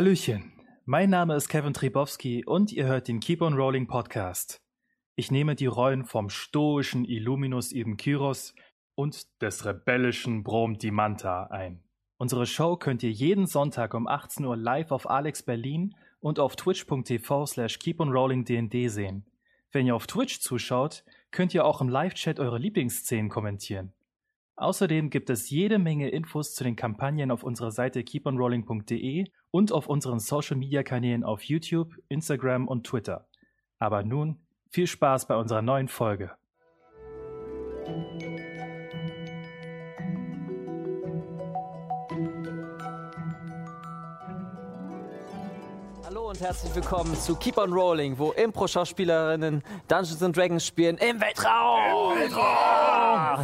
Hallöchen, mein Name ist Kevin Tribowski und ihr hört den Keep on Rolling Podcast. Ich nehme die Rollen vom stoischen Illuminus Ibn Kyros und des rebellischen Brom Dimanta ein. Unsere Show könnt ihr jeden Sonntag um 18 Uhr live auf Alex Berlin und auf twitch.tv slash keeponrollingdnd sehen. Wenn ihr auf Twitch zuschaut, könnt ihr auch im Live-Chat eure Lieblingsszenen kommentieren. Außerdem gibt es jede Menge Infos zu den Kampagnen auf unserer Seite keeponrolling.de und auf unseren Social-Media-Kanälen auf YouTube, Instagram und Twitter. Aber nun viel Spaß bei unserer neuen Folge. Hallo und herzlich willkommen zu Keep on Rolling, wo Impro-Schauspielerinnen Dungeons and Dragons spielen im Weltraum. Im Weltraum!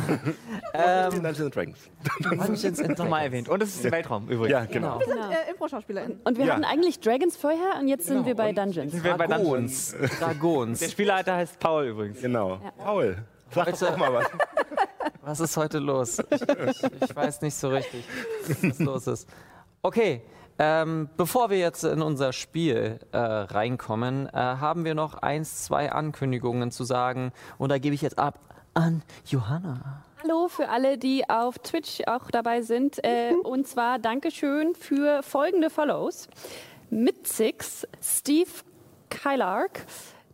in Dungeons and Dragons. Dungeons and nochmal Dragons. erwähnt. Und es ist der Weltraum übrigens. Ja, genau. Wir sind äh, Impro-SchauspielerInnen. Und wir Ja. hatten eigentlich Dragons vorher Genau, und jetzt sind wir bei Dungeons. Sind wir bei Dungeons. Dragons. Dragons. Der Spielleiter heißt Paul übrigens. Genau. Paul, sag Bitte. doch mal was. Was ist heute los? Ich, ich, ich weiß nicht so richtig, was los ist. Okay, ähm, bevor wir jetzt in unser Spiel äh, reinkommen, äh, haben wir noch eins, zwei Ankündigungen zu sagen. Und da gebe ich jetzt ab an Johanna. Hallo für alle, die auf Twitch auch dabei sind. Äh, und zwar Dankeschön für folgende Follows. Mitzix, Steve Kylark,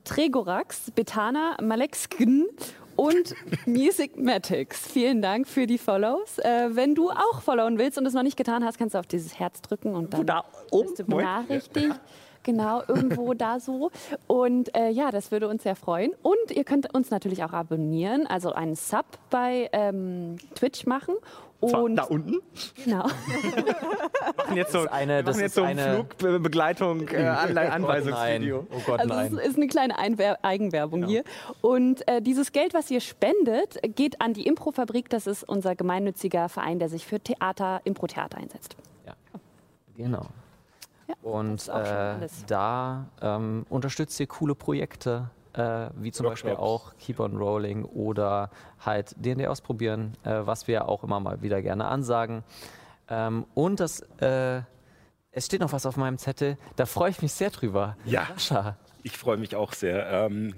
Tregorax, Betana, Malex Gn und Musicmatics. Vielen Dank für die Follows. Äh, wenn du auch followen willst und es noch nicht getan hast, kannst du auf dieses Herz drücken und dann da oben? wirst du Moment. benachrichtigt. Genau, irgendwo da so. Und äh, ja, das würde uns sehr freuen. Und ihr könnt uns natürlich auch abonnieren, also einen Sub bei ähm, Twitch machen. Und da unten. genau. Wir machen jetzt so, eine- wir das machen ist jetzt so ein eine- Flugbegleitung, äh, Anle- Anweisungsvideo. Oh Gott, Also es nein. ist eine kleine Einwer Eigenwerbung hier. Und äh, dieses Geld, was ihr spendet, geht an die Improfabrik. Das ist unser gemeinnütziger Verein, der sich für Theater, Impro-Theater einsetzt. Genau. Ja, Und auch schon äh, alles. da ähm, unterstützt ihr coole Projekte, äh, wie zum Beispiel auch Keep on Rolling oder halt D&D ausprobieren, äh, was wir auch immer mal wieder gerne ansagen. Ähm, und das, äh, es steht noch was auf meinem Zettel, da freue ich mich sehr drüber. Ja. Sascha, Ich freue mich auch sehr. Ähm,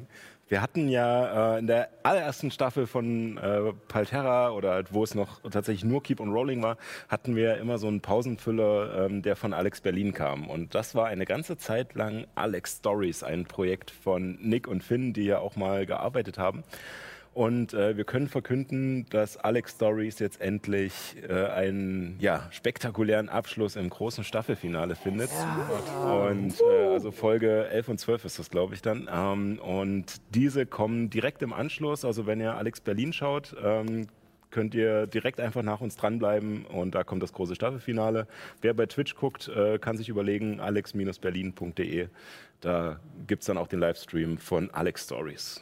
wir hatten ja äh, in der allerersten Staffel von äh, Palterra oder halt, wo es noch tatsächlich nur Keep on Rolling war, hatten wir immer so einen Pausenfüller, ähm, der von Alex Berlin kam. Und das war eine ganze Zeit lang Alex Stories, ein Projekt von Nick und Finn, die ja auch mal gearbeitet haben. Und äh, wir können verkünden, dass Alex Stories jetzt endlich äh, einen ja, spektakulären Abschluss im großen Staffelfinale findet. Und äh, also Folge 11 und 12 ist das, glaube ich, dann. Ähm, und diese kommen direkt im Anschluss. Also wenn ihr Alex Berlin schaut, ähm, könnt ihr direkt einfach nach uns dranbleiben und da kommt das große Staffelfinale. Wer bei Twitch guckt, äh, kann sich überlegen, alex-berlin.de. Da gibt es dann auch den Livestream von Alex Stories.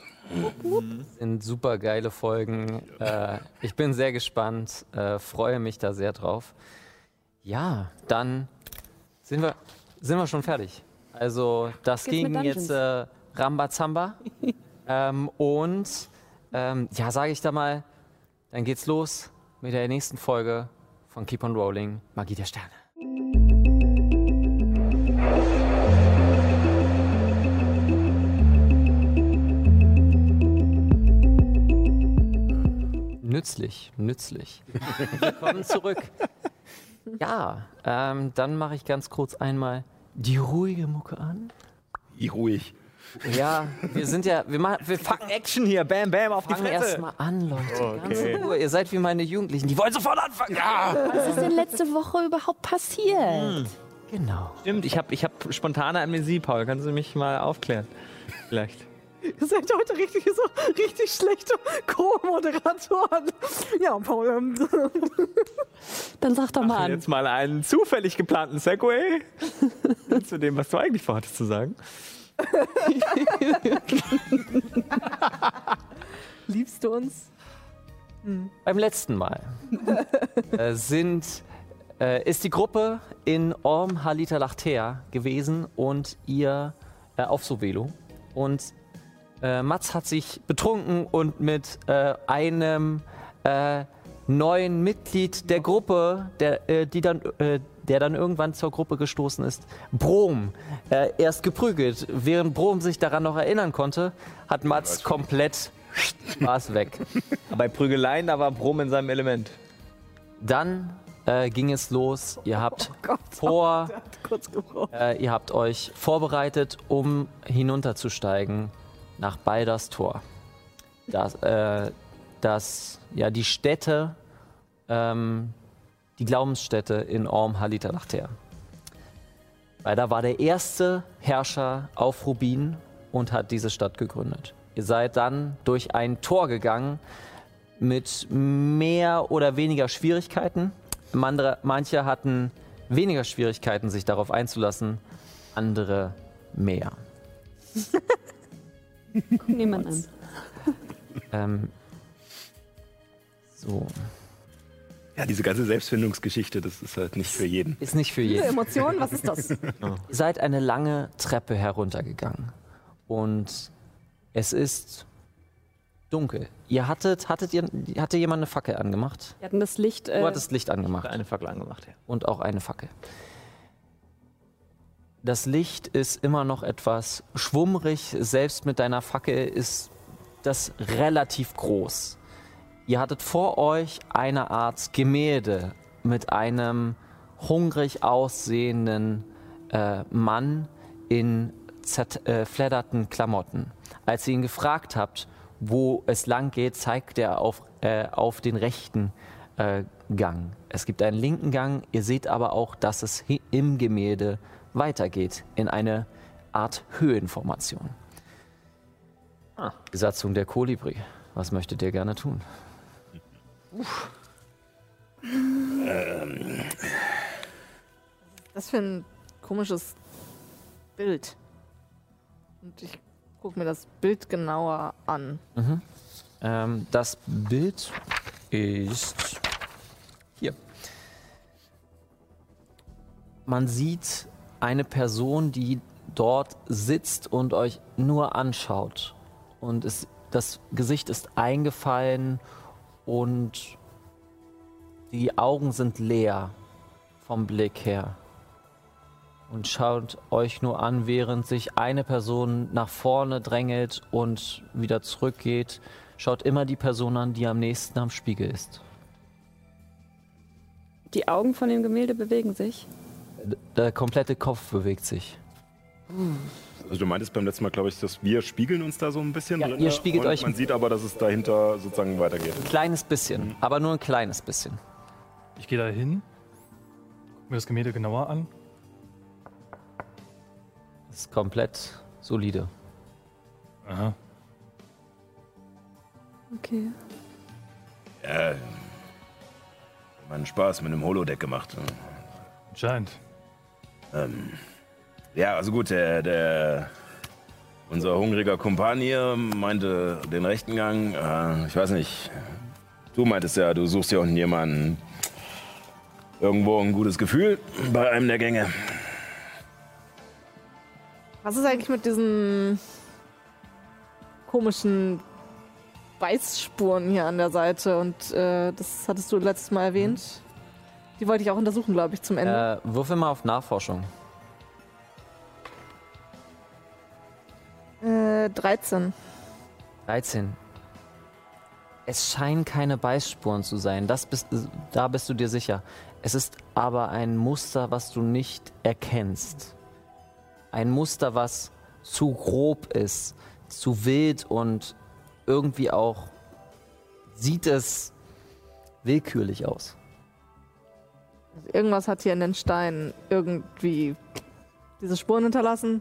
sind super geile Folgen. Äh, ich bin sehr gespannt, äh, freue mich da sehr drauf. Ja, dann sind wir, sind wir schon fertig. Also das Geht's mit ging jetzt äh, Rambazamba. ähm, und ähm, ja, sage ich da mal, dann geht's los mit der nächsten Folge von Keep on Rolling, Magie der Sterne. Nützlich, nützlich. Willkommen zurück. Ja, ähm, dann mache ich ganz kurz einmal die ruhige Mucke an. Ich ruhig. Ja, wir sind ja, wir, machen, wir fangen, Action hier, bam, bam, auf die fangen Fresse. erstmal an, Leute. Ganz Okay. in Ruhe. Ihr seid wie meine Jugendlichen, die wollen sofort anfangen. Ah. Ja! Was ist denn letzte Woche überhaupt passiert? Hm. Genau. Stimmt, ich habe ich hab spontane Amnesie, Paul. Kannst du mich mal aufklären? Vielleicht. Ihr seid heute richtig so richtig schlechte Co-Moderatoren. Ja, Paul. Ähm, Dann sag doch mal an. Jetzt mal einen zufällig geplanten Segway zu dem, was du eigentlich vorhattest zu sagen. liebst du uns? Beim letzten Mal äh, sind, äh, ist die Gruppe in Orm Halita Lachtea gewesen und ihr äh, auf Sovelo. Und äh, Mats hat sich betrunken und mit äh, einem äh, neuen Mitglied der Gruppe, der, äh, die dann, äh, der dann irgendwann zur Gruppe gestoßen ist. Brom, äh, erst geprügelt. Während Brom sich daran noch erinnern konnte, hat Mats komplett war's weg. Bei Prügeleien, da war Brom in seinem Element. Dann äh, ging es los. Ihr habt Gott, vor, der hat kurz gebraucht. äh, ihr habt euch vorbereitet, um hinunterzusteigen nach Balders Tor. Das, äh, das, ja, die Städte, ähm, die Glaubensstätte in Orm Halitalachter. Balder war der erste Herrscher auf Rubin und hat diese Stadt gegründet. Ihr seid dann durch ein Tor gegangen, mit mehr oder weniger Schwierigkeiten. Mandre, manche hatten weniger Schwierigkeiten, sich darauf einzulassen, andere mehr. Nehmen wir an. Ähm, so. Ja, diese ganze Selbstfindungsgeschichte, das ist halt nicht für jeden. Ist nicht für Diese jeden. Emotionen, was ist das? Ihr seid eine lange Treppe heruntergegangen. Und es ist dunkel. Ihr hattet, hattet ihr, hatte jemand eine Fackel angemacht? Wir hatten das Licht. Oh, Äh, Du hattest Licht angemacht. Eine Fackel angemacht, ja. und auch eine Fackel. Das Licht ist immer noch etwas schwummrig, selbst mit deiner Fackel ist das relativ groß. Ihr hattet vor euch eine Art Gemälde mit einem hungrig aussehenden äh, Mann in zerfledderten Klamotten. Als ihr ihn gefragt habt, wo es lang geht, zeigt er auf, äh, auf den rechten äh, Gang. Es gibt einen linken Gang, ihr seht aber auch, dass es hi- im Gemälde weitergeht, in eine Art Höhenformation. Besatzung der Kolibri, was möchtet ihr gerne tun? Das für ein komisches Bild. Und ich gucke mir das Bild genauer an. Ähm, das Bild ist hier. Man sieht eine Person, die dort sitzt und euch nur anschaut. Und es, das Gesicht ist eingefallen und die Augen sind leer vom Blick her. Und schaut euch nur an, während sich eine Person nach vorne drängelt und wieder zurückgeht. Schaut immer die Person an, die am nächsten am Spiegel ist. die Augen von dem Gemälde bewegen sich. D- Der komplette Kopf bewegt sich. Also du meintest beim letzten Mal, glaube ich, dass wir spiegeln uns da so ein bisschen Ja, drin. ihr spiegelt und euch- Man sieht aber, dass es dahinter sozusagen weitergeht. Ein kleines bisschen, aber nur ein kleines bisschen. Ich gehe da hin, guck mir das Gemälde genauer an. Ist komplett solide. Aha. Okay. Äh, meinen Spaß mit einem Holodeck gemacht. Anscheinend. Ja, also gut, der, der unser hungriger Kumpan hier meinte den rechten Gang. Äh, ich weiß nicht. Du meintest ja, du suchst ja unten jemanden. Irgendwo ein gutes Gefühl bei einem der Gänge. Was ist eigentlich mit diesen komischen Weißspuren hier an der Seite? Und äh, das hattest du letztes Mal erwähnt. Die wollte ich auch untersuchen, glaube ich, zum Ende. Äh, würfel mal auf Nachforschung. Äh, 13. 13. Es scheinen keine Beißspuren zu sein, das bist, da bist du dir sicher. Es ist aber ein Muster, was du nicht erkennst. Ein Muster, was zu grob ist, zu wild und irgendwie auch sieht es willkürlich aus. Irgendwas hat hier in den Steinen irgendwie diese Spuren hinterlassen.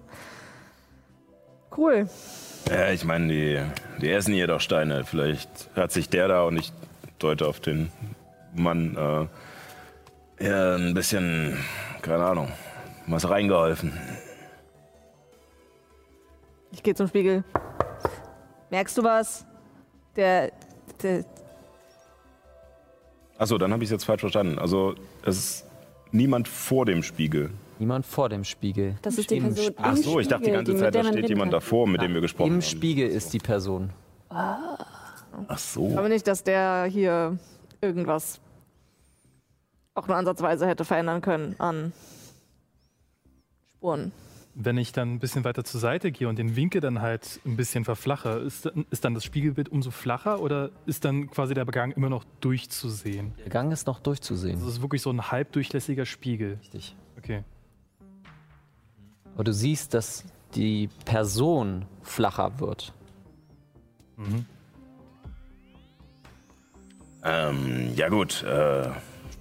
Cool. Ja, ich meine, die, die essen hier doch Steine. Vielleicht hat sich der da und ich deute auf den Mann äh, ja, ein bisschen, keine Ahnung, was reingeholfen. Ich gehe zum Spiegel. Merkst du was? Der, der, Achso, dann habe ich es jetzt falsch verstanden. Also, es ist niemand vor dem Spiegel. Niemand vor dem Spiegel. Das ist die Im Person. Ach im so, ich dachte die Spiegel, ganze mit Zeit, der da man steht reden jemand kann. davor, mit dem wir gesprochen Im haben. Spiegel ist die Person. Ach so. aber nicht, dass der hier irgendwas auch nur ansatzweise hätte verändern können an Spuren. Wenn ich dann ein bisschen weiter zur Seite gehe und den Winkel dann halt ein bisschen verflache, ist, ist dann das Spiegelbild umso flacher oder ist dann quasi der Gang immer noch durchzusehen? Der Gang ist noch durchzusehen. Das ist wirklich so ein halbdurchlässiger Spiegel. Richtig. Okay. Aber du siehst, dass die Person flacher wird. Ähm, ja gut, äh,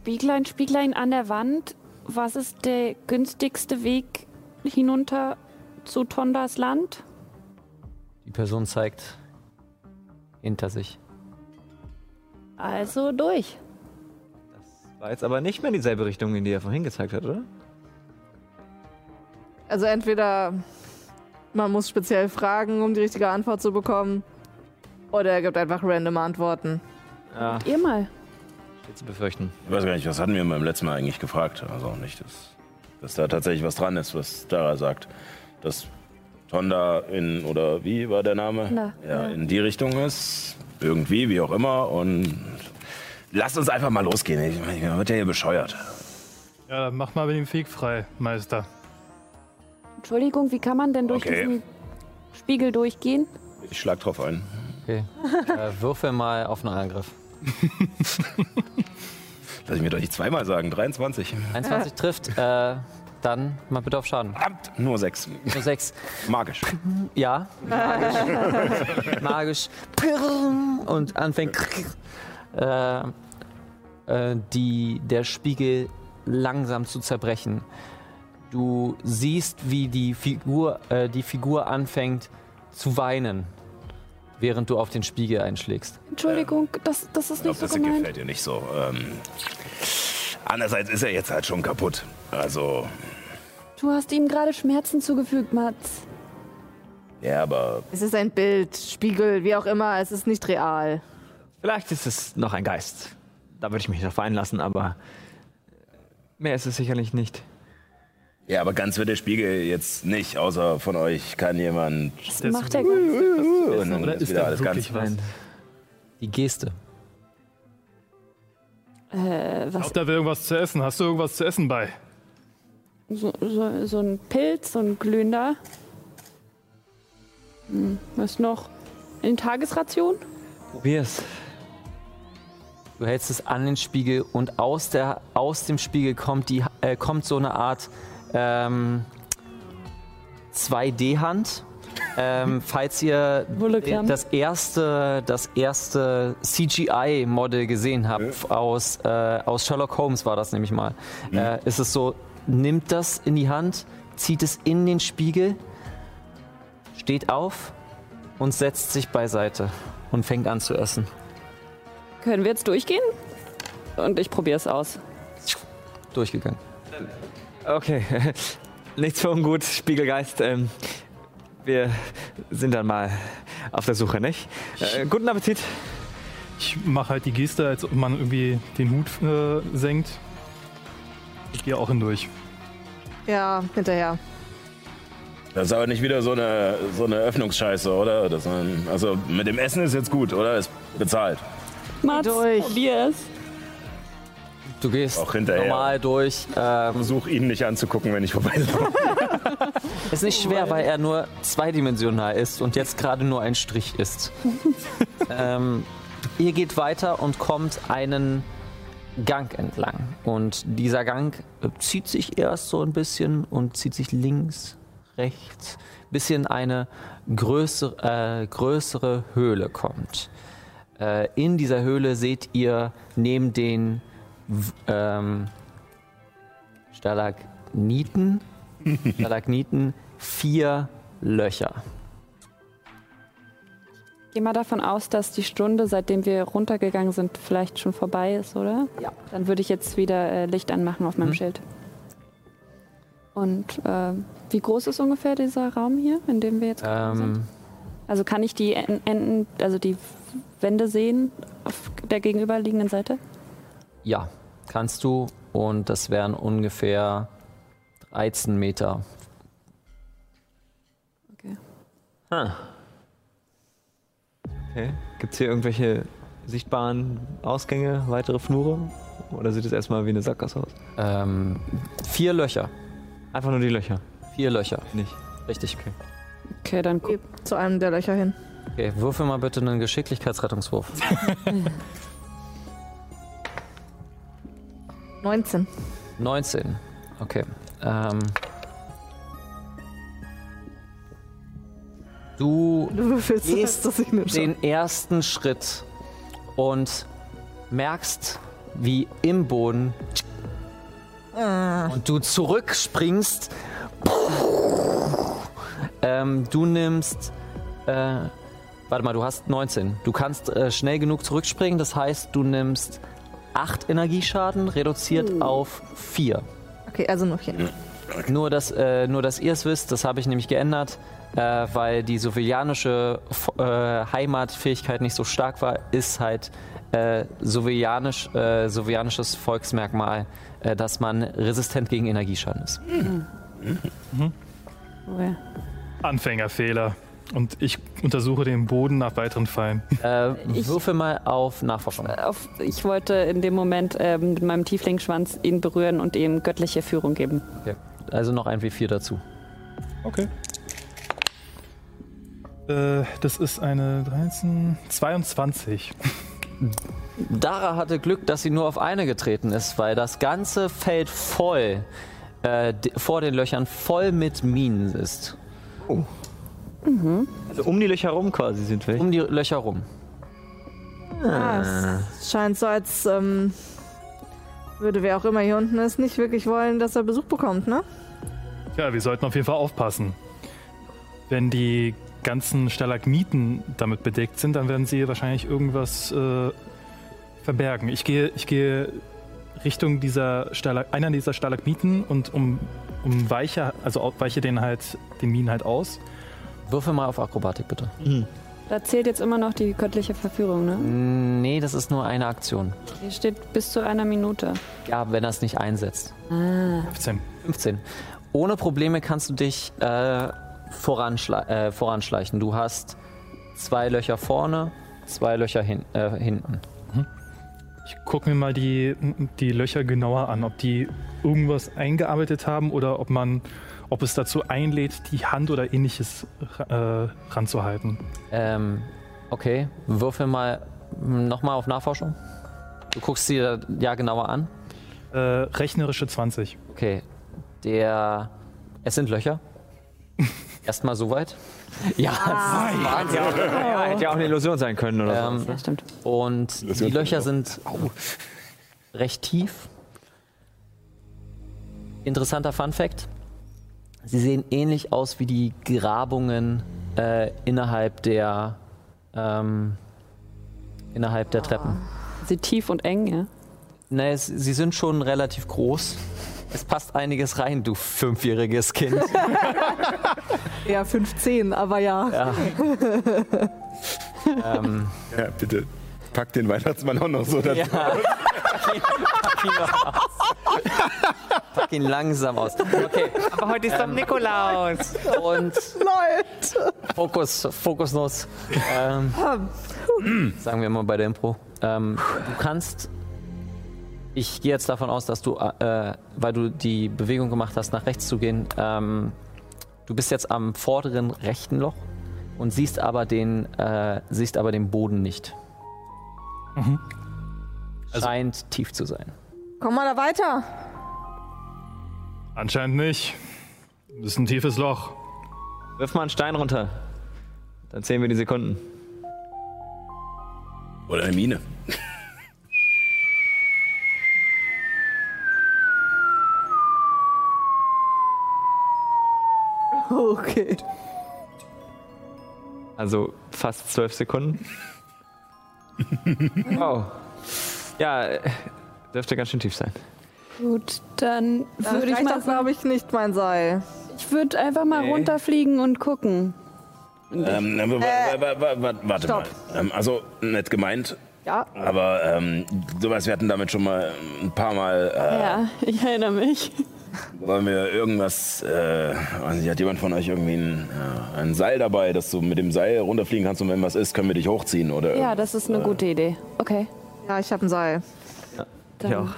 Spieglein, Spieglein an der Wand, was ist der günstigste Weg hinunter zu Tondas Land? Die Person zeigt hinter sich. Also durch. War jetzt aber nicht mehr dieselbe Richtung, in die er vorhin gezeigt hat, oder? Also entweder man muss speziell fragen, um die richtige Antwort zu bekommen, oder er gibt einfach random Antworten. Ja, Ihr mal. steht zu befürchten. ich weiß gar nicht, was hatten wir beim letzten Mal eigentlich gefragt? Also auch nicht, dass, dass da tatsächlich was dran ist, was Dara sagt. Dass Tonda in, oder wie war der Name? Na, ja, ja. in die Richtung ist. Irgendwie, wie auch immer. Und lasst uns einfach mal losgehen. Ich, ich man wird ja hier bescheuert. Ja, dann mach mal den Weg frei, Meister. Entschuldigung, wie kann man denn durch Okay. diesen Spiegel durchgehen? Ich schlag drauf ein. Okay. äh, würfel mal auf einen Angriff. Lass ich mir doch nicht zweimal sagen. 23. 21 trifft, äh, dann mal bitte auf Schaden. Verdammt, nur sechs. Nur 6. Magisch. Ja. Magisch. Magisch. Und anfängt. Äh, äh, die, der Spiegel langsam zu zerbrechen. Du siehst, wie die Figur, äh, die Figur anfängt zu weinen, während du auf den Spiegel einschlägst. Entschuldigung, Ähm, das, das ist glaube, nicht so das gemeint. gefällt dir nicht so. Ähm, andererseits ist er jetzt halt schon kaputt. Also, Du hast ihm gerade Schmerzen zugefügt, Mats. ja, aber Es ist ein Bild, Spiegel, wie auch immer, es ist nicht real. Vielleicht ist es noch ein Geist. Da würde ich mich noch einlassen, aber mehr ist es sicherlich nicht. Ja, aber ganz wird der Spiegel jetzt nicht, außer von euch kann jemand. Das Das- macht er gut. Und dann Oder ist ist wieder da alles wirklich ganz. was? Nein. Die Geste. Äh, was? Ob da will irgendwas zu essen? Hast du irgendwas zu essen bei? So, so, so ein Pilz, so ein glühender. Hm, was noch? In Tagesration? Probier's. Du hältst es an den Spiegel und aus, der, aus dem Spiegel kommt, die, äh, kommt so eine Art ähm, 2D-Hand. Ähm, falls ihr Hologramm. Äh, das erste, das erste CGI-Model gesehen habt aus, äh, aus Sherlock Holmes war das nämlich mal, Mhm. äh, ist es so, nimmt das in die Hand, zieht es in den Spiegel, steht auf und setzt sich beiseite und fängt an zu essen. Können wir jetzt durchgehen? Und ich probiere es aus. Durchgegangen. Okay, nichts für ungut, Spiegelgeist. Ähm, wir sind dann mal auf der Suche, nicht? Äh, guten Appetit. Ich mache halt die Geste, als ob man irgendwie den Hut äh, senkt. Ich gehe auch hindurch. Ja, hinterher. Das ist aber nicht wieder so eine, so eine Öffnungsscheiße, oder? Dass man, also mit dem Essen ist jetzt gut, oder? Ist bezahlt. Mats, Durch. probier es. Du gehst Auch hinterher. normal durch. Ähm, Versuch ihn nicht anzugucken, wenn ich vorbeilaufe. ist nicht schwer, weil er nur zweidimensional ist und jetzt gerade nur ein Strich ist. ähm, ihr geht weiter und kommt einen Gang entlang. Und dieser Gang äh, zieht sich erst so ein bisschen und zieht sich links, rechts, bis ihr in eine größere, äh, größere Höhle kommt. Äh, in dieser Höhle seht ihr neben den w- ähm, Stalagniten, Stalagniten vier Löcher. Geh mal davon aus, dass die Stunde, seitdem wir runtergegangen sind, vielleicht schon vorbei ist, oder? Ja. Dann würde ich jetzt wieder äh, Licht anmachen auf meinem Mhm. Schild. Und äh, wie groß ist ungefähr dieser Raum hier, in dem wir jetzt Äh. gerade sind? Ähm, Also kann ich die En- Enden, also die Wände sehen auf der gegenüberliegenden Seite? ja, kannst du. Und das wären ungefähr 13 Meter. Okay. Gibt es hier irgendwelche sichtbaren Ausgänge, weitere Flure Oder sieht es erstmal wie eine Sackgasse aus? Ähm, vier Löcher. Einfach nur die Löcher. Vier Löcher. Nicht. Richtig. Okay, Okay, dann guck. Geh zu einem der Löcher hin. würfel mal bitte einen Geschicklichkeitsrettungswurf. 19. 19. Okay. Ähm, du Du würfelst Gehst dass ich nicht den ersten Schritt und merkst, wie im Boden und du zurückspringst. Ähm, du nimmst. Äh, warte mal, du hast 19. Du kannst äh, schnell genug zurückspringen, das heißt, du nimmst 8 Energieschaden, reduziert auf 4. Okay, also noch hier. Nur, dass, äh, nur, dass ihr es wisst, das habe ich nämlich geändert, äh, weil die sovianische F- äh, Heimatfähigkeit nicht so stark war, ist halt äh, sovianisch, äh, sovianisches Volksmerkmal, äh, dass man resistent gegen Energieschaden ist. Okay. Anfängerfehler. Und ich untersuche den Boden nach weiteren Fallen. Äh, Ich- würfel mal auf Nachforschung. Auf, ich wollte in dem Moment ähm, mit meinem Tieflingsschwanz ihn berühren und ihm göttliche Führung geben. Also noch ein W4 dazu. Okay. Äh, das ist eine 13, 22. Dara hatte Glück, dass sie nur auf eine getreten ist, weil das ganze Feld voll äh, d- vor den Löchern voll mit Minen ist. Also um die Löcher rum quasi sind wir. Um die Löcher rum. Ah, es scheint so, als ähm, würde wer auch immer hier unten ist, nicht wirklich wollen, dass er Besuch bekommt, ne? Ja, wir sollten auf jeden Fall aufpassen. Wenn die ganzen Stalagmiten damit bedeckt sind, dann werden sie wahrscheinlich irgendwas äh, verbergen. Ich gehe, ich gehe Richtung dieser Stalag einer dieser Stalagmiten und um, um weiche, also au- weiche den halt den Minen halt aus. Würfel mal auf Akrobatik bitte. Da zählt jetzt immer noch die göttliche Verführung, ne? Nee, das ist nur eine Aktion. Hier steht bis zu einer Minute. Ja, wenn er es nicht einsetzt. 15. 15. Ohne Probleme kannst du dich äh, voranschle äh, voranschleichen. Du hast zwei Löcher vorne, zwei Löcher hin äh, hinten. Ich gucke mir mal die, die Löcher genauer an, ob die irgendwas eingearbeitet haben oder ob man, ob es dazu einlädt, die Hand oder ähnliches äh, ranzuhalten. Ähm, okay, würfel mal nochmal auf Nachforschung. Du guckst sie da- ja genauer an. Äh, rechnerische 20. Okay, der. Es sind Löcher. Erstmal soweit. Ja, es ist Wahnsinn. Ja, hätte ja auch eine Illusion sein können oder so. Ähm, Ja, stimmt. Und Das die hört man Löcher doch. sind recht tief. Interessanter Fun Fact. Sie sehen ähnlich aus wie die Grabungen äh, innerhalb der ähm, innerhalb der Treppen. Ah. Sie tief und eng, ja. Nee, es, sie sind schon relativ groß. Es passt einiges rein, du fünfjähriges Kind. Ja, 15, aber ja. ähm, Ja, bitte. Pack den Weihnachtsmann auch noch so dazu. ja. Pack ihn noch aus. Pack ihn langsam aus. Okay. Ähm, Aber heute ist doch Nikolaus. Und Fokus, Fokusnuss. Ähm, Ah, sagen wir mal bei der Impro. Ähm, du kannst. Ich gehe jetzt davon aus, dass du, äh, weil du die Bewegung gemacht hast, nach rechts zu gehen. Ähm, du bist jetzt am vorderen rechten Loch und siehst aber den, äh, siehst aber den Boden nicht. Scheint tief zu sein. Komm mal da weiter. Anscheinend nicht. Das ist ein tiefes Loch. Wirf mal einen Stein runter. Dann zählen wir die Sekunden. Oder eine Mine. Okay. Also fast zwölf Sekunden. wow. Ja, äh, dürfte ganz schön tief sein. Gut, dann Da würde ich reicht mal das, glaube ich, nicht mein Seil. Ich würde einfach mal runterfliegen und gucken. Ähm, aber wa- wa- wa- wa- warte stopp. mal. Ähm, also, nett gemeint, Ja. aber ähm, sowas, wir hatten damit schon mal ein paar Mal. Ja, ich erinnere mich. Äh, wollen wir irgendwas. Äh, weiß nicht, hat jemand von euch irgendwie ein, äh, ein Seil dabei, dass du mit dem Seil runterfliegen kannst und wenn was ist, können wir dich hochziehen? Oder Ja, das ist eine gute Idee. Okay. Ja, ich habe ein Seil. Dann, auch.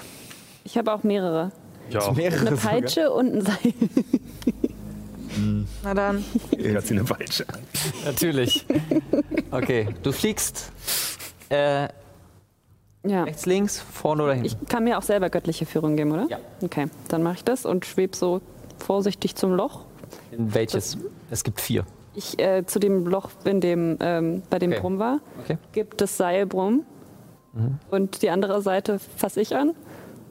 Ich habe auch mehrere. Ja, Mehrere Eine sogar. Peitsche und ein Seil. Na dann. Hat sie eine Peitsche. Natürlich. Okay, du fliegst äh, Ja. rechts, links, vorne oder hinten. Ich kann mir auch selber göttliche Führung geben, oder? Ja. Okay, dann mache ich das und schweb so vorsichtig zum Loch. In welches? Es gibt vier. Ich äh, zu dem Loch, in dem ähm, bei dem Okay. Brumm war, Okay. gibt das Seil Brumm Mhm. und die andere Seite fasse ich an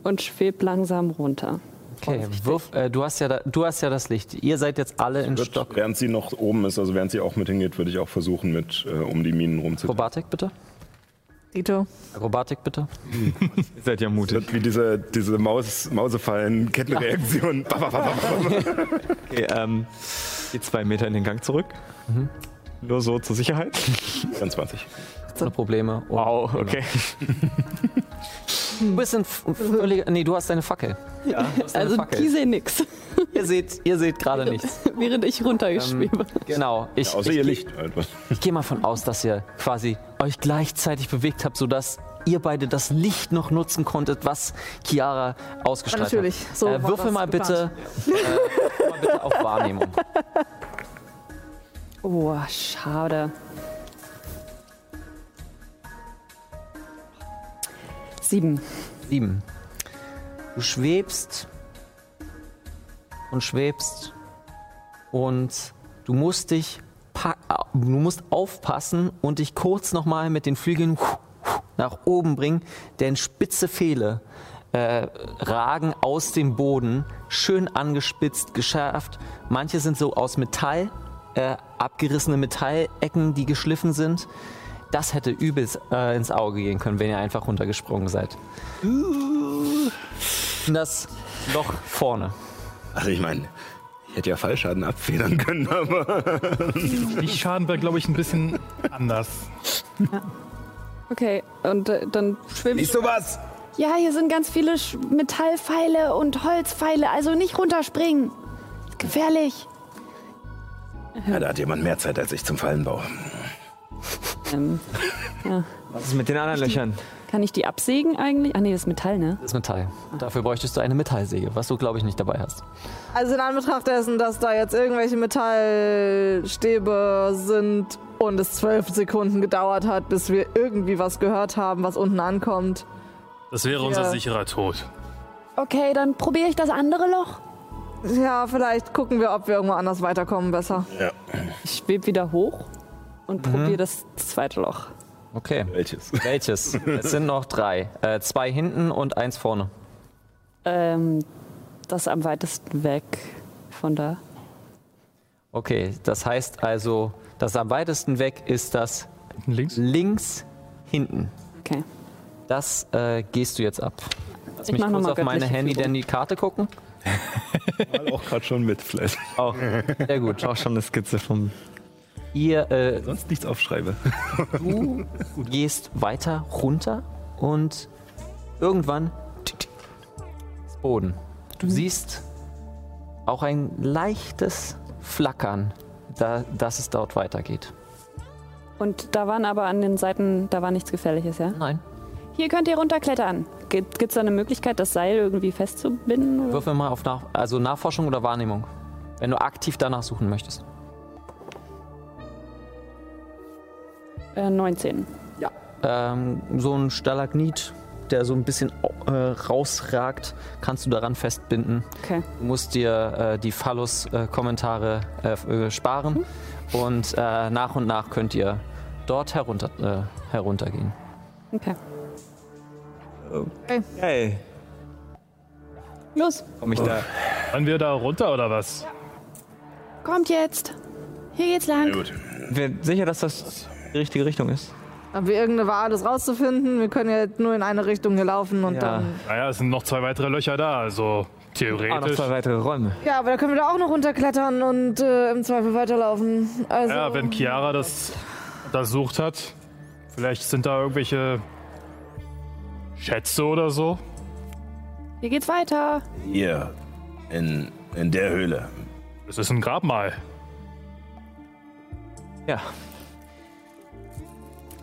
und schweb langsam runter. Okay, Wurf, äh, du, hast ja da, du hast ja das Licht. Ihr seid jetzt alle in Stock. Während sie noch oben ist, also während sie auch mit hingeht, würde ich auch versuchen, mit äh, um die Minen rumzukommen. Akrobatik bitte. Dito. Akrobatik bitte. Ihr seid ja mutig. Wie diese, diese Maus, Mausefallen-Kettenreaktion. Ba, ba, ba, ba, ba. Okay, ähm, die zwei Meter in den Gang zurück. Mhm. Nur so zur Sicherheit. 24. Ohne Probleme. Oh, Und Wow, okay. Du bist in f- völliger. Nee, du hast deine Fackel. Du hast deine Also Fackel. die sehen nichts, ihr seht, ihr seht gerade nichts. während ich runtergeschwebe. Genau. Ich, Außer ich, ihr Licht. halt. Ich gehe mal von aus, dass ihr quasi euch gleichzeitig bewegt habt, sodass ihr beide das Licht noch nutzen konntet, was Chiara ausgestrahlt Natürlich, hat. so äh, war würfel das mal bitte, geplant. äh, würfel mal bitte auf Wahrnehmung. Oh, schade. Sieben. Sieben. Du schwebst und schwebst und du musst dich pa- du musst aufpassen und dich kurz nochmal mit den Flügeln nach oben bringen, denn spitze Pfähle äh, ragen aus dem Boden, schön angespitzt, geschärft. Manche sind so aus Metall, äh, abgerissene Metallecken, die geschliffen sind. Das hätte übelst äh, ins Auge gehen können, wenn ihr einfach runtergesprungen seid. In das Loch vorne. Also ich meine, ich hätte ja Fallschaden abfedern können, aber ich schaden wäre, glaube ich, ein bisschen anders. Okay, und äh, dann schwimme ich. nicht sowas. Ja, hier sind ganz viele Sch- Metallpfeile und Holzpfeile, also nicht runterspringen. Ist gefährlich. Ja, da hat jemand mehr Zeit als ich zum Fallenbau. Ähm, Was ist mit den anderen Löchern? kann ich die absägen eigentlich? Ah nee, das ist Metall, ne? Das ist Metall. Dafür bräuchtest du eine Metallsäge, was du, glaube ich, nicht dabei hast. Also in Anbetracht dessen, dass da jetzt irgendwelche Metallstäbe sind und es zwölf Sekunden gedauert hat, bis wir irgendwie was gehört haben, was unten ankommt. Das wäre unser Ja. sicherer Tod. Okay, dann probiere ich das andere Loch. Ja, vielleicht gucken wir, ob wir irgendwo anders weiterkommen besser. Ich schwebe wieder hoch und Mhm. probiere das zweite Loch. Okay. Welches? Welches? es sind noch drei. Äh, zwei hinten und eins vorne. Ähm, das am weitesten weg von da. Okay, das heißt also, das am weitesten weg ist das Hinten links? links hinten. Okay. Das äh, gehst du jetzt ab. Lass Ich mich mach kurz nochmal auf meine göttliche handy Führung. denn die karte gucken. Mal auch gerade schon mit vielleicht. Auch. Sehr gut. Auch schon eine Skizze vom. Ihr äh, Sonst nichts aufschreibe. Du gehst weiter runter und irgendwann tick, tick, ist Boden. Du siehst auch ein leichtes Flackern, da, dass es dort weitergeht. Und da waren aber an den Seiten, da war nichts Gefährliches, ja? Nein. Hier könnt ihr runterklettern. Gibt es da eine Möglichkeit, das Seil irgendwie festzubinden? Oder? Würfel mal auf nach, also Nachforschung oder Wahrnehmung, wenn du aktiv danach suchen möchtest. Äh, 19. Ähm, so ein Stalagnit, der so ein bisschen äh, rausragt, kannst du daran festbinden. Okay. Du musst dir äh, die Phallus-Kommentare äh, f- äh, sparen und äh, nach und nach könnt ihr dort herunter, äh, heruntergehen. Okay. Hey, Los, komm ich da. Wollen wir da runter oder was? kommt jetzt. Hier geht's Ja, lang. gut. Wir sicher, dass das die richtige Richtung ist? Haben wir irgendeine Wahl, das rauszufinden? Wir können ja nur in eine Richtung hier laufen und Ja. dann. Naja, es sind noch zwei weitere Löcher da, also Ah, noch theoretisch. zwei weitere Räume. Ja, aber da können wir da auch noch runterklettern und äh, im Zweifel weiterlaufen. Also, Ja, wenn Chiara das untersucht hat, vielleicht sind da irgendwelche Schätze oder so. Hier geht's weiter. Hier, in, in der Höhle. Es ist ein Grabmal. Ja.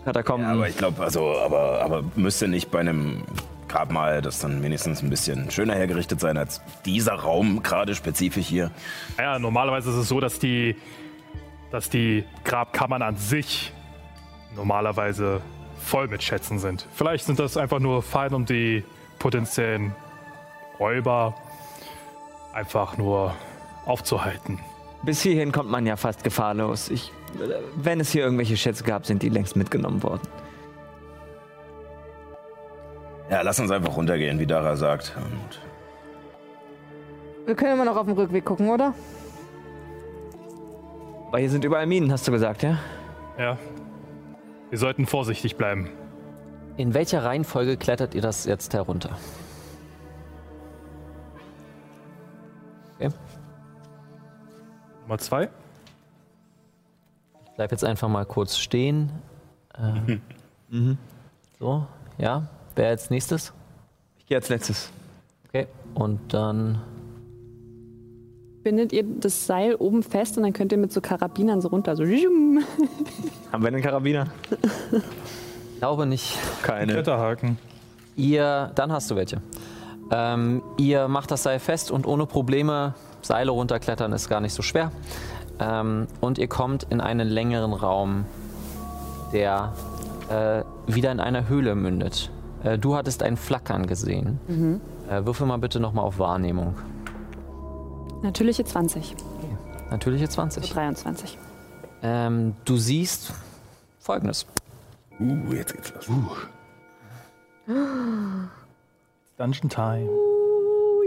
Katakomben. Aber ich glaube, also, aber, aber müsste nicht bei einem Grabmal, das dann wenigstens ein bisschen schöner hergerichtet sein als dieser Raum, gerade spezifisch hier. Ah Ja, normalerweise ist es so, dass die, dass die Grabkammern an sich normalerweise voll mit Schätzen sind. Vielleicht sind das einfach nur Fallen, um die potenziellen Räuber einfach nur aufzuhalten. Bis hierhin kommt man ja fast gefahrlos. Ich, äh, wenn es hier irgendwelche Schätze gab, sind die längst mitgenommen worden. Ja, lass uns einfach runtergehen, wie Dara sagt. Und Wir können immer noch auf dem Rückweg gucken, oder? Weil hier sind überall Minen, hast du gesagt, ja? Ja. Wir sollten vorsichtig bleiben. In welcher Reihenfolge klettert ihr das jetzt herunter? Okay. Nummer zwei? Bleib jetzt einfach mal kurz stehen. Ähm, So, ja. Wer als nächstes? Ich gehe als letztes. Okay. Und dann. Bindet ihr das Seil oben fest und dann könnt ihr mit so Karabinern so runter. So. zschum. Haben wir einen Karabiner? Glaube nicht. Keine. Kletterhaken. Ihr. Dann hast du welche. Ähm, ihr macht das Seil fest und ohne Probleme. Seile runterklettern ist gar nicht so schwer. Ähm, und ihr kommt in einen längeren Raum, der äh, wieder in einer Höhle mündet. Äh, du hattest ein Flackern gesehen. Äh, würfel mal bitte nochmal auf Wahrnehmung. Natürliche 20, Natürliche 20. 23. Ähm, du siehst folgendes. uh, jetzt geht's los. Dungeon Time.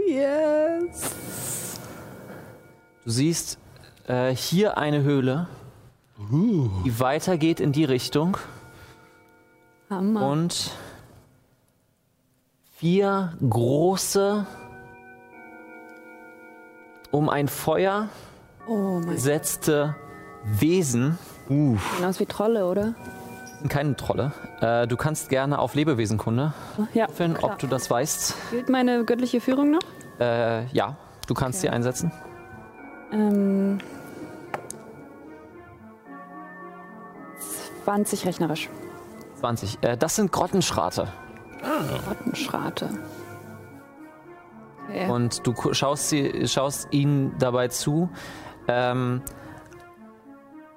Yes. Du siehst äh, hier eine Höhle, die weitergeht in die Richtung Hammer. und vier große um ein Feuer oh mein Gott. gesetzte Wesen. Sieht aus wie Trolle, oder? Keine Trolle. Äh, du kannst gerne auf Lebewesenkunde Ja. würfeln, klar. ob du das weißt. Gilt meine göttliche Führung noch? Äh, ja, du kannst sie einsetzen. Ähm, 20 rechnerisch. 20. Äh, das sind Grottenschrate. Rottenschrate. Okay. Und du ku- schaust, sie, schaust ihnen dabei zu. Ähm,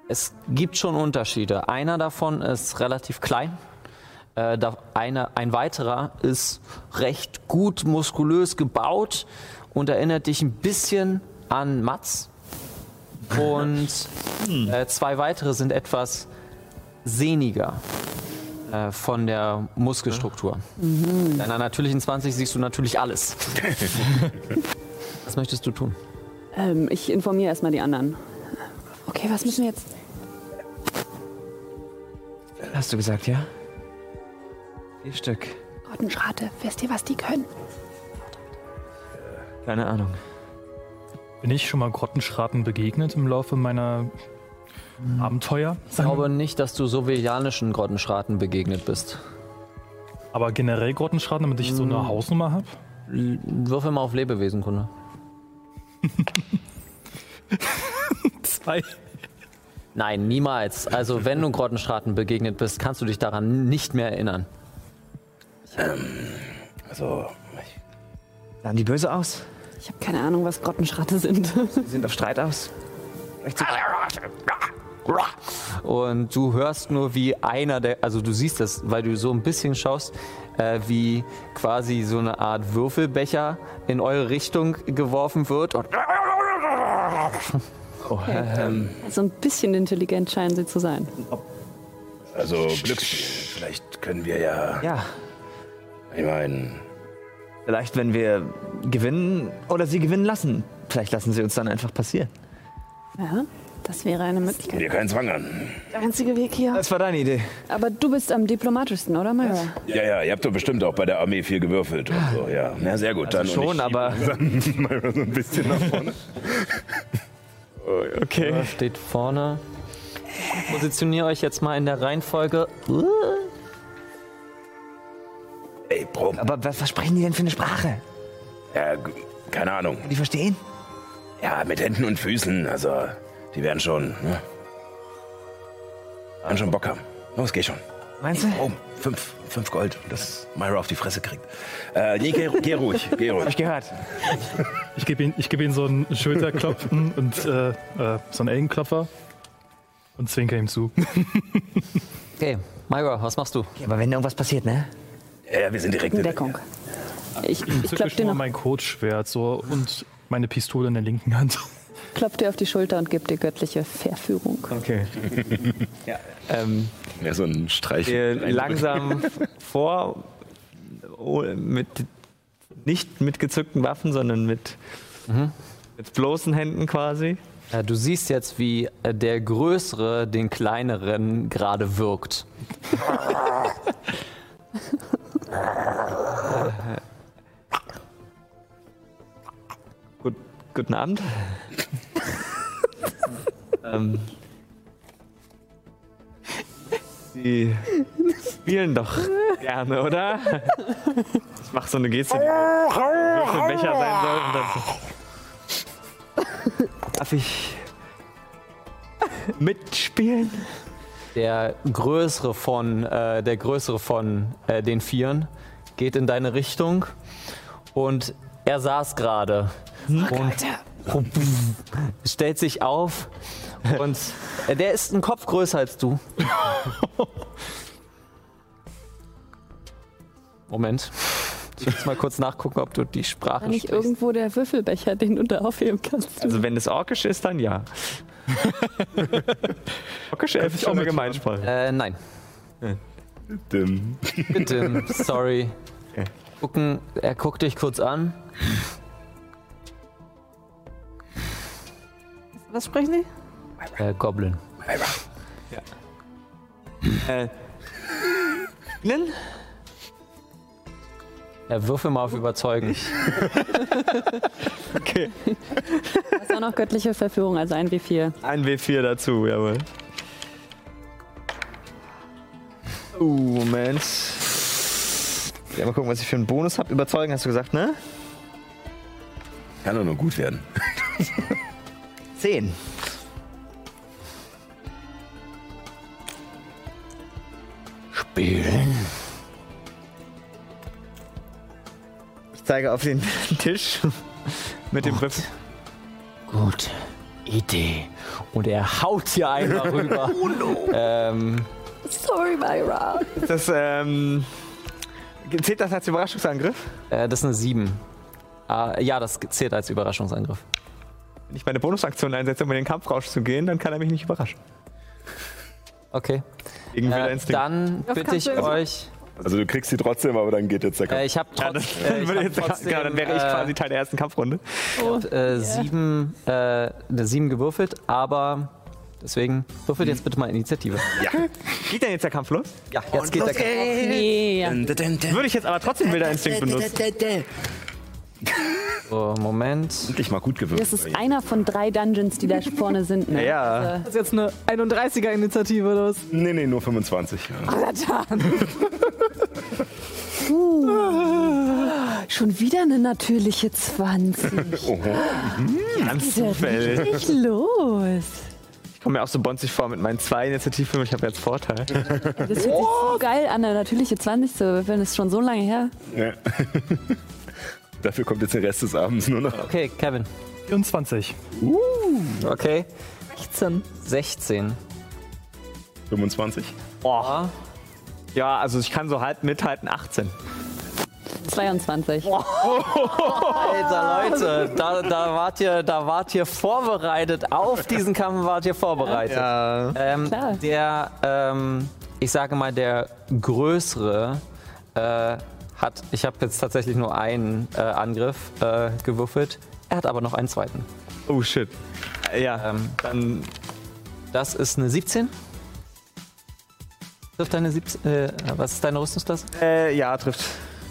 es gibt schon Unterschiede. Einer davon ist relativ klein. Äh, da eine, ein weiterer ist recht gut muskulös gebaut und erinnert dich ein bisschen an Mats. Und äh, zwei weitere sind etwas sehniger äh, von der Muskelstruktur. In einer natürlichen 20 siehst du natürlich alles. Was möchtest du tun? Ähm, ich informiere erstmal die anderen. Okay, was müssen wir jetzt? Hast du gesagt, ja? Vier Stück. Rottenschrate, wisst ihr, was die können? Keine Ahnung. Bin ich schon mal Grottenschraten begegnet im Laufe meiner Mhm. Abenteuer? Ich glaube nicht, dass du so velianischen Grottenschraten begegnet bist. Aber generell Grottenschraten, damit ich so eine Hausnummer habe? L würfel mal auf Lebewesenkunde. Zwei. Nein, niemals. Also, wenn du Grottenschraten begegnet bist, kannst du dich daran nicht mehr erinnern. Also, Sahen die böse aus? Ich habe keine Ahnung, was Grottenschrate sind. Die sind auf Streit aus? Vielleicht so- Und du hörst nur, wie einer der, also du siehst das, weil du so ein bisschen schaust, äh, wie quasi so eine Art Würfelbecher in eure Richtung geworfen wird. Und So ein bisschen intelligent scheinen sie zu sein. also Glücksspiel. Vielleicht können wir ja. Ja, Ich meine, vielleicht wenn wir gewinnen oder sie gewinnen lassen. Vielleicht lassen sie uns dann einfach passieren. Ja, das wäre eine Möglichkeit. wir keinen Zwang an. Der einzige Weg hier. Das war deine Idee. Aber du bist am diplomatischsten, oder, Myra? Ja, ja, ihr habt doch bestimmt auch bei der Armee viel gewürfelt und so, ja. Na, sehr gut. dann und Also Schon, ich- aber mal so ein bisschen nach vorne. okay. steht vorne. Positioniert euch jetzt mal in der Reihenfolge. Ey, Bro, Aber was, was sprechen die denn für eine Sprache? ja, g- keine Ahnung. Die verstehen? Ja, mit Händen und Füßen, also, die werden schon, ne? Werden schon Bock haben. Los, geh schon. Meinst du? Oh, fünf, fünf Gold, dass Myra auf die Fresse kriegt. Äh, nee, geh, geh ruhig, geh ruhig. Gehört. Ich gebe ihm, ich geb ihm so einen Schulterklopfen und äh, äh, so einen Ellenklopfer und zwinker ihm zu. Okay, Myra, was machst du? aber wenn irgendwas passiert, ne? Ja, wir sind direkt in Deckung. Ich, ich Zücke klopf dir, schon mal noch, mein Kurzschwert so und meine Pistole in der linken Hand. klopf dir auf die Schulter und gebe dir göttliche Verführung. Okay. ähm, Ja, so ein Streich. wir langsam vor, oh, mit, nicht mit gezückten Waffen, sondern mit, mit bloßen Händen quasi. Äh, du siehst jetzt, wie äh, der Größere den Kleineren gerade wirkt. Gut, guten Abend. ähm, Sie spielen doch gerne, oder? Ich mach so eine Geste, die für Becher sein soll. Und dann so. Darf ich mitspielen? Der Größere von, äh, der Größere von äh, den Vieren geht in deine Richtung und er saß gerade und stellt sich auf und äh, der ist ein Kopf größer als du. Moment. Ich muss mal kurz nachgucken, ob du die Sprache War nicht irgendwo der Würfelbecher, den du da aufheben kannst? Also wenn es orkisch ist, dann ja. Orkisch Elf ist auch schon eine mit Gemeinsprache. Äh, nein. Dim. Bitte, sorry. Gucken, er guckt dich kurz an. Was sprechen die? Äh, Goblin. Äh, Ihnen? Er würfel mal auf Überzeugen. Das ist auch noch göttliche Verführung, also ein W4. Ein W4 dazu, jawohl. Oh, Moment. Ja, mal gucken, was ich für einen Bonus habe. Überzeugen hast du gesagt, ne? Kann doch nur gut werden. 10. Spielen. Ich zeige auf den Tisch mit dem Würfel. Gut. Idee. Und er haut dir einmal rüber. oh no. Ähm, Sorry, Myra. Das, ähm. Zählt das als Überraschungsangriff? äh, das ist eine 7. Äh, ja, das zählt als Überraschungsangriff. Wenn ich meine Bonusaktion einsetze, um in den Kampfrausch zu gehen, dann kann er mich nicht überraschen. Okay. Gegen Wilder Äh, Instinct. dann Ja, bitte kannst ich du- euch. Also du kriegst sie trotzdem, aber dann geht jetzt der Äh, Kampf. ich habe Ja, trotz, das, äh, ich würde hab jetzt, trotzdem, genau, dann wäre ich äh, quasi Teil der ersten Kampfrunde. äh, sieben, äh, eine sieben gewürfelt, aber deswegen würfelt Hm. jetzt bitte mal Initiative. Geht denn jetzt der Kampf los? Äh. Ja, jetzt geht der Kampf. Nee, ja. Würde ich jetzt aber trotzdem Wilder Instinct benutzen. So, Moment. Endlich mal gut gewürfelt. Das ist einer von drei Dungeons, die da vorne sind. Ne? Ja. Das ist jetzt eine 31er-Initiative oder was? Nee, nee, nur 25. Ja. Schon wieder eine natürliche 20. Hm, Ganz zufällig. Ich los. Ich komme mir auch so bonzig vor mit meinen zwei Initiativen. Ich habe jetzt Vorteil. Das fühlt sich so geil an, eine natürliche 20 zu würfeln. Das ist schon so lange her. Ja. Dafür kommt jetzt der Rest des Abends nur noch. Okay, Kevin. 24. Okay. 16. 16. 25. Boah. Ja, also ich kann so halb mithalten. 18. 22. Alter Leute, da, da, wart ihr, da wart ihr vorbereitet. Auf diesen Kampf wart ihr vorbereitet. Ja. Ähm, Klar. der, ähm, ich sage mal, der größere äh, hat, ich habe jetzt tatsächlich nur einen äh, Angriff äh, gewürfelt. Er hat aber noch einen zweiten. Oh shit. Ja, Ähm. dann Das ist eine 17. Trifft deine 17. Äh, was ist deine Rüstungsklasse? äh, ja trifft.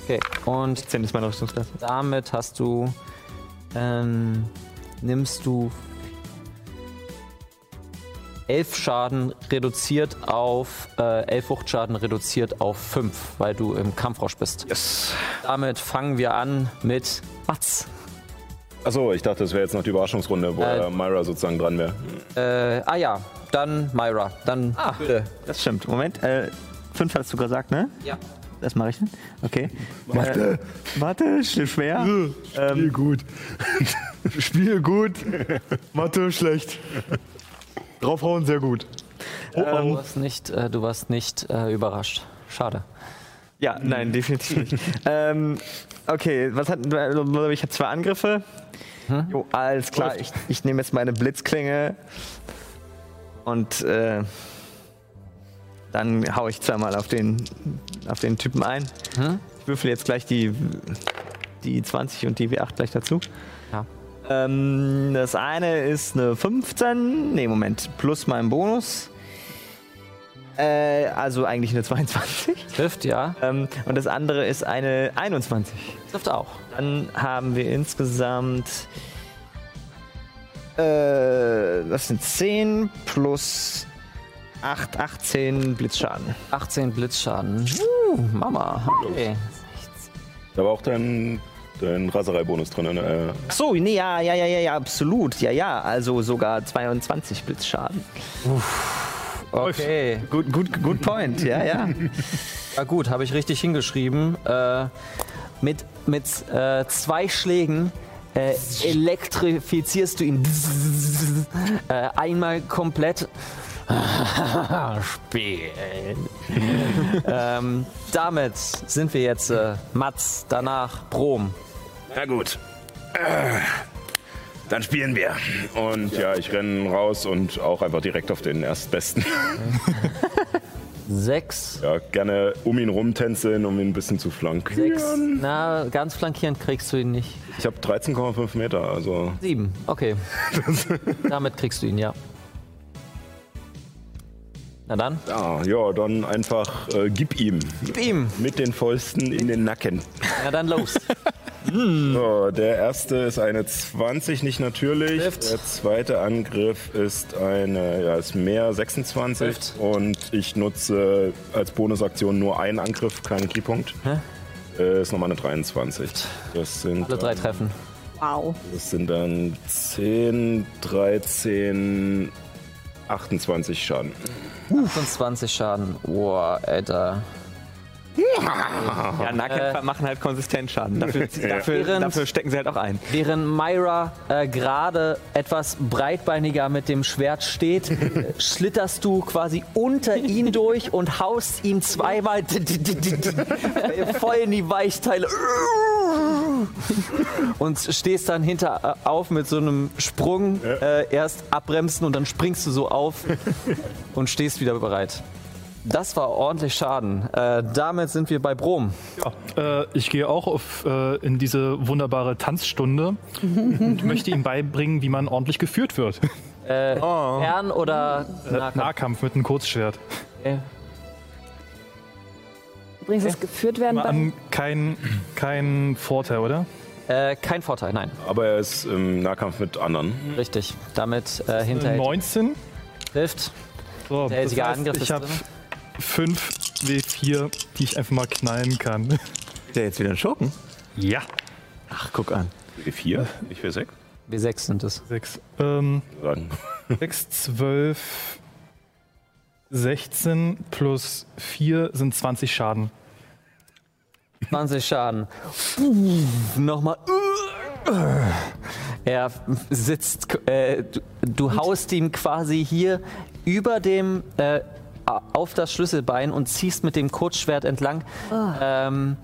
Okay. Und 10 ist meine Rüstungsklasse. damit hast du. Ähm, nimmst du. elf Schaden reduziert auf. Äh, elf Wuchtschaden reduziert auf fünf, weil du im Kampfrausch bist. Yes. Damit fangen wir an mit. Mats. Achso, ich dachte, das wäre jetzt noch die Überraschungsrunde, wo Äh. äh, Myra sozusagen dran wäre. Äh, ah ja, dann Myra. Dann. Ah, das stimmt. Moment. Äh, 5 hast du gesagt, ne? Ja. Das mache ich dann. Okay. Mathe. Mathe, steht schwer. Spiel gut. Spiel gut, Mathe schlecht. Draufhauen sehr gut. Du warst nicht, äh, du warst nicht äh, überrascht. Schade. Ja, nein, definitiv nicht. ähm, okay, was hat, äh, ich habe zwei Angriffe. Jo, alles klar, ich, ich nehme jetzt meine Blitzklinge und äh, dann hau ich zweimal auf den, auf den Typen ein. Ich würfel jetzt gleich die, die 20 und die W8 gleich dazu. Ja. Ähm, das eine ist eine 15, nee, Moment, plus mein Bonus. Äh, also eigentlich eine 22. Trifft, ja. Ähm, und das andere ist eine 21. Trifft auch. Dann haben wir insgesamt. Äh, das sind 10 plus 8, 18 Blitzschaden. 18 Blitzschaden. Uh, Mama. Okay. Da war auch dein, dein Raserei-Bonus drin. Ne? Ach so, nee, ja, ja, ja, ja, ja, absolut. Ja, ja, also sogar 22 Blitzschaden. Okay. Gut, gut, good point, ja, ja. Ja gut, habe ich richtig hingeschrieben. Äh, mit mit äh, zwei Schlägen äh, elektrifizierst du ihn äh, einmal komplett. Spielen. ähm, damit sind wir jetzt äh, Mats, danach Brom. Na gut. Äh, Dann spielen wir. Und ja, ich renne raus und auch einfach direkt auf den Erstbesten. Sechs. Ja, gerne um ihn rumtänzeln, um ihn ein bisschen zu Sechs. flankieren. Na, ganz flankierend kriegst du ihn nicht. Ich habe 13,5 Meter, also Sieben, okay. Damit kriegst du ihn, ja. Na dann, ja, ah, ja dann einfach äh, gib ihm. gib ihm. Mit den Fäusten in den Nacken. Na dann los. So, der erste ist eine 20, nicht natürlich. Trifft. Der zweite Angriff ist eine, ja, ist mehr, 26. Trifft. Und ich nutze als Bonusaktion nur einen Angriff, keinen Keypunkt. Äh, ist nochmal eine 23. Das sind, Alle drei Treffen. Wow. das sind dann 10, 13, 28 Schaden. 25 Schaden. Boah, Alter. Ja, Nahkämpfer machen halt konsistent Schaden. Dafür, dafür, Während- dafür stecken sie halt auch ein. Während Myra äh, gerade etwas breitbeiniger mit dem Schwert steht, äh, schlitterst du quasi unter ihn durch und haust ihm zweimal voll in die Weichteile. Und stehst dann hinter äh, auf mit so einem Sprung, äh, erst abbremsen und dann springst du so auf und stehst wieder bereit. Das war ordentlich Schaden. Äh, damit sind wir bei Brom. Äh, ich gehe auch auf, äh, in diese wunderbare Tanzstunde und möchte ihm beibringen, wie man ordentlich geführt wird. Äh, Fern oder Äh, Nahkampf? Nahkampf mit einem Kurzschwert. Übrigens, das geführt werden Mal bei an, kein, kein Vorteil, oder? Äh, kein Vorteil, nein. Aber er ist im Nahkampf mit anderen. Richtig. Damit äh, hinterhält 19. trifft. So, Der jetzige Angriff ist ich habe drin. 5 W4, die ich einfach mal knallen kann. Ist der jetzt wieder ein Schurken? Ja. Ach, guck an. W4? Ich will 6 W6 sind es. 6. Ähm, sagen. 6, 12, 16 plus 4 sind 20 Schaden. 20 Schaden. Nochmal. Er sitzt. Äh, du, du haust ihm quasi hier über dem. Äh, auf das Schlüsselbein und ziehst mit dem Kurzschwert entlang. Ähm,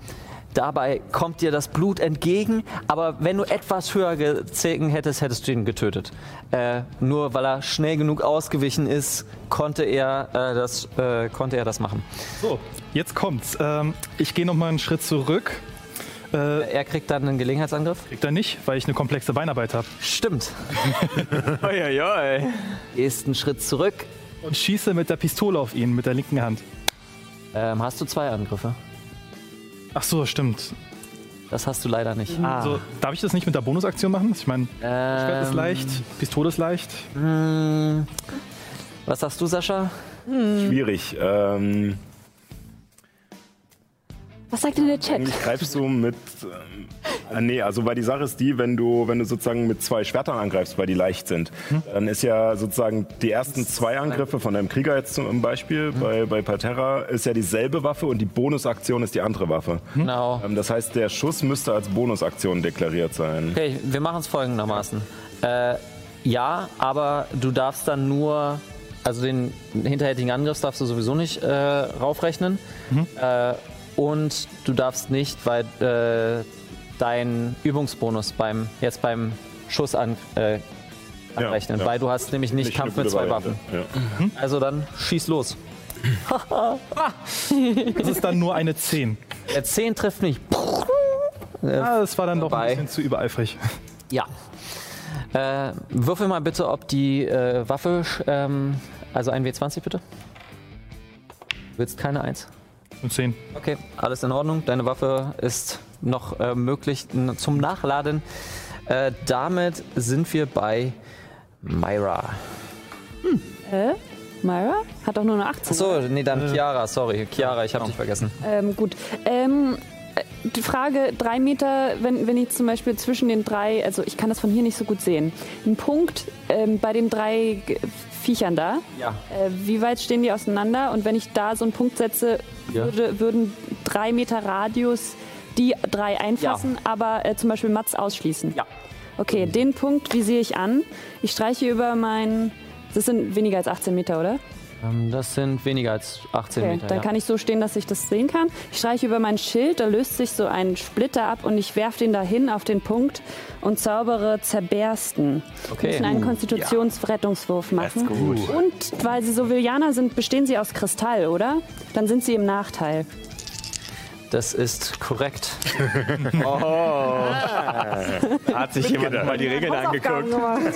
dabei kommt dir das Blut entgegen, aber wenn du etwas höher gezogen hättest, hättest du ihn getötet. Äh, nur weil er schnell genug ausgewichen ist, konnte er, äh, das, äh, konnte er das machen. So, jetzt kommt's. Ähm, ich gehe nochmal einen Schritt zurück. Äh, Er kriegt dann einen Gelegenheitsangriff. kriegt er nicht, weil ich eine komplexe Beinarbeit habe. Stimmt. Uiuiui. Gehst einen Schritt zurück. Und schieße mit der Pistole auf ihn, mit der linken Hand. Ähm, hast du zwei Angriffe? Ach so, stimmt. Das hast du leider nicht. Ah, Also, darf ich das nicht mit der Bonusaktion machen? Ich meine, Schwert ist ähm, leicht, Pistole ist leicht. mh, was sagst du, Sascha? Schwierig. Ähm, Was sagt denn der Chat? Eigentlich greifst du mit. Ähm, ah, nee, also weil die Sache ist die, wenn du, wenn du sozusagen mit zwei Schwertern angreifst, weil die leicht sind, Hm? dann ist ja sozusagen die ersten zwei Angriffe von deinem Krieger jetzt zum Beispiel Hm? bei, bei Parterra ist ja dieselbe Waffe und die Bonusaktion ist die andere Waffe. Genau. Ähm, das heißt, der Schuss müsste als Bonusaktion deklariert sein. Okay, wir machen es folgendermaßen. Äh, ja, aber du darfst dann nur, also den hinterhältigen Angriff darfst du sowieso nicht äh, raufrechnen. Äh, und du darfst nicht, weil äh, dein Übungsbonus beim jetzt beim Schuss an, äh, anrechnen, ja. weil du hast nämlich nicht, Nicht Kampf eine mit gute zwei Variante. Waffen. Also dann schieß los. Das ist dann nur eine 10. Der 10 Äh, trifft nicht. Äh, Ah, das war dann doch ein Vorbei. bisschen zu übereifrig. Ja. Äh, würfel mal bitte, ob die äh, Waffe, sch- ähm, also ein W20 bitte. Du willst keine Eins. Eine 10. Okay, alles in Ordnung. Deine Waffe ist noch äh, möglich n- zum Nachladen. Äh, damit sind wir bei Myra. Äh, Myra? Hat doch nur eine 18. Achso, nee, dann Chiara, sorry. Chiara, ich hab dich vergessen. Ähm, gut. Ähm, äh, die Frage, drei Meter, wenn, wenn ich zum Beispiel zwischen den drei, also ich kann das von hier nicht so gut sehen, ein Punkt ähm, bei den drei G- Viechern da, Ja. äh, wie weit stehen die auseinander? Und wenn ich da so einen Punkt setze, Ja. würde, würden drei Meter Radius die drei einfassen, aber äh, zum Beispiel Mats ausschließen. Ja. Okay, den Punkt visiere ich an. Ich streiche über mein... Das sind weniger als 18 Meter, oder? Ähm, das sind weniger als 18 Okay, Meter. dann ja. kann ich so stehen, dass ich das sehen kann. Ich streiche über mein Schild, da löst sich so ein Splitter ab und ich werfe den dahin auf den Punkt und zaubere zerbersten. Okay. Wir müssen einen Konstitutionsrettungswurf machen. Und weil sie Sovillianer sind, bestehen sie aus Kristall, oder? Dann sind sie im Nachteil. Das ist korrekt. Hat sich jemand mal die Regeln angeguckt? Gemacht.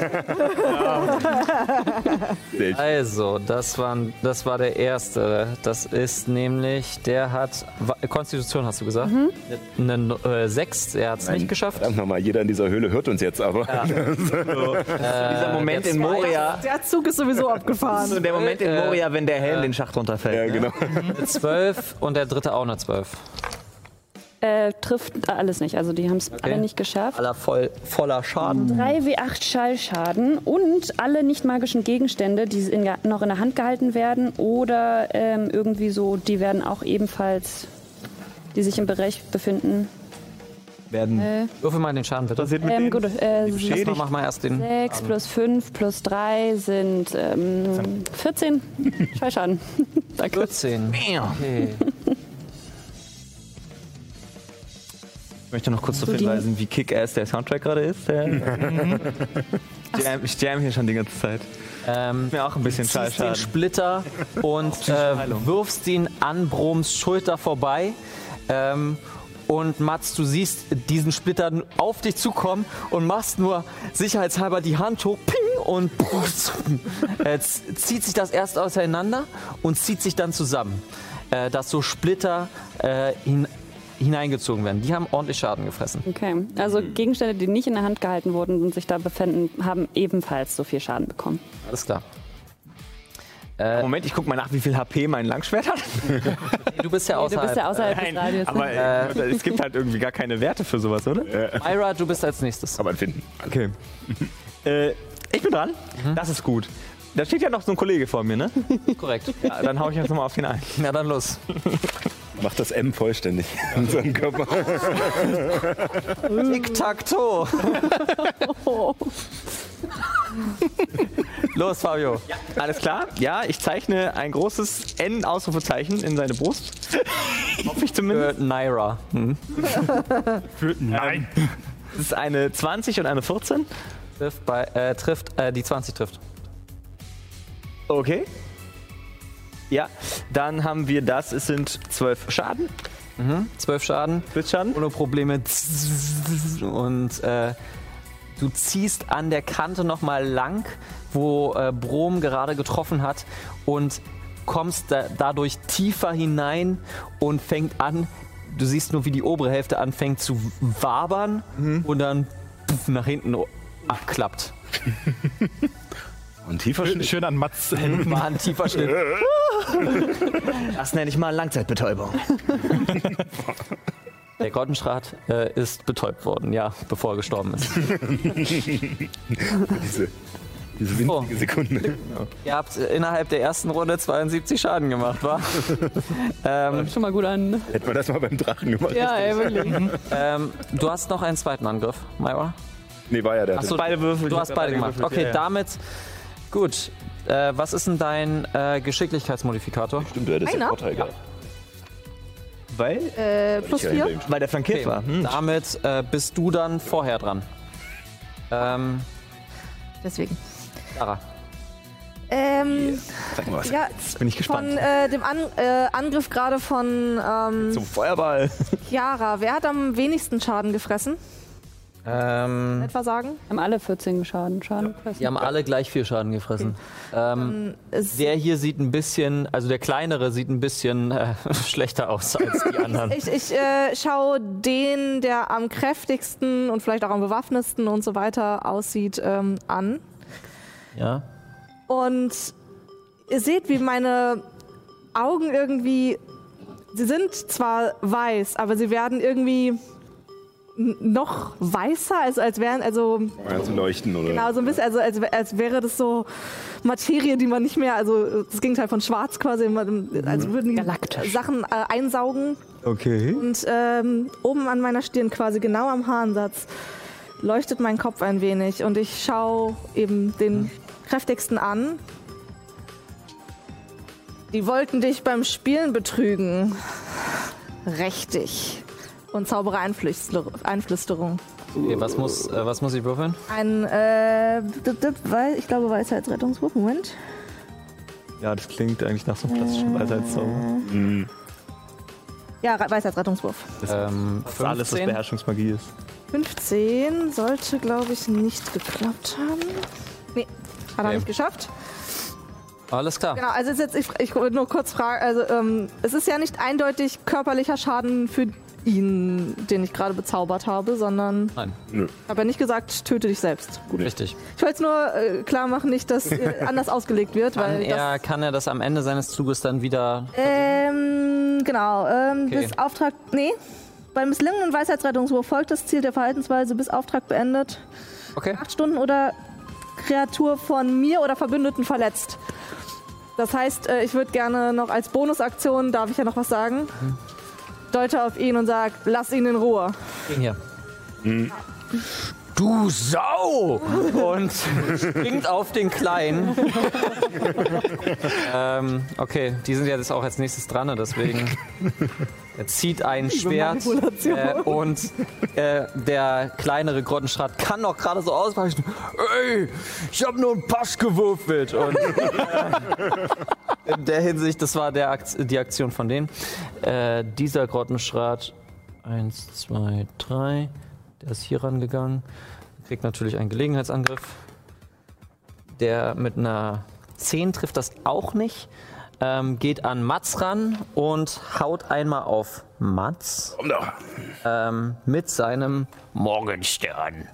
Also, das, waren, das war der erste. Das ist nämlich, der hat. Wa- Konstitution hast du gesagt? Eine Ne- äh, 6, er hat es nicht geschafft. Verdammt nochmal, jeder in dieser Höhle hört uns jetzt aber. Äh, Dieser Moment der in Moria. Der Zug ist sowieso So abgefahren. der Moment in Äh, Moria, wenn der Helm den Schacht runterfällt. Ja, ne? genau. Mhm. 12 und der dritte auch eine 12. Äh, trifft alles nicht, also die haben es alle nicht äh, geschafft. Aller voll, voller Schaden. 3W8 Schallschaden und alle nicht magischen Gegenstände, die in, noch in der Hand gehalten werden oder ähm, irgendwie so, die werden auch ebenfalls, die sich im Bereich befinden. Werden Würfel mal den Schaden bitte. passiert äh, mit Äh, Ähm, denen? gut, äh, Erstmal mach mal erst den. 6 plus 5 plus 3 sind ähm, 14 Schallschaden. Danke. 14. Okay. Ich möchte noch kurz darauf So die- Mhm. hinweisen, wie kick-ass der Soundtrack gerade ist. Der jam, ich jam hier schon die ganze Zeit. Ähm, Mir auch ein bisschen ziehst den Schallschaden. Splitter und äh, wirfst ihn an Broms Schulter vorbei. Ähm, und Mats, du siehst diesen Splitter auf dich zukommen und machst nur sicherheitshalber die Hand hoch, ping, und äh, z- zieht sich das erst auseinander und zieht sich dann zusammen, äh, dass so Splitter äh, hin, hineingezogen werden. Die haben ordentlich Schaden gefressen. Okay, also Gegenstände, die nicht in der Hand gehalten wurden und sich da befänden, haben ebenfalls so viel Schaden bekommen. Alles klar. Moment, ich guck mal nach, wie viel HP mein Langschwert hat. Du bist ja Du außerhalb. bist ja außerhalb des Radius. aber äh, es gibt halt irgendwie gar keine Werte für sowas, oder? Myra, du bist als nächstes. Kann man finden. Okay. äh, ich bin dran. Das ist gut. Da steht ja noch so ein Kollege vor mir, ne? Korrekt. Ja, dann hau ich jetzt nochmal auf den ein. Na dann los. Mach das M vollständig in seinem Körper. Tic-Tac-Toe. Los, Fabio. Alles klar? Ja, ich zeichne ein großes N-Ausrufezeichen in seine Brust. Hoffe ich Für zumindest. Naira. Hm. Nein. Das ist eine 20 und eine 14. Trifft bei, äh, trifft, äh, die 20 trifft. Okay. Ja, dann haben wir das. Es sind 12 Schaden. 12 Schaden, Blitzschaden. ohne Probleme. Und äh, du ziehst an der Kante nochmal lang, wo äh, Brom gerade getroffen hat und kommst da, dadurch tiefer hinein und fängt an, du siehst nur, wie die obere Hälfte anfängt zu wabern und dann puff, nach hinten o- abklappt. Und tiefer Schnitt. Schön an Mats Händen. War ein tiefer Schnitt. Das nenne ich mal Langzeitbetäubung. Der Grottenschrat äh, ist betäubt worden, ja, bevor er gestorben ist. Diese, diese winzige Oh. Sekunde. Ihr habt äh, innerhalb der ersten Runde 72 Schaden gemacht, war? ähm, Schon mal gut an. Hätten wir das mal beim Drachen gemacht. Ja, ey, wirklich. ähm, du hast noch einen zweiten Angriff, Myra. Nee, war ja der. Ach so, Also Beide Würfel. Du hast beide gemacht. Okay, damit. Gut. Äh, was ist denn dein äh, Geschicklichkeitsmodifikator? Stimmt, du hättest Einer? den Vorteil gehabt. Weil, Äh, plus Ich hätte vier. den- weil der flankiert Okay, war. Hm. Damit äh, bist du dann vorher dran. Ähm, Deswegen. Sarah. Ähm, Sag mal was. ja, Bin ich gespannt. von äh, dem an äh, Angriff gerade von ähm, Zum Feuerball. Chiara. Wer hat am wenigsten Schaden gefressen? Ähm, Etwa sagen? Haben alle 14 Schaden. Schaden gefressen. die haben alle gleich viel Schaden gefressen. Ähm, Es- der hier sieht ein bisschen, also der kleinere sieht ein bisschen äh, schlechter aus als die anderen. Ich, ich äh, schaue den, der am kräftigsten und vielleicht auch am bewaffnetsten und so weiter aussieht, ähm, an. Ja. Und ihr seht, wie meine Augen irgendwie. Sie sind zwar weiß, aber sie werden irgendwie n- noch weißer, als, als wären, also Ja, zu leuchten, oder? genau so ein bisschen, also als, wär- als wäre das so Materie, die man nicht mehr, also das Gegenteil von Schwarz quasi, man- als würden die Galaktisch. Sachen äh, einsaugen. Okay. Und ähm, oben an meiner Stirn, quasi genau am Haarensatz, leuchtet mein Kopf ein wenig und ich schaue eben den kräftigsten an. Die wollten dich beim Spielen betrügen. Rechtig. Und zaubere Einflüster Einflüsterung. Okay, was muss, äh, was muss ich würfeln? Ein, äh, dip, dip, weil, ich glaube, Weisheitsrettungswurf. Moment. Ja, das klingt eigentlich nach so einem klassischen Weisheitszauber. Ja, Re- Weisheitsrettungswurf. Ähm, Das ist alles, was 15? Beherrschungsmagie ist. 15 sollte, glaube ich, nicht geklappt haben. Nee, hat er Okay. nicht geschafft. Alles klar. Genau, also es ist jetzt, ich, ich wollte nur kurz fragen, also ähm, es ist ja nicht eindeutig körperlicher Schaden für ihn, den ich gerade bezaubert habe, sondern Nein, ich habe ja nicht gesagt, töte dich selbst. richtig. Ich wollte es nur äh, klar machen, nicht, dass äh, anders ausgelegt wird, Kann weil er, das, kann er das am Ende seines Zuges dann wieder. ähm, genau, ähm, Okay. bis Auftrag, nee, beim misslingenden Weisheitsrettungswurf folgt das Ziel der Verhaltensweise bis Auftrag beendet, Okay. acht Stunden oder Kreatur von mir oder Verbündeten verletzt. Das heißt, äh, ich würde gerne noch als Bonusaktion, darf ich ja noch was sagen, Mhm. deute auf ihn und sag, lass ihn in Ruhe. Hier. Hm. Du Sau! Und springt auf den Kleinen. ähm, okay, die sind ja jetzt auch als nächstes dran, ne, deswegen. Er zieht ein Schwert äh, und äh, der kleinere Grottenschrat kann noch gerade so ausweichen. Ey, ich habe nur einen Pasch gewürfelt. Und, äh, in der Hinsicht, das war der Akt die Aktion von denen. Äh, dieser Grottenschrat Eins, zwei, drei. Der ist hier rangegangen. Kriegt natürlich einen Gelegenheitsangriff. Der mit einer 10 trifft das auch nicht. Ähm, geht an Mats ran und haut einmal auf Mats Komm doch. ähm, mit seinem Morgenstern.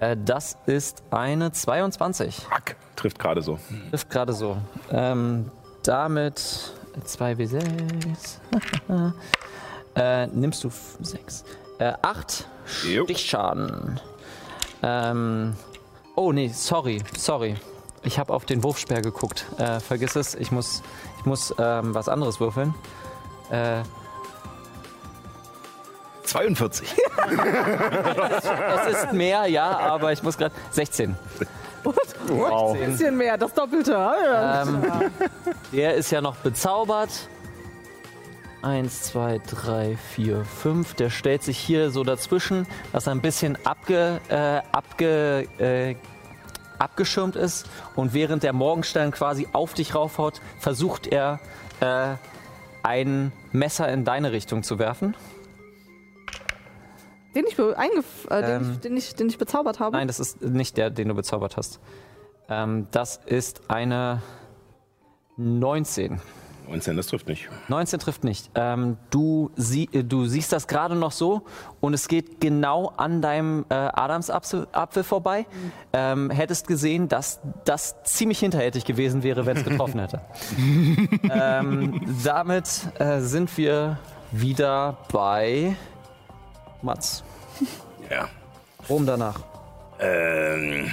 Äh, das ist eine 22. Fuck. Trifft gerade so. Trifft gerade so. Ähm, damit 2W6. äh, nimmst du 6. Äh, 8 Jo. Stichschaden. Ähm, oh nee, sorry, sorry. Ich habe auf den Wurfsperr geguckt. Äh, vergiss es, ich muss, ich muss ähm, was anderes würfeln. Äh, 42. das ist mehr, ja, aber ich muss gerade. 16. Wow. Ein bisschen mehr, das Doppelte. ah, Ja. Ähm, der ist ja noch bezaubert. Eins, zwei, drei, vier, fünf. Der stellt sich hier so dazwischen, dass er ein bisschen abge, äh, abge, äh, abgeschirmt ist. Und während der Morgenstern quasi auf dich raufhaut, versucht er, äh, ein Messer in deine Richtung zu werfen. Den, ich be- eingef äh, den, Ähm. ich, den, ich, den ich bezaubert habe. Nein, das ist nicht der, den du bezaubert hast. Ähm, das ist eine 19. 19, das trifft nicht. 19 trifft nicht. Ähm, du, sie, äh, du siehst das gerade noch so und es geht genau an deinem äh, Adamsapfel vorbei. Ähm, hättest gesehen, dass das ziemlich hinterhältig gewesen wäre, wenn es getroffen hätte. ähm, damit äh, sind wir wieder bei Mats. Ja. Rom danach. Ähm.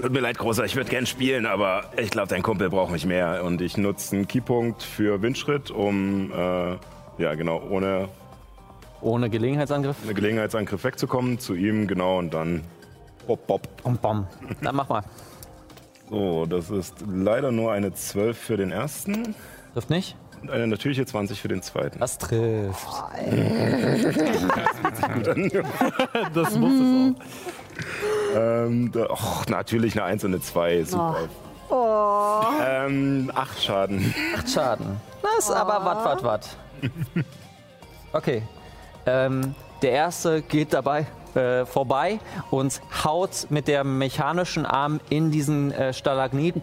Tut mir leid, Großer, ich würde gern spielen, aber ich glaube, dein Kumpel braucht mich mehr. Und ich nutze einen Keypunkt für Windschritt, um, äh, ja genau, ohne Ohne Gelegenheitsangriff. einen Gelegenheitsangriff wegzukommen, zu ihm, genau, und dann bop, bop. Und bam. Dann mach mal. So, das ist leider nur eine 12 für den ersten Trifft nicht? und eine natürliche 20 für den zweiten. Das trifft. Das muss es auch. Ähm, da, och, natürlich eine 1 und eine 2, super. Ähm, 8 Schaden. Schaden. Das aber wat, wat, wat. Okay. Ähm, der erste geht dabei äh, vorbei und haut mit der mechanischen Arm in diesen äh, Stalagniten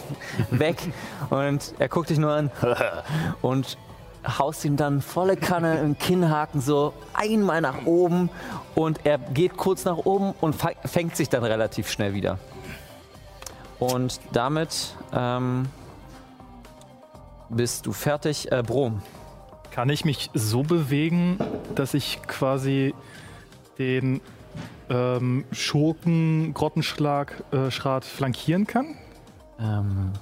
weg. Und er guckt dich nur an und haust ihm dann volle Kanne im Kinnhaken so einmal nach oben und er geht kurz nach oben und fa- fängt sich dann relativ schnell wieder. Und damit ähm, bist du fertig. Äh, Brom. Kann ich mich so bewegen, dass ich quasi den ähm, Schurken Grottenschlag äh, Schrat flankieren kann? Ähm,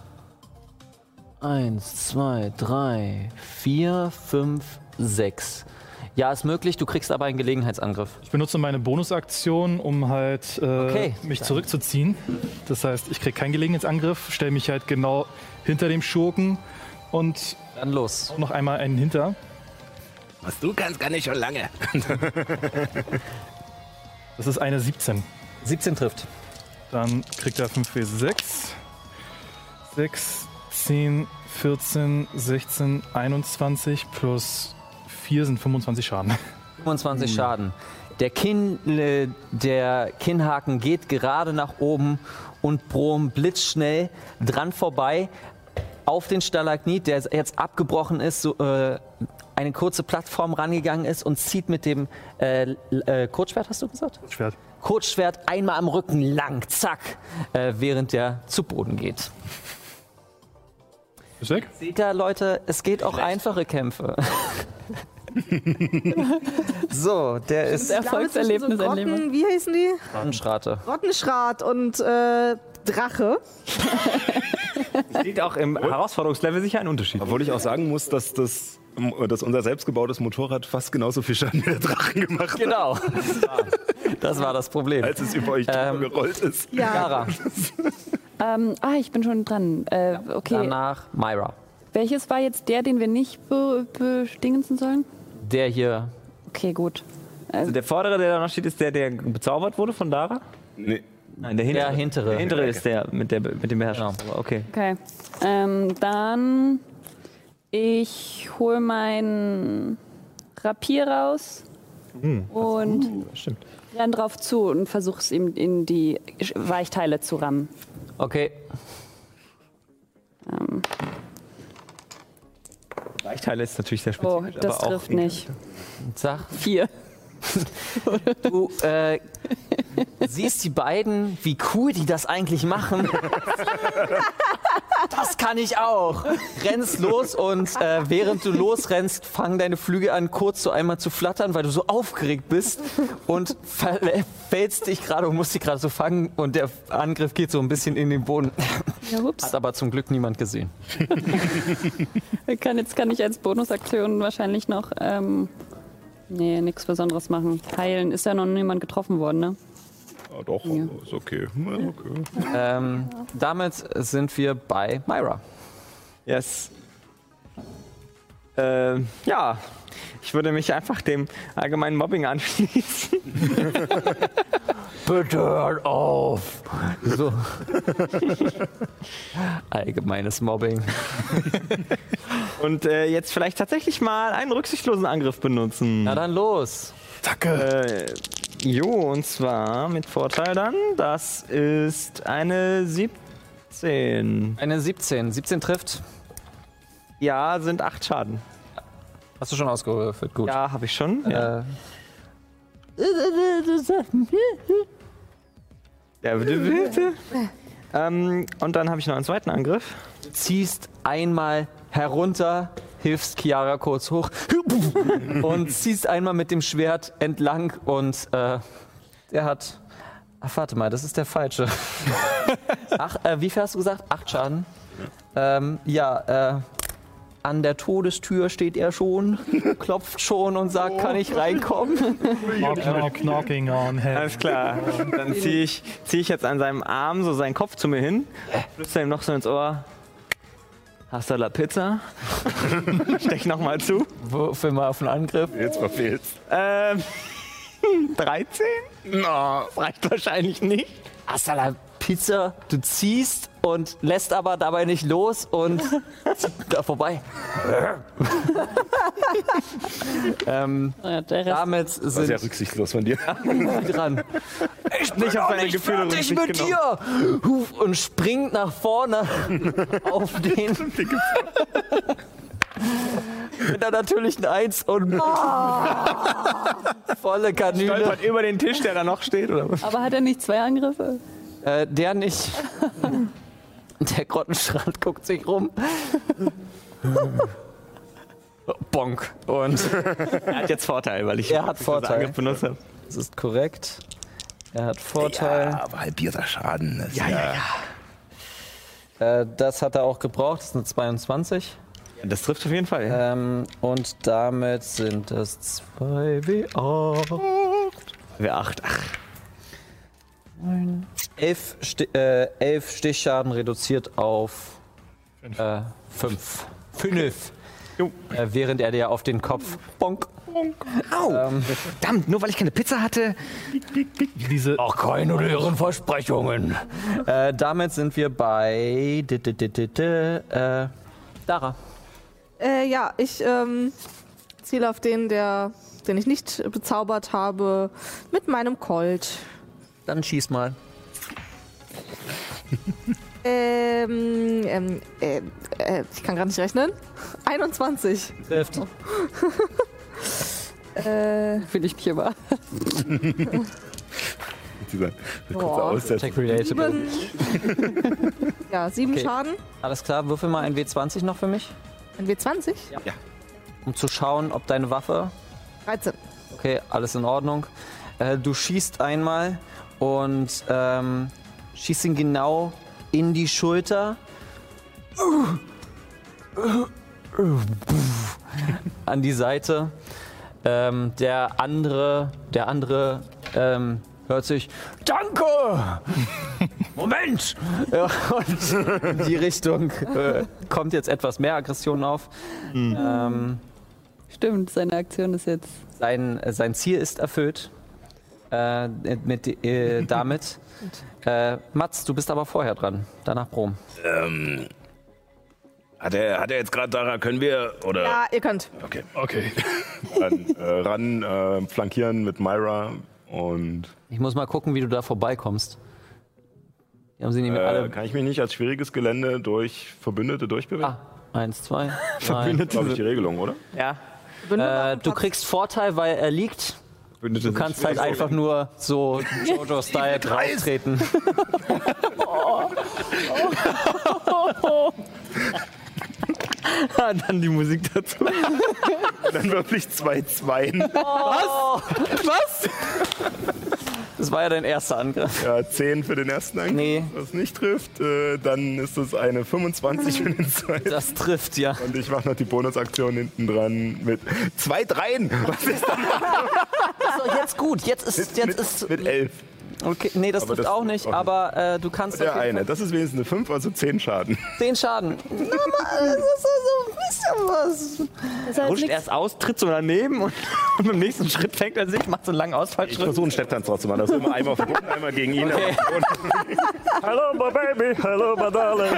eins, zwei, drei, vier, fünf, sechs. Ja, ist möglich, du kriegst aber einen Gelegenheitsangriff. Ich benutze meine Bonusaktion, um halt äh, Okay. mich zurückzuziehen. Das heißt, ich kriege keinen Gelegenheitsangriff, stelle mich halt genau hinter dem Schurken und Dann los. noch einmal einen hinter. Was du kannst, kann ich schon lange. Das ist eine 17. 17 trifft. Dann kriegt er 5W6. 6, 10, 14, 16, 21 plus 4 sind 25 Schaden. 25 Schaden. Der, Kinn, äh, der Kinnhaken geht gerade nach oben und Brom blitzschnell dran vorbei auf den Stalagnit, der jetzt abgebrochen ist, so, äh, eine kurze Plattform rangegangen ist und zieht mit dem äh, äh, Kurzschwert, hast du gesagt? Schwert. Kurzschwert einmal am Rücken lang, zack, äh, während der zu Boden geht. Ist weg? Seht ihr, Leute, es geht auch einfache Kämpfe. so, der ist Damit Erfolgserlebnis zwischen so Grotten, wie hießen die? Anschrate. Grottenschrat und äh, Drache. Sieht auch im Herausforderungslevel sicher einen Unterschied. Obwohl ich auch sagen muss, dass, das, dass unser selbstgebautes Motorrad fast genauso viel Schaden wie der Drachen gemacht hat, Genau. Das war das Problem. als es über euch drüber gerollt ist. Gara, Ähm, ah, ich bin schon dran. Äh, okay. danach Myra. Welches war jetzt der, den wir nicht be- bedingensen sollen? Der hier. Okay, gut. Also Der vordere, der da noch steht, ist der, der bezaubert wurde von Dara? Nee. Nein, der Der hintere. Genau. Der hintere ist der mit, der mit dem Beherrscher. Okay. Okay. Ähm, dann ich hole meinen Rapier raus Hm. und renn drauf zu und versuch's ihm in die Sch- Weichteile zu rammen. Okay. Ähm, Weichteile ist natürlich sehr oh, spezifisch. das aber auch trifft nicht. Sag, Vier. du äh, siehst die beiden, wie cool die das eigentlich machen. Das kann ich auch. Rennst los und äh, während du losrennst, fangen deine Flüge an, kurz so einmal zu flattern, weil du so aufgeregt bist und fall, äh, fällst dich gerade und musst dich gerade so fangen und der Angriff geht so ein bisschen in den Boden. Ja, ups. Hat aber zum Glück niemand gesehen. Kann, jetzt kann ich als Bonusaktion wahrscheinlich noch. Ähm, nee, nichts Besonderes machen. Heilen ist ja noch niemand getroffen worden, ne? Ah, doch, ist okay. Ja, okay. Ähm, damit sind wir bei Myra. Yes. Ähm, ja, ich würde mich einfach dem allgemeinen Mobbing anschließen. Bitte hört auf! So. Allgemeines Mobbing. Und äh, jetzt vielleicht tatsächlich mal einen rücksichtslosen Angriff benutzen. Na dann los! Äh, jo, und zwar mit Vorteil dann, das ist eine 17. Eine 17. 17 trifft. Ja, sind acht Schaden. Hast du schon ausgewürfelt? Gut. Ja, habe ich schon. ja. Äh, Ja, bitte, bitte. ähm, und dann habe ich noch einen zweiten Angriff. ziehst einmal herunter, hilfst Chiara kurz hoch und ziehst einmal mit dem Schwert entlang und äh, der hat. Ach, warte mal, das ist der falsche. Ach, äh, wie viel hast du gesagt? Acht Schaden. Ähm, ja, äh, an der Todestür steht er schon, klopft schon und sagt, kann ich reinkommen? Knock, knock, knocking on heaven. Alles klar. Dann ziehe ich, zieh ich jetzt an seinem Arm so seinen Kopf zu mir hin, flüster ihm noch so ins Ohr. Hasta la Pizza. Stech nochmal zu. Würfel mal auf einen Angriff. Jetzt verfehlt's. Ähm, 13? Na, Reicht wahrscheinlich nicht. Hasta la Pizza, du ziehst und lässt aber dabei nicht los und zieht da vorbei. ähm, Ja, der Rest. damit war sehr sind rücksichtslos von dir. sie dran. Ich bin Nicht auf seine Gefühle genau. fertig Rücksicht mit dir! Huf und springt nach vorne auf den. mit der natürlichen Eins und volle Kanüle. Ah. Stolpert über den Tisch, der da noch steht, oder was? Aber hat er nicht zwei Angriffe? Äh, der nicht. Der Grottenschrank guckt sich rum. Bonk. Und Er hat jetzt Vorteil, weil ich Er hat diesen Vorteil. Angriff benutzt habe. das ist korrekt. Er hat Vorteil. aber halbierter Schaden. Das ja, Äh, das hat er auch gebraucht. Das sind 22. Das trifft auf jeden Fall. Ähm, und damit sind das 2W8. Wir acht. Ach, 11 Sti äh, elf Stichschaden reduziert auf 5. Äh, fünf. Fünf. Äh, während er dir auf den Kopf bonk. Ähm. au! Verdammt, nur weil ich keine Pizza hatte. Diese Auch keine leeren Versprechungen. Äh, damit sind wir bei di- di- di- di- di- äh, Dara. Äh, ja, ich ähm, ziele auf den, der, den ich nicht bezaubert habe, mit meinem Colt. Dann schieß mal. Ähm, ähm, äh, äh, ich kann gerade nicht rechnen. 21. Trifft. Äh, Fühle ich mich immer. Dieser kurze Boah. Aussetzer. Check related. sieben. ja, sieben Okay. Schaden. Alles klar, würfel mal ein W20 noch für mich, Ein W20. um zu schauen, ob deine Waffe 13. Okay, alles in Ordnung. Äh, du schießt einmal und ähm, schießt ihn genau in die Schulter. An die Seite. Ähm, der andere, der andere ähm, hört sich Danke! Moment! Ja, und in die Richtung äh, kommt jetzt etwas mehr Aggression auf. Ähm, Stimmt, seine Aktion ist jetzt. sein, äh, sein Ziel ist erfüllt. Äh, mit, äh, damit. äh, Mats, du bist aber vorher dran. Danach Brom. Ähm, Hat er, hat er jetzt gerade Dara, können wir? Oder? Ja, ihr könnt. Okay. Okay. Dann äh, ran, äh, flankieren mit Myra und Ich muss mal gucken, wie du da vorbeikommst. Die haben sie nämlich äh, alle. kann ich mich nicht als schwieriges Gelände durch Verbündete durchbewegen? Ah, eins, zwei, drei. Das ist, glaube ich, die Regelung, oder? Ja. Äh, du kriegst Vorteil, weil er liegt. Du kannst halt einfach nur so Jojo-Style drauftreten. Ah, Dann die Musik dazu. Dann würfel ich zwei Zweien. Was? Das war ja dein erster Angriff. Ja, zehn für den ersten Angriff, Nee. was nicht trifft. Äh, dann ist es eine 25 für den zweiten. Das trifft ja. Und ich mache noch die Bonusaktion hinten dran mit zwei Dreien. Was ist das? So, Also jetzt gut. Jetzt ist. Jetzt mit, ist mit elf. okay, nee, das Aber trifft das- auch nicht, aber äh, du kannst. Der auf jeden eine. Das ist wenigstens eine 5, also 10 Schaden. 10 Schaden. Normal, das ist so ein bisschen Rutscht erst aus, tritt so daneben und, und beim nächsten Schritt fängt er sich, macht so einen langen Ich Ausfallschritt. versuche einen Stepptanz draus zu machen. Das ist immer einmal auf den Boden, einmal gegen ihn. Hello, my baby, hello, my darling.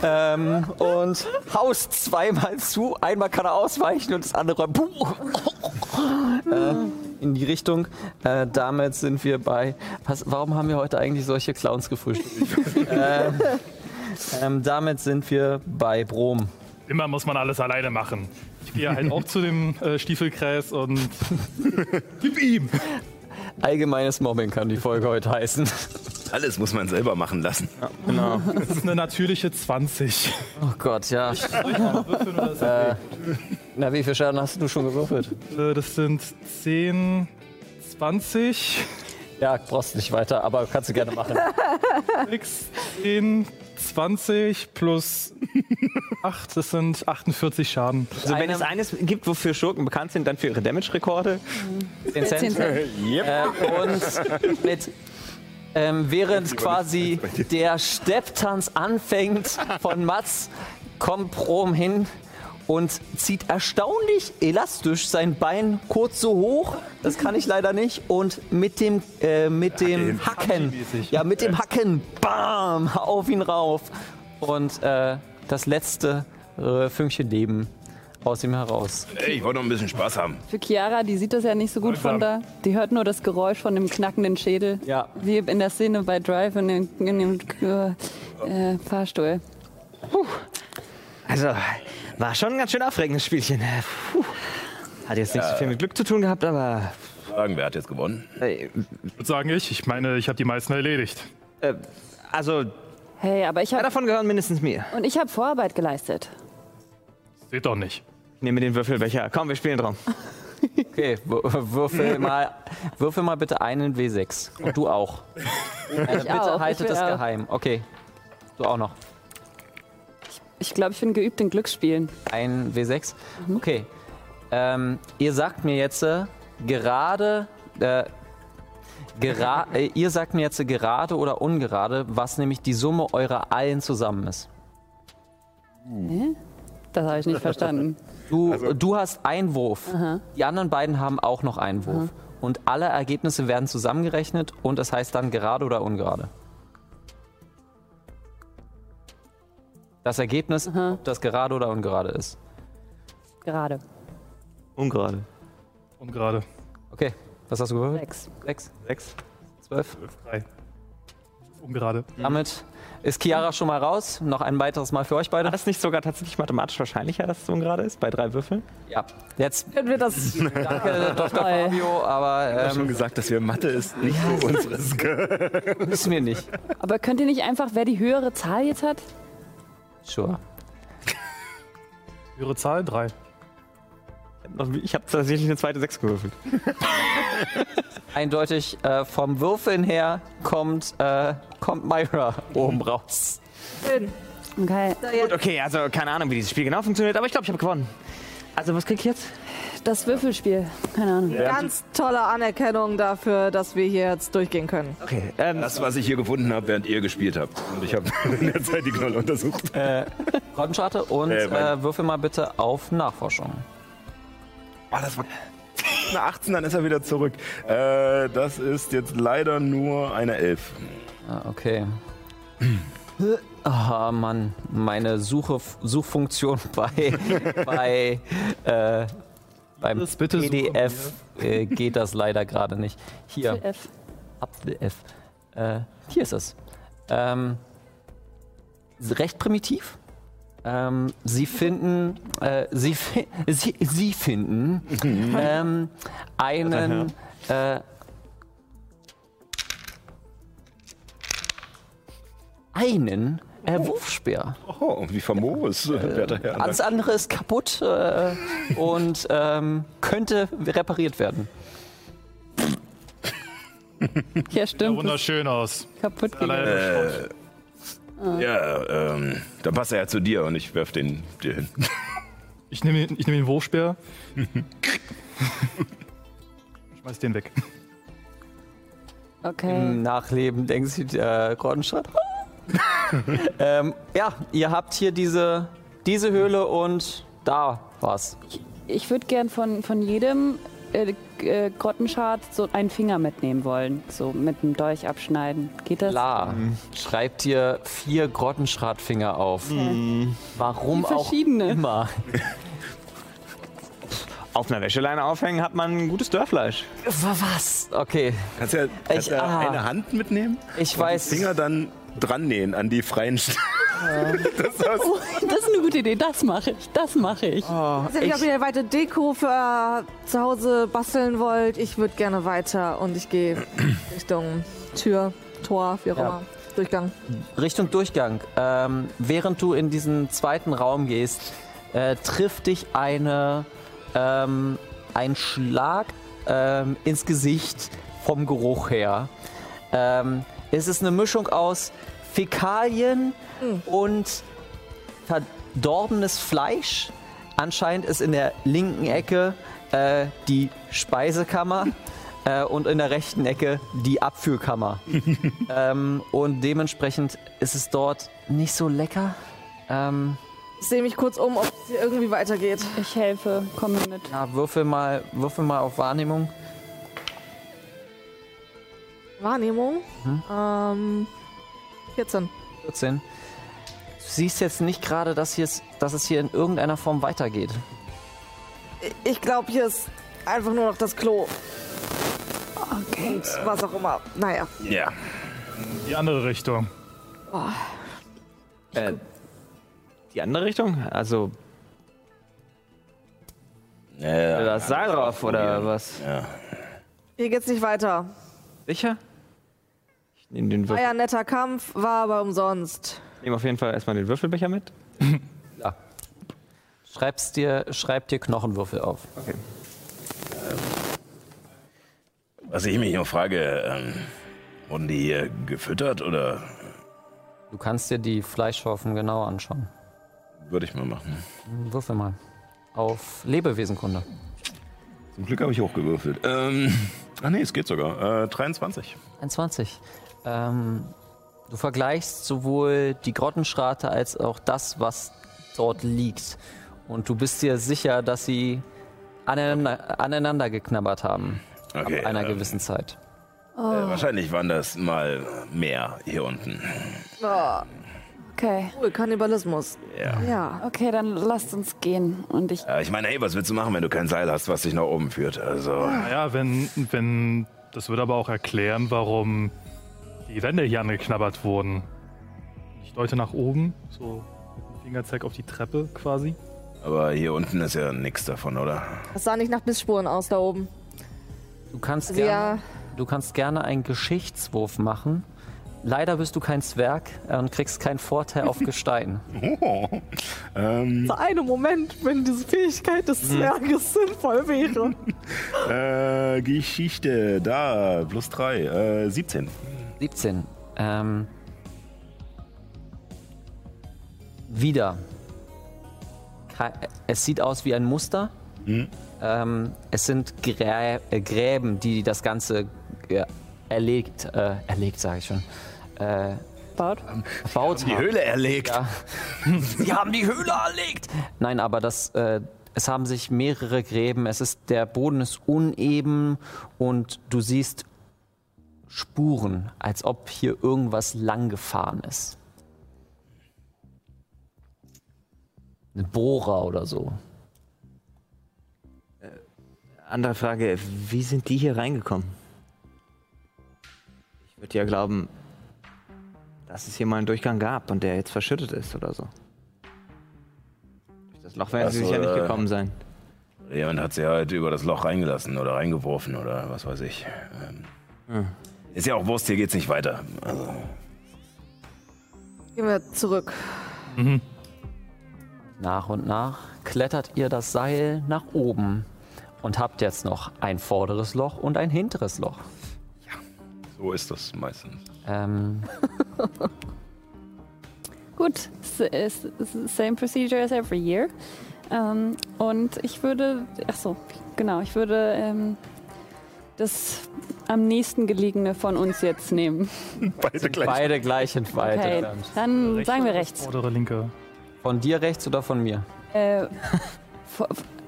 was. Und haust zweimal zu. Einmal kann er ausweichen und das andere Puh. äh, in die Richtung. Äh, damit sind wir bei. Was, warum haben wir heute eigentlich solche Clowns gefrühstückt? ähm, ähm, damit sind wir bei Brom. Immer muss man alles alleine machen. Ich gehe halt auch zu dem äh, Stiefelkreis und gib ihm. Allgemeines Mobbing kann die Folge heute heißen. Alles muss man selber machen lassen. Genau. Das ist eine natürliche 20. Oh Gott, ja. Na, wie viel Schaden hast du schon gewürfelt? Äh, Das sind 10, 20, Ja, brauchst nicht weiter, aber kannst du gerne machen. 6, 10, 20 plus 8, das sind 48 Schaden. Also wenn Einer- es eines gibt, wofür Schurken bekannt sind, dann für ihre Damage-Rekorde. 10 Cent. Äh, und mit, ähm, während quasi der Stepptanz anfängt von Mats, kommt Prom hin und zieht erstaunlich elastisch sein Bein kurz so hoch, das kann ich leider nicht, und mit dem, äh, mit dem Hacken, Hacky-mäßig. ja mit dem Hacken, bam, auf ihn rauf und äh, das letzte äh, Fünkchen Leben aus ihm heraus. Ey, ich wollte noch ein bisschen Spaß haben. Für Chiara, die sieht das ja nicht so gut von da. Die hört nur das Geräusch von dem knackenden Schädel. Ja. Wie in der Szene bei Drive in dem, in dem äh, äh, Fahrstuhl. Also, war schon ein ganz schön aufregendes Spielchen. Puh. Hat jetzt nicht so viel mit Glück zu tun gehabt, aber Sagen, wer hat jetzt gewonnen? äh, Ich würde sagen, ich. Ich meine, ich habe die meisten erledigt. also Hey, aber ich zwei habe davon gehören mindestens mir. und ich habe Vorarbeit geleistet. Seht doch nicht. Ich nehme den Würfelbecher. Komm, wir spielen drum. Okay, wür- würfel mal, würfel mal bitte einen W6. Und du auch. Äh, bitte auch, ich haltet will das auch. geheim. Okay. Du auch noch. Ich glaube, ich bin geübt in Glücksspielen. Ein W6. Mhm. Okay. Ähm, ihr sagt mir jetzt äh, gerade. Äh, gera äh, ihr sagt mir jetzt äh, gerade oder ungerade, was nämlich die Summe eurer allen zusammen ist. Das habe ich nicht verstanden. Du, du hast einen Wurf. Die anderen beiden haben auch noch einen Wurf. Und alle Ergebnisse werden zusammengerechnet und das heißt dann gerade oder ungerade. Das Ergebnis, ob das gerade oder ungerade ist. Gerade. Ungerade. Und gerade. Okay, was hast du gewürfelt? Sechs. Sechs, Sechs. zwölf. Drei. Ungerade. Damit ist Chiara schon mal raus. Noch ein weiteres Mal für euch beide. War das nicht sogar tatsächlich mathematisch wahrscheinlicher, dass es ungerade ist, bei drei Würfeln? Ja, jetzt Können wir das? danke Dr. Fabio, aber ähm, Schon gesagt, dass wir Mathe ist nicht so unseres. müssen wir nicht. Aber könnt ihr nicht einfach, wer die höhere Zahl jetzt hat? Sure. Höhere Zahl? Drei. Ich habe tatsächlich eine zweite Sechs gewürfelt. Eindeutig äh, vom Würfeln her kommt, äh, kommt Myra oben raus. Okay. Gut, okay, also keine Ahnung, wie dieses Spiel genau funktioniert, aber ich glaube, ich habe gewonnen. Also, was krieg ich jetzt? Das Würfelspiel. Keine Ahnung. Ganz tolle Anerkennung dafür, dass wir hier jetzt durchgehen können. Okay, ähm, Das, was ich hier gefunden habe, während ihr gespielt habt. Und ich habe in der Zeit die Knolle untersucht. Kartenscharte und Äh, äh, mein- würfel mal bitte auf Nachforschung. Ah, das war eine 18, dann ist er wieder zurück. Äh, das ist jetzt leider nur eine 11. Ah, okay. Ah, Mann, meine Suche, Suchfunktion bei, bei äh, beim Das bitte suchen PDF äh, geht das leider gerade nicht. Hier, F. Apfel-F. Äh, hier ist es. Ähm, recht primitiv. Ähm, sie finden, äh, sie, fi sie, sie finden ähm, einen äh, einen äh, Wurfspeer. Oh, wie famos, werter Herr. Alles andere ist kaputt äh, und ähm, könnte repariert werden. Ja, stimmt. das Wunderschön aus. ist kaputt gegangen. Leider äh. Ja, ähm, dann passt er ja zu dir und ich werf den dir hin. Ich nehme ich nehm den Wurfspeer. Schmeiß den weg. Okay. Im Hm, Nachleben denkt sich äh, Gordonstadt. ähm, ja, ihr habt hier diese, diese Höhle und da war's. Ich würde gern von, von jedem äh, äh, Grottenschad so einen Finger mitnehmen wollen. So mit dem Dolch abschneiden. Geht das? Klar, schreibt ihr vier Grottenschratfinger auf. Warum Die auch verschiedene. immer. Auf einer Wäscheleine aufhängen hat man ein gutes Dörrfleisch. Was? Okay, Kannst ja, kannst Ich- ja ah. eine Hand mitnehmen, ich weiß. Finger dann dran nähen an die freien Stellen. Oh, das ist eine gute Idee. Das mache ich. Das mache ich. Also, ich, ob ihr weiter Deko für äh, zu Hause basteln wollt, ich würde gerne weiter und ich gehe Richtung Tür, Tor, wie auch Ja. immer. Durchgang. Richtung Durchgang. Ähm, während du in diesen zweiten Raum gehst, äh, trifft dich eine, ähm, ein Schlag ähm, ins Gesicht vom Geruch her. Ähm, es ist eine Mischung aus Fäkalien und verdorbenes Fleisch. Anscheinend ist in der linken Ecke äh, die Speisekammer äh, und in der rechten Ecke die Abführkammer. ähm, und dementsprechend ist es dort nicht so lecker. Ähm, Ich sehe mich kurz um, ob es hier irgendwie weitergeht. Ich helfe. Komm mir mit. ja, würfel mal, würfel mal auf Wahrnehmung. Wahrnehmung. Ähm, 14. 14. Du siehst jetzt nicht gerade, dass, hier es- dass es hier in irgendeiner Form weitergeht. Ich- Ich glaube, hier ist einfach nur noch das Klo. Okay. Und was auch immer. Naja. Ja. Die andere Richtung. Äh, die andere Richtung? Also ja. das äh, Seil drauf oder was? Hier geht's nicht weiter. Sicher? Ich nehme den War Würfel. ja ein netter Kampf, war aber umsonst. Ich nehme auf jeden Fall erstmal den Würfelbecher mit. Schreib's dir, schreib dir Knochenwürfel auf. Was ich mich nur frage, ähm, wurden die hier gefüttert oder Du kannst dir die Fleischhaufen genau anschauen. würde ich mal machen? Würfel mal. Auf Lebewesenkunde. Zum Glück habe ich hochgewürfelt. Ähm, ach nee, es geht sogar. Äh, 23. 21. Ähm, du vergleichst sowohl die Grottenschrate als auch das, was dort liegt. Und du bist dir sicher, dass sie aneinander, aneinander geknabbert haben. Okay, ab einer ähm, gewissen Zeit. Oh. Äh, wahrscheinlich waren das mal mehr hier unten. Oh, Okay. cool, Kannibalismus. Ja. Ja. Okay, dann lasst uns gehen. Und ich. Äh, ich meine, hey, was willst du machen, wenn du kein Seil hast, was dich nach oben führt? Also, Naja, wenn, wenn. Das würde aber auch erklären, warum die Wände hier angeknabbert wurden. Ich deute nach oben, so mit dem Fingerzeig auf die Treppe quasi. aber hier unten ist ja nichts davon, oder? Das sah nicht nach Bissspuren aus da oben. Du kannst, Also gerne, ja. du kannst gerne einen Geschichtswurf machen. Leider bist du kein Zwerg äh, und kriegst keinen Vorteil auf Gestein. Oh. Ähm, Für einen Moment, wenn diese Fähigkeit des Zwerges sinnvoll wäre. äh, Geschichte, da, plus 3, äh, 17. 17. Ähm, wieder. Ke- Es sieht aus wie ein Muster. Ähm, es sind Grä äh, Gräben, die das Ganze äh, erlegt, äh, erlegt sage ich schon, äh, Baut. erbaut Die haben. Höhle erlegt. Sie haben die Höhle erlegt. Nein, aber das, äh, es haben sich mehrere Gräben. Es ist der Boden ist uneben und du siehst Spuren, als ob hier irgendwas lang gefahren ist. Eine Bohrer oder so. Andere Frage, wie sind die hier reingekommen? Ich würde ja glauben, dass es hier mal einen Durchgang gab und der jetzt verschüttet ist oder so. Durch das Loch werden Ach sie so, sicher nicht äh, gekommen sein. Jemand hat sie halt über das Loch reingelassen oder reingeworfen oder was weiß ich. Ähm, Ist ja auch Wurst, hier geht's nicht weiter. Also, Gehen wir zurück. Nach und nach klettert ihr das Seil nach oben und habt jetzt noch ein vorderes Loch und ein hinteres Loch. so ist das meistens. Ähm, Gut. S äh, s- s- Same procedure as every year. Ähm, und ich würde. Ach so, genau. Ich würde ähm, das am nächsten gelegene von uns jetzt nehmen. Beide gleich. beide gleich entfaltet. Okay. Dann sagen wir rechts. Vordere linke. Von dir rechts oder von mir? Äh, v- v-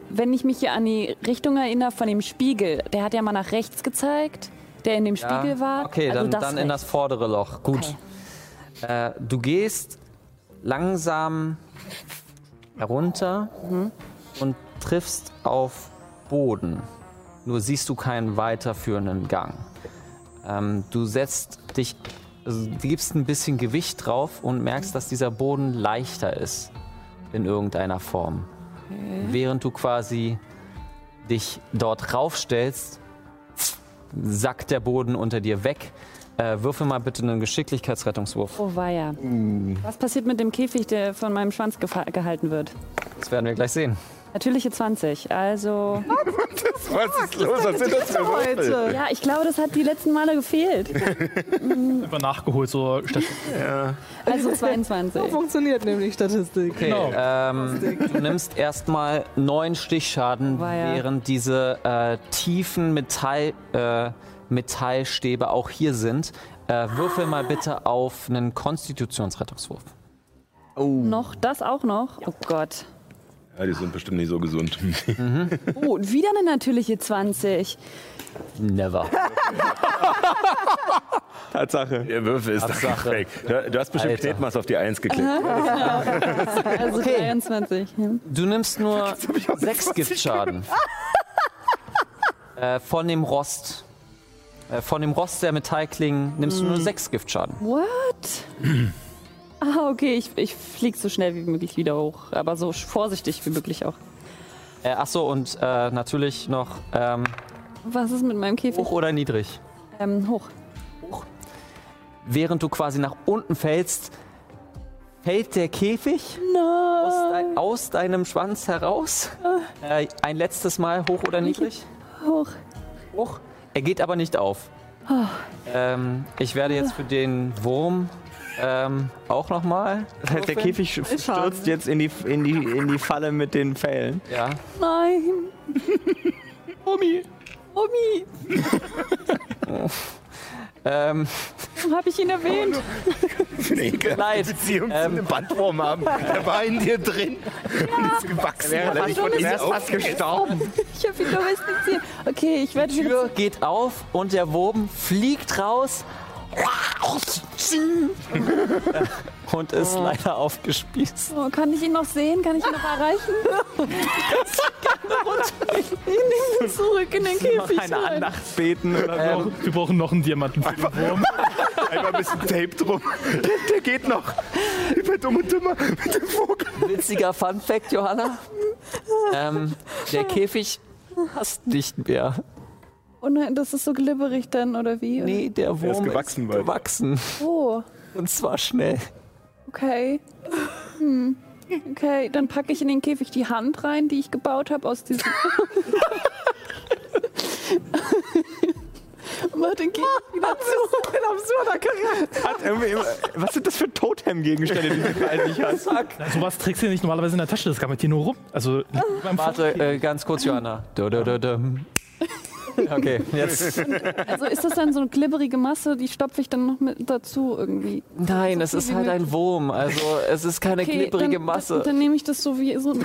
wenn ich mich hier an die Richtung erinnere von dem Spiegel, der hat ja mal nach rechts gezeigt, der in dem Spiegel war. Okay, Also dann, dann in das rechts. vordere Loch. Gut. Äh, du gehst langsam herunter Mhm. und triffst auf Boden. Nur siehst du keinen weiterführenden Gang. Ähm, du setzt dich also du gibst ein bisschen Gewicht drauf und merkst, dass dieser Boden leichter ist in irgendeiner Form. Während du quasi dich dort raufstellst, sackt der Boden unter dir weg. Äh, würfel mal bitte einen Geschicklichkeitsrettungswurf. Oh weia. Was passiert mit dem Käfig, der von meinem Schwanz gefa- gehalten wird? Das werden wir gleich sehen. Natürliche 20. Also. Was ist los? Was sind das für Würfel? Ja, ich glaube, das hat die letzten Male gefehlt. Immer nachgeholt, so statt Also 22. Funktioniert nämlich Statistik. Okay, ähm, du nimmst erstmal neun Stichschaden, War ja. während diese äh, tiefen Metall, äh, Metallstäbe auch hier sind. Äh, würfel mal bitte auf einen Konstitutionsrettungswurf. Noch, das auch noch. Oh Gott. Ja, die sind bestimmt nicht so gesund. Oh, und wieder eine natürliche 20. Never. Tatsache. Der Würfel ist Absache. weg. Du, du hast bestimmt Alter. Knetmaß auf die Eins geklickt. Also 23. Hm. Du nimmst nur sechs Giftschaden. äh, von dem Rost. Äh, von dem Rost der Metallklingen nimmst du nur sechs Giftschaden. What? Ah, okay, ich, ich flieg so schnell wie möglich wieder hoch. Aber so vorsichtig wie möglich auch. Äh, Achso, und äh, natürlich noch ähm, Was ist mit meinem Käfig? hoch oder niedrig? Ähm, hoch. während du quasi nach unten fällst, fällt der Käfig aus, dei- aus deinem Schwanz heraus. Äh, ein letztes Mal hoch oder niedrig? Hoch. Hoch. Er geht aber nicht auf. Ähm, ich werde jetzt für den Wurm ähm, auch nochmal. Das heißt, der Käfig sch- stürzt jetzt in die, in, die, in die Falle mit den Pfählen. Ja. Nein. Omi. Omi. Ähm, Warum habe ich ihn erwähnt? Leid. Beziehung zu einem Bandwurm haben. Der war in dir drin. Ist gewachsen. weil er nicht von dir aufgeht. Ich habe ihn domestiziert. Okay, ich werde Die Tür geht auf und der Wurm fliegt raus. Und ist leider aufgespießt. Oh, kann ich ihn noch sehen? Kann ich ihn noch erreichen? ich nehme ihn zurück in den Käfig. rein. Andacht beten Ähm, oder so. Wir brauchen noch einen Diamanten für den Wurm. Einfach ein bisschen Tape drum. Der geht noch. Über dumm und dümmer mit dem Vogel. Witziger Fun Fact, Johanna. ähm, der Käfig hast nicht mehr. Oh nein, das ist so glibberig dann, oder wie? Nee, der Wurm gewachsen, ist Walter. gewachsen. Oh, Und zwar schnell. okay. Hm. Okay, dann packe ich in den Käfig die Hand rein, die ich gebaut habe aus diesem... Mach den Käfig wieder zu. Ein absurder Charakter. Hat irgendwie immer, was sind das für Totem-Gegenstände, die du bei sich hast? Sowas trägst du ja nicht normalerweise in der Tasche, das kam mit dir nur rum. Also, beim Warte, äh, ganz kurz, Johanna. Dö, dö, dö, dö. Okay, jetzt. Also ist das dann so eine glibberige Masse, die stopfe ich dann noch mit dazu irgendwie. Nein, es ist halt ein Wurm. Also, es ist keine Okay, glibberige dann, Masse. Dann, dann nehme ich das so wie so ein,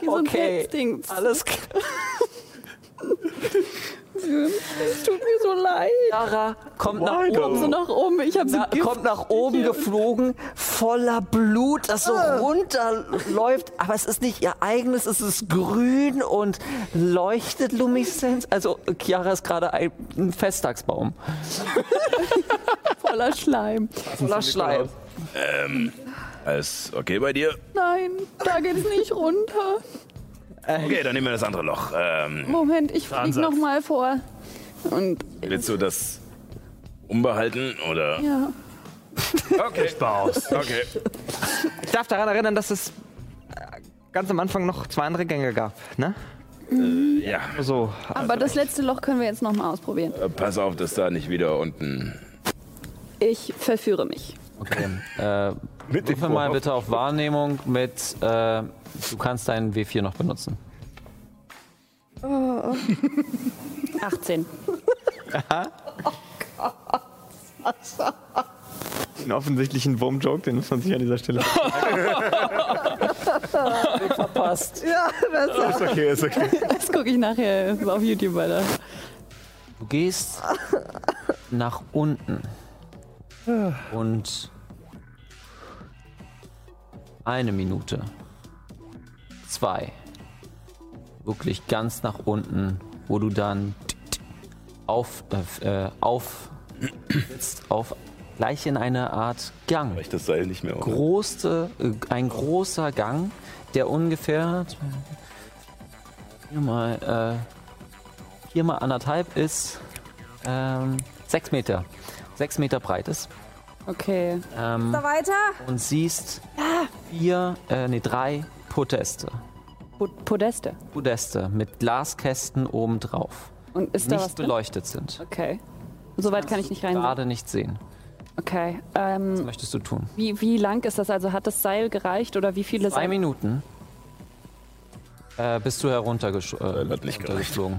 wie so ein Okay. Pelzding. Alles klar. Es tut mir so leid. Sarah kommt nach oben. So nach oben. Ich habe so Na, kommt nach oben geflogen, voller Blut, das so Ah. runterläuft. Aber es ist nicht ihr eigenes, es ist grün und leuchtet Lumineszenz. Also Chiara ist gerade ein, ein Festtagsbaum voller Schleim. voller Schleim. Alles okay bei dir? Nein, da geht's nicht runter. Okay, dann nehmen wir das andere Loch. Ähm, Moment, ich fliege Ansatz. nochmal vor. Und willst du das umbehalten oder? ja. Okay. Okay. Ich darf daran erinnern, dass es äh, ganz am Anfang noch zwei andere Gänge gab, ne? Ja, So, äh, Aber das letzte Loch können wir jetzt nochmal ausprobieren. äh, pass auf, dass da nicht wieder unten. Ich verführe mich. Okay. Äh, Mit Würfel mal bitte auf Wahrnehmung mit, äh, du kannst deinen W4 noch benutzen. 18. einen offensichtlichen Wurm-Joke, den muss man sich an dieser Stelle. Verpasst. Ist okay, ist okay. Das gucke ich nachher auf YouTube weiter. Du gehst nach unten und eine Minute, zwei, wirklich ganz nach unten, wo du dann auf, äh, äh, auf sitzt auf gleich in einer Art Gang. Reicht das Seil nicht mehr auf. Große, äh, ein großer Gang, der ungefähr hier mal, äh, hier mal anderthalb ist, ähm, sechs Meter. Sechs Meter breit ist. Okay. Ähm, Da weiter? und siehst vier, äh, nee, drei Podeste. Pod- Podeste. Podeste mit Glaskästen obendrauf, Und ist die da was nicht drin? beleuchtet sind. Okay. Soweit kann ich nicht rein. Gerade nicht sehen. Okay. Ähm, Was möchtest du tun? Wie, wie lang ist das? Also hat das Seil gereicht oder wie viele Zwei Seile? Minuten äh, bist du heruntergeschlagen. Äh, hat nicht runtergeflogen.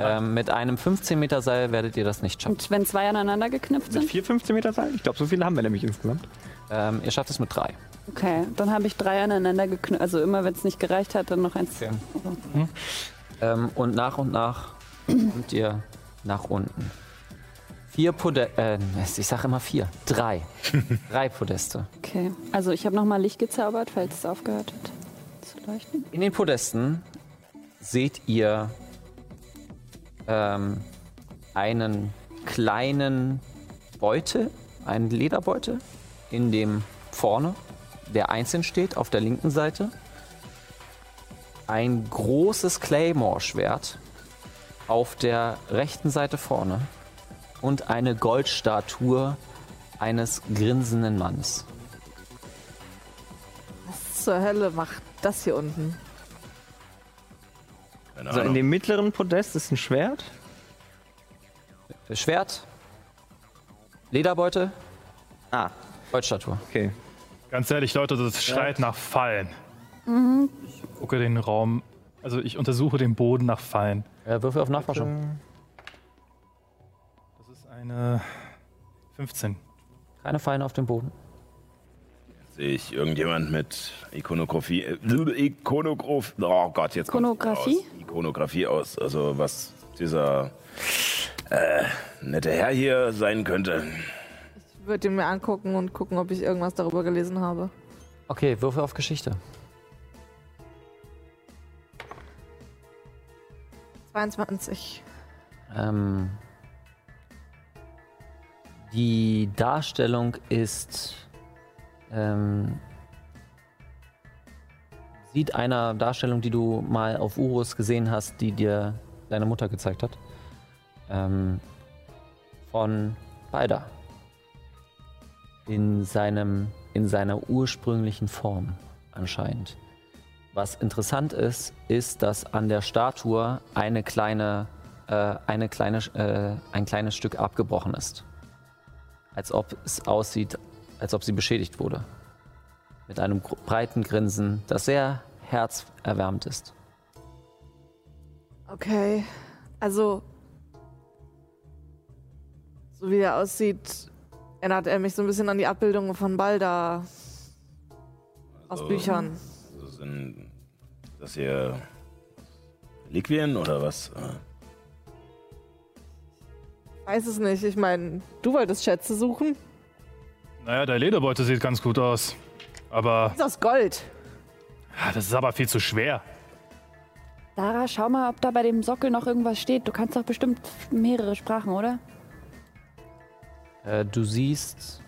Ähm, mit einem 15 Meter Seil werdet ihr das nicht schaffen. Und wenn zwei aneinander geknüpft Mit sind? vier 15 Meter Seil? Ich glaube, so viele haben wir nämlich insgesamt. Ähm, ihr schafft es mit drei. Okay, dann habe ich drei aneinander geknüpft. Also immer, wenn es nicht gereicht hat, dann noch eins. Okay. Ähm, und nach und nach kommt ihr nach unten. Vier Podeste, äh, ich sage immer vier, drei. drei Podeste. Okay, also ich habe nochmal Licht gezaubert, falls es aufgehört hat zu leuchten. In den Podesten seht ihr ähm, einen kleinen Beutel, einen Lederbeutel, in dem vorne der einzeln steht, auf der linken Seite. Ein großes Claymore-Schwert auf der rechten Seite vorne und eine Goldstatue eines grinsenden Mannes. Was zur Hölle macht das hier unten? Keine Also in Ahnung. dem mittleren Podest ist ein Schwert. Schwert, Lederbeutel, Ah, Goldstatue. okay. Ganz ehrlich, Leute, das schreit nach Fallen. Ich gucke den Raum, also ich untersuche den Boden nach Fallen. Äh, Würfel auf Nachforschung. Das ist eine 15. Keine Fallen auf dem Boden. Sehe ich irgendjemand mit Ikonografie? Äh, Ikonograf. Oh Gott, jetzt kommt's Ikonografie? Aus. Ikonografie aus. Also was dieser äh, nette Herr hier sein könnte. Ich würde ihn mir angucken und gucken, ob ich irgendwas darüber gelesen habe. Okay, Würfel auf Geschichte. 22. Ähm, die Darstellung ist. Ähm, sieht einer Darstellung, die du mal auf Urus gesehen hast, die dir deine Mutter gezeigt hat. Ähm, von Balda. In, seinem, in seiner ursprünglichen Form anscheinend. Was interessant ist, ist, dass an der Statue eine kleine, äh, eine kleine, äh, ein kleines Stück abgebrochen ist. Als ob es aussieht, als ob sie beschädigt wurde. Mit einem gro- breiten Grinsen, das sehr herzerwärmend ist. Okay. Also, so wie er aussieht, erinnert er mich so ein bisschen an die Abbildungen von Balda aus Also, Büchern. also Sind das hier Reliquien oder was? Äh, Weiß es nicht. Ich meine, du wolltest Schätze suchen. Naja, der Lederbeutel sieht ganz gut aus. Aber Ist aus Gold. ah, das ist aber viel zu schwer. Sarah, schau mal, ob da bei dem Sockel noch irgendwas steht. Du kannst doch bestimmt mehrere Sprachen, oder? Äh, du siehst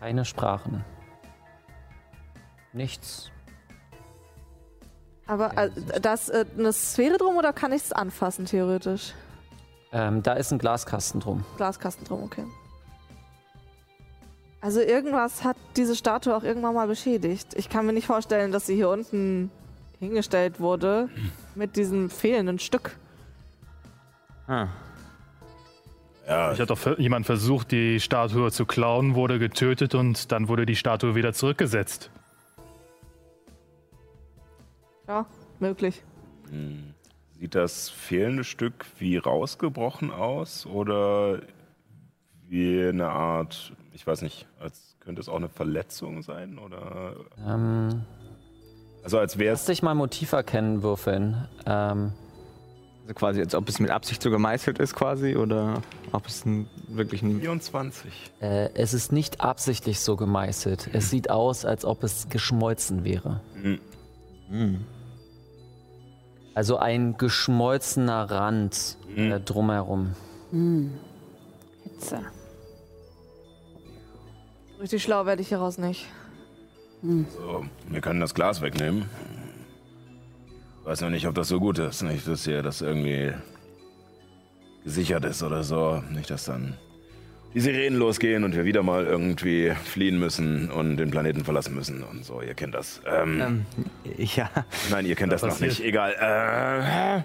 keine Sprachen. Nichts. Aber äh, das äh, eine Sphäre drum oder kann ich es anfassen, theoretisch? Ähm, da ist ein Glaskasten drum. Glaskasten drum, okay. Also irgendwas hat diese Statue auch irgendwann mal beschädigt. Ich kann mir nicht vorstellen, dass sie hier unten hingestellt wurde mit diesem fehlenden Stück. Ah. ja, Ich hat doch ver- jemand versucht, die Statue zu klauen, wurde getötet und dann wurde die Statue wieder zurückgesetzt. Ja, möglich. Sieht das fehlende Stück wie rausgebrochen aus oder wie eine Art, ich weiß nicht, als könnte es auch eine Verletzung sein oder Ähm, also als wäre lass dich mal Motiv erkennen würfeln. Ähm, Also quasi, als ob es mit Absicht so gemeißelt ist quasi oder ob es ein, wirklich ein... 24. Äh, es ist nicht absichtlich so gemeißelt. Es sieht aus, als ob es geschmolzen wäre. Mhm. hm. Also ein geschmolzener Rand äh, drumherum. Spitze. Richtig schlau werde ich hieraus nicht. So, wir können das Glas wegnehmen. Weiß noch nicht, ob das so gut ist. Nicht, dass hier das irgendwie gesichert ist oder so. Nicht, dass dann die Sirenen losgehen und wir wieder mal irgendwie fliehen müssen und den Planeten verlassen müssen und so. Ihr kennt das. Ähm, Ja, nein, ihr kennt das noch passiert. nicht. Egal.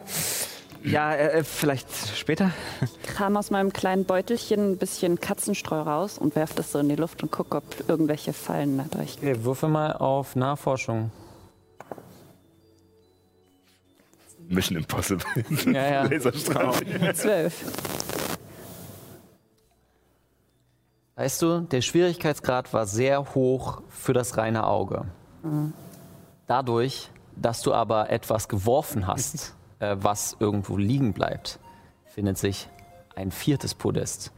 ja äh, äh, vielleicht später. Kram aus meinem kleinen Beutelchen ein bisschen Katzenstreu raus und werf das so in die Luft und gucke, ob irgendwelche Fallen dadurch. Okay, würfel mal auf Nachforschung. Äh, Mission Impossible. Ja, ja. Laserstrahl. Zwölf. Weißt du, der Schwierigkeitsgrad war sehr hoch für das reine Auge. Mhm. Dadurch, dass du aber etwas geworfen hast, äh, was irgendwo liegen bleibt, findet sich ein viertes Podest.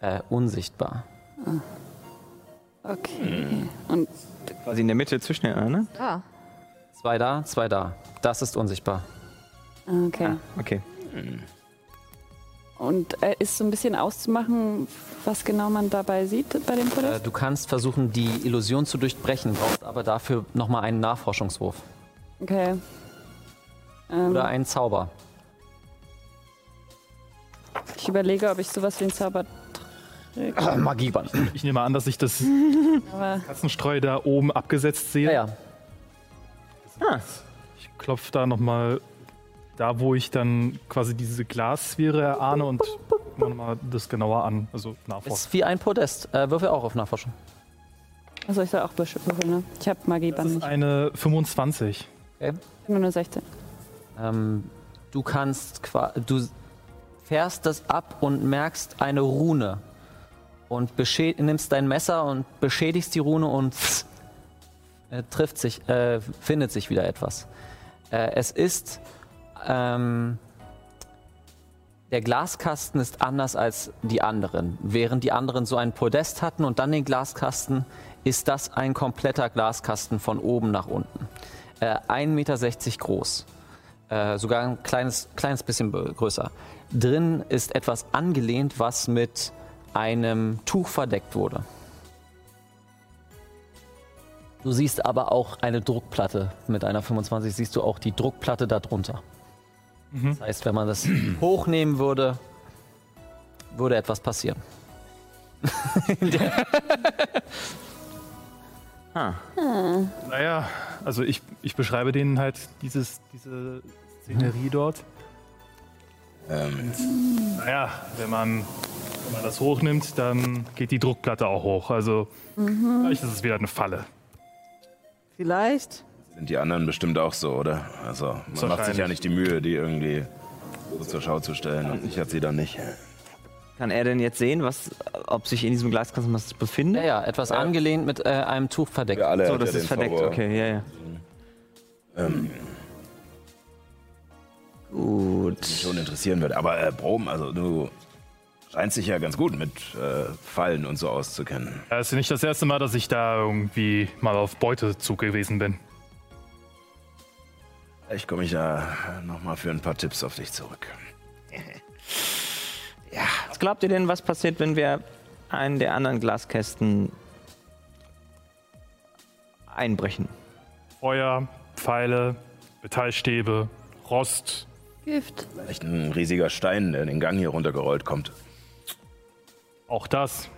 Äh, unsichtbar. Hm. Okay. Und Quasi in der Mitte zwischen den äh, ne? anderen. Ah, Zwei da, zwei da. Das ist unsichtbar. okay. Ah. Okay. Und äh, ist so ein bisschen auszumachen, was genau man dabei sieht bei dem Äh, Podest? du kannst versuchen, die Illusion zu durchbrechen, brauchst aber dafür nochmal einen Nachforschungswurf. Äh. Okay. Ähm, Oder einen Zauber. ich überlege, ob ich sowas wie einen Zauber Magieband. Ich nehme an, dass ich das aber Katzenstreu da oben abgesetzt sehe. Ja, ja. Ich klopfe da nochmal da, wo ich dann quasi diese Glassphäre erahne und guck mir noch mal das genauer an. Also nachforschen. Ist wie ein Podest. Äh, würfel auch auf Nachforschung. Also ich soll auch würfeln, ne? Ich habe Magieband Das ist nicht. eine 25. Ich hab nur eine 16. Ähm, du kannst, qua- du fährst das ab und merkst eine Rune und beschä- nimmst dein Messer und beschädigst die Rune und äh, trifft sich, äh, findet sich wieder etwas. Äh, es ist, ähm, der Glaskasten ist anders als die anderen. Während die anderen so ein Podest hatten und dann den Glaskasten, ist das ein kompletter Glaskasten von oben nach unten. Äh, 1,60 Meter groß äh, sogar ein kleines, kleines bisschen be- größer. Drin ist etwas angelehnt, was mit einem Tuch verdeckt wurde. Du siehst aber auch eine Druckplatte. Mit einer 25 siehst du auch die Druckplatte darunter. Das heißt, wenn man das hochnehmen würde, würde etwas passieren. Naja, also ich, ich beschreibe denen halt dieses, diese Szenerie dort. Ähm, Naja, wenn man, wenn man das hochnimmt, dann geht die Druckplatte auch hoch. Also vielleicht ist es wieder eine Falle. Vielleicht. sind die anderen bestimmt auch so, oder? Also, man macht sich Wahrscheinlich. ja nicht die Mühe, die irgendwie so zur Schau zu stellen. Und ich hat sie dann nicht. Kann er denn jetzt sehen, was, ob sich in diesem Glaskasten was befindet? Ja, ja, etwas angelehnt mit äh, einem Tuch verdeckt. alle So, hat das ja ist den verdeckt. Zauber. Okay, ja, ja. Ähm, mich Gut. schon interessieren wird. Aber äh, Brom, also du scheinst dich ja ganz gut mit äh, Fallen und so auszukennen. Ja, ist ja nicht das erste Mal, dass ich da irgendwie mal auf Beutezug gewesen bin. Vielleicht komme ich da nochmal für ein paar Tipps auf dich zurück. Was glaubt ihr denn, was passiert, wenn wir einen der anderen Glaskästen einbrechen? Feuer, Pfeile, Metallstäbe, Rost. Gift. Vielleicht ein riesiger Stein, der den Gang hier runtergerollt kommt. Auch das.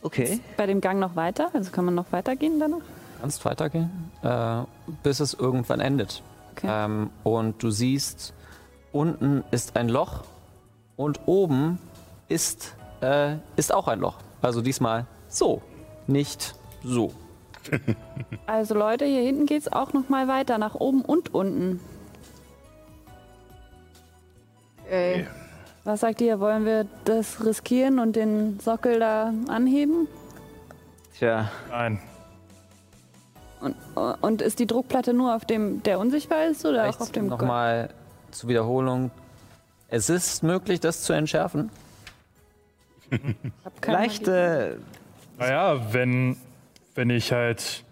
Okay. Bei dem Gang noch weiter? Also kann man noch weitergehen danach? kannst weitergehen, äh, bis es irgendwann endet. Okay. Ähm, und du siehst, unten ist ein Loch und oben ist, äh, ist auch ein Loch. Also diesmal so, nicht so. Also Leute, hier hinten geht's auch noch mal weiter nach oben und unten. ey. Was sagt ihr? Wollen wir das riskieren und den Sockel da anheben? Tja, Nein. Und, und ist die Druckplatte nur auf dem, der unsichtbar ist oder auch auf Vielleicht dem Gott? nochmal zur Wiederholung. Es ist möglich, das zu entschärfen. Keine vielleicht Ahnung. äh, Naja, wenn, wenn ich halt.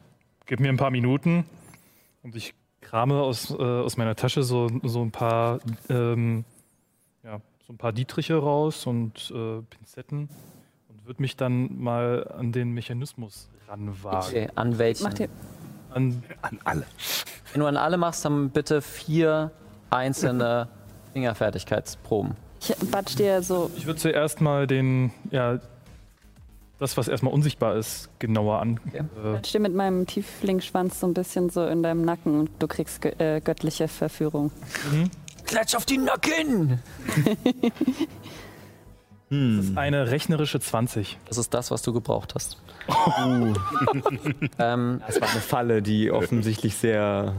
Gib mir ein paar Minuten und ich krame aus, äh, aus meiner Tasche so, so ein paar. Ähm, ja, so so ein paar Dietriche raus und äh, Pinzetten und würde mich dann mal an den Mechanismus ranwagen. Okay, an welchen? Macht ihr, An, An alle. Wenn du an alle machst, dann bitte vier einzelne Fingerfertigkeitsproben. ich batsch dir so. ich würde zuerst mal den, ja, das, was erstmal unsichtbar ist, genauer an. Äh, Batsch dir mit meinem Tieflingsschwanz so ein bisschen so in deinem Nacken und du kriegst gö- äh, göttliche Verführung. Klatsch auf die Nacken! das ist eine rechnerische 20. Das ist das, was du gebraucht hast. ähm, Das war eine Falle, die offensichtlich sehr.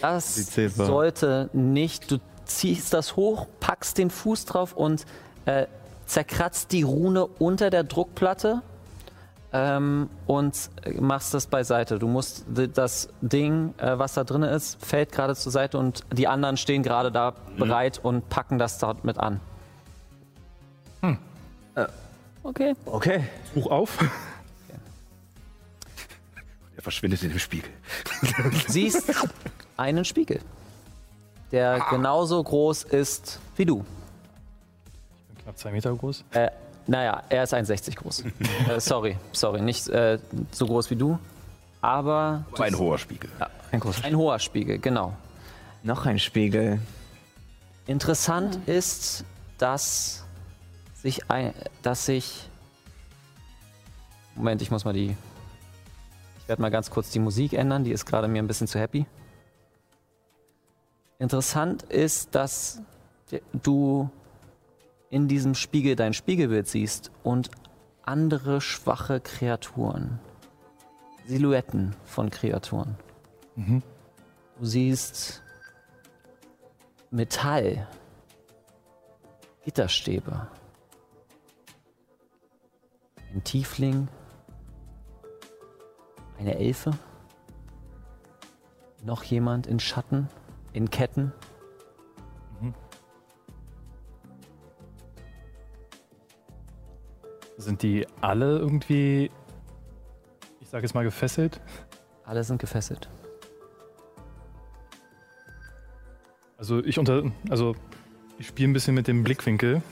das zählt war. sollte nicht. Du ziehst das hoch, packst den Fuß drauf und äh, zerkratzt die Rune unter der Druckplatte ähm, und machst das beiseite. Du musst d- das Ding, äh, was da drin ist, fällt gerade zur Seite und die anderen stehen gerade da bereit und packen das dort mit an. Okay. Okay. Buch auf. Er verschwindet in dem Spiegel. siehst einen Spiegel, der genauso groß ist wie du. Knapp zwei Meter groß. Äh, naja, er ist 1,60 groß. äh, sorry, sorry, nicht äh, so groß wie du, aber Aber ein hoher Spiegel. Ein großer ein hoher Spiegel, genau. Noch ein Spiegel. Interessant ist, dass sich ein, dass sich Moment, ich muss mal die ich werde mal ganz kurz die Musik ändern, die ist gerade mir ein bisschen zu happy. Interessant ist, dass d- du in diesem Spiegel dein Spiegelbild siehst und andere schwache Kreaturen. Silhouetten von Kreaturen. Du siehst Metall, Gitterstäbe, ein Tiefling, eine Elfe, noch jemand in Schatten, in Ketten. Sind die alle irgendwie, ich sage jetzt mal, gefesselt? Alle sind gefesselt. Also ich unter, also ich spiele ein bisschen mit dem Blickwinkel.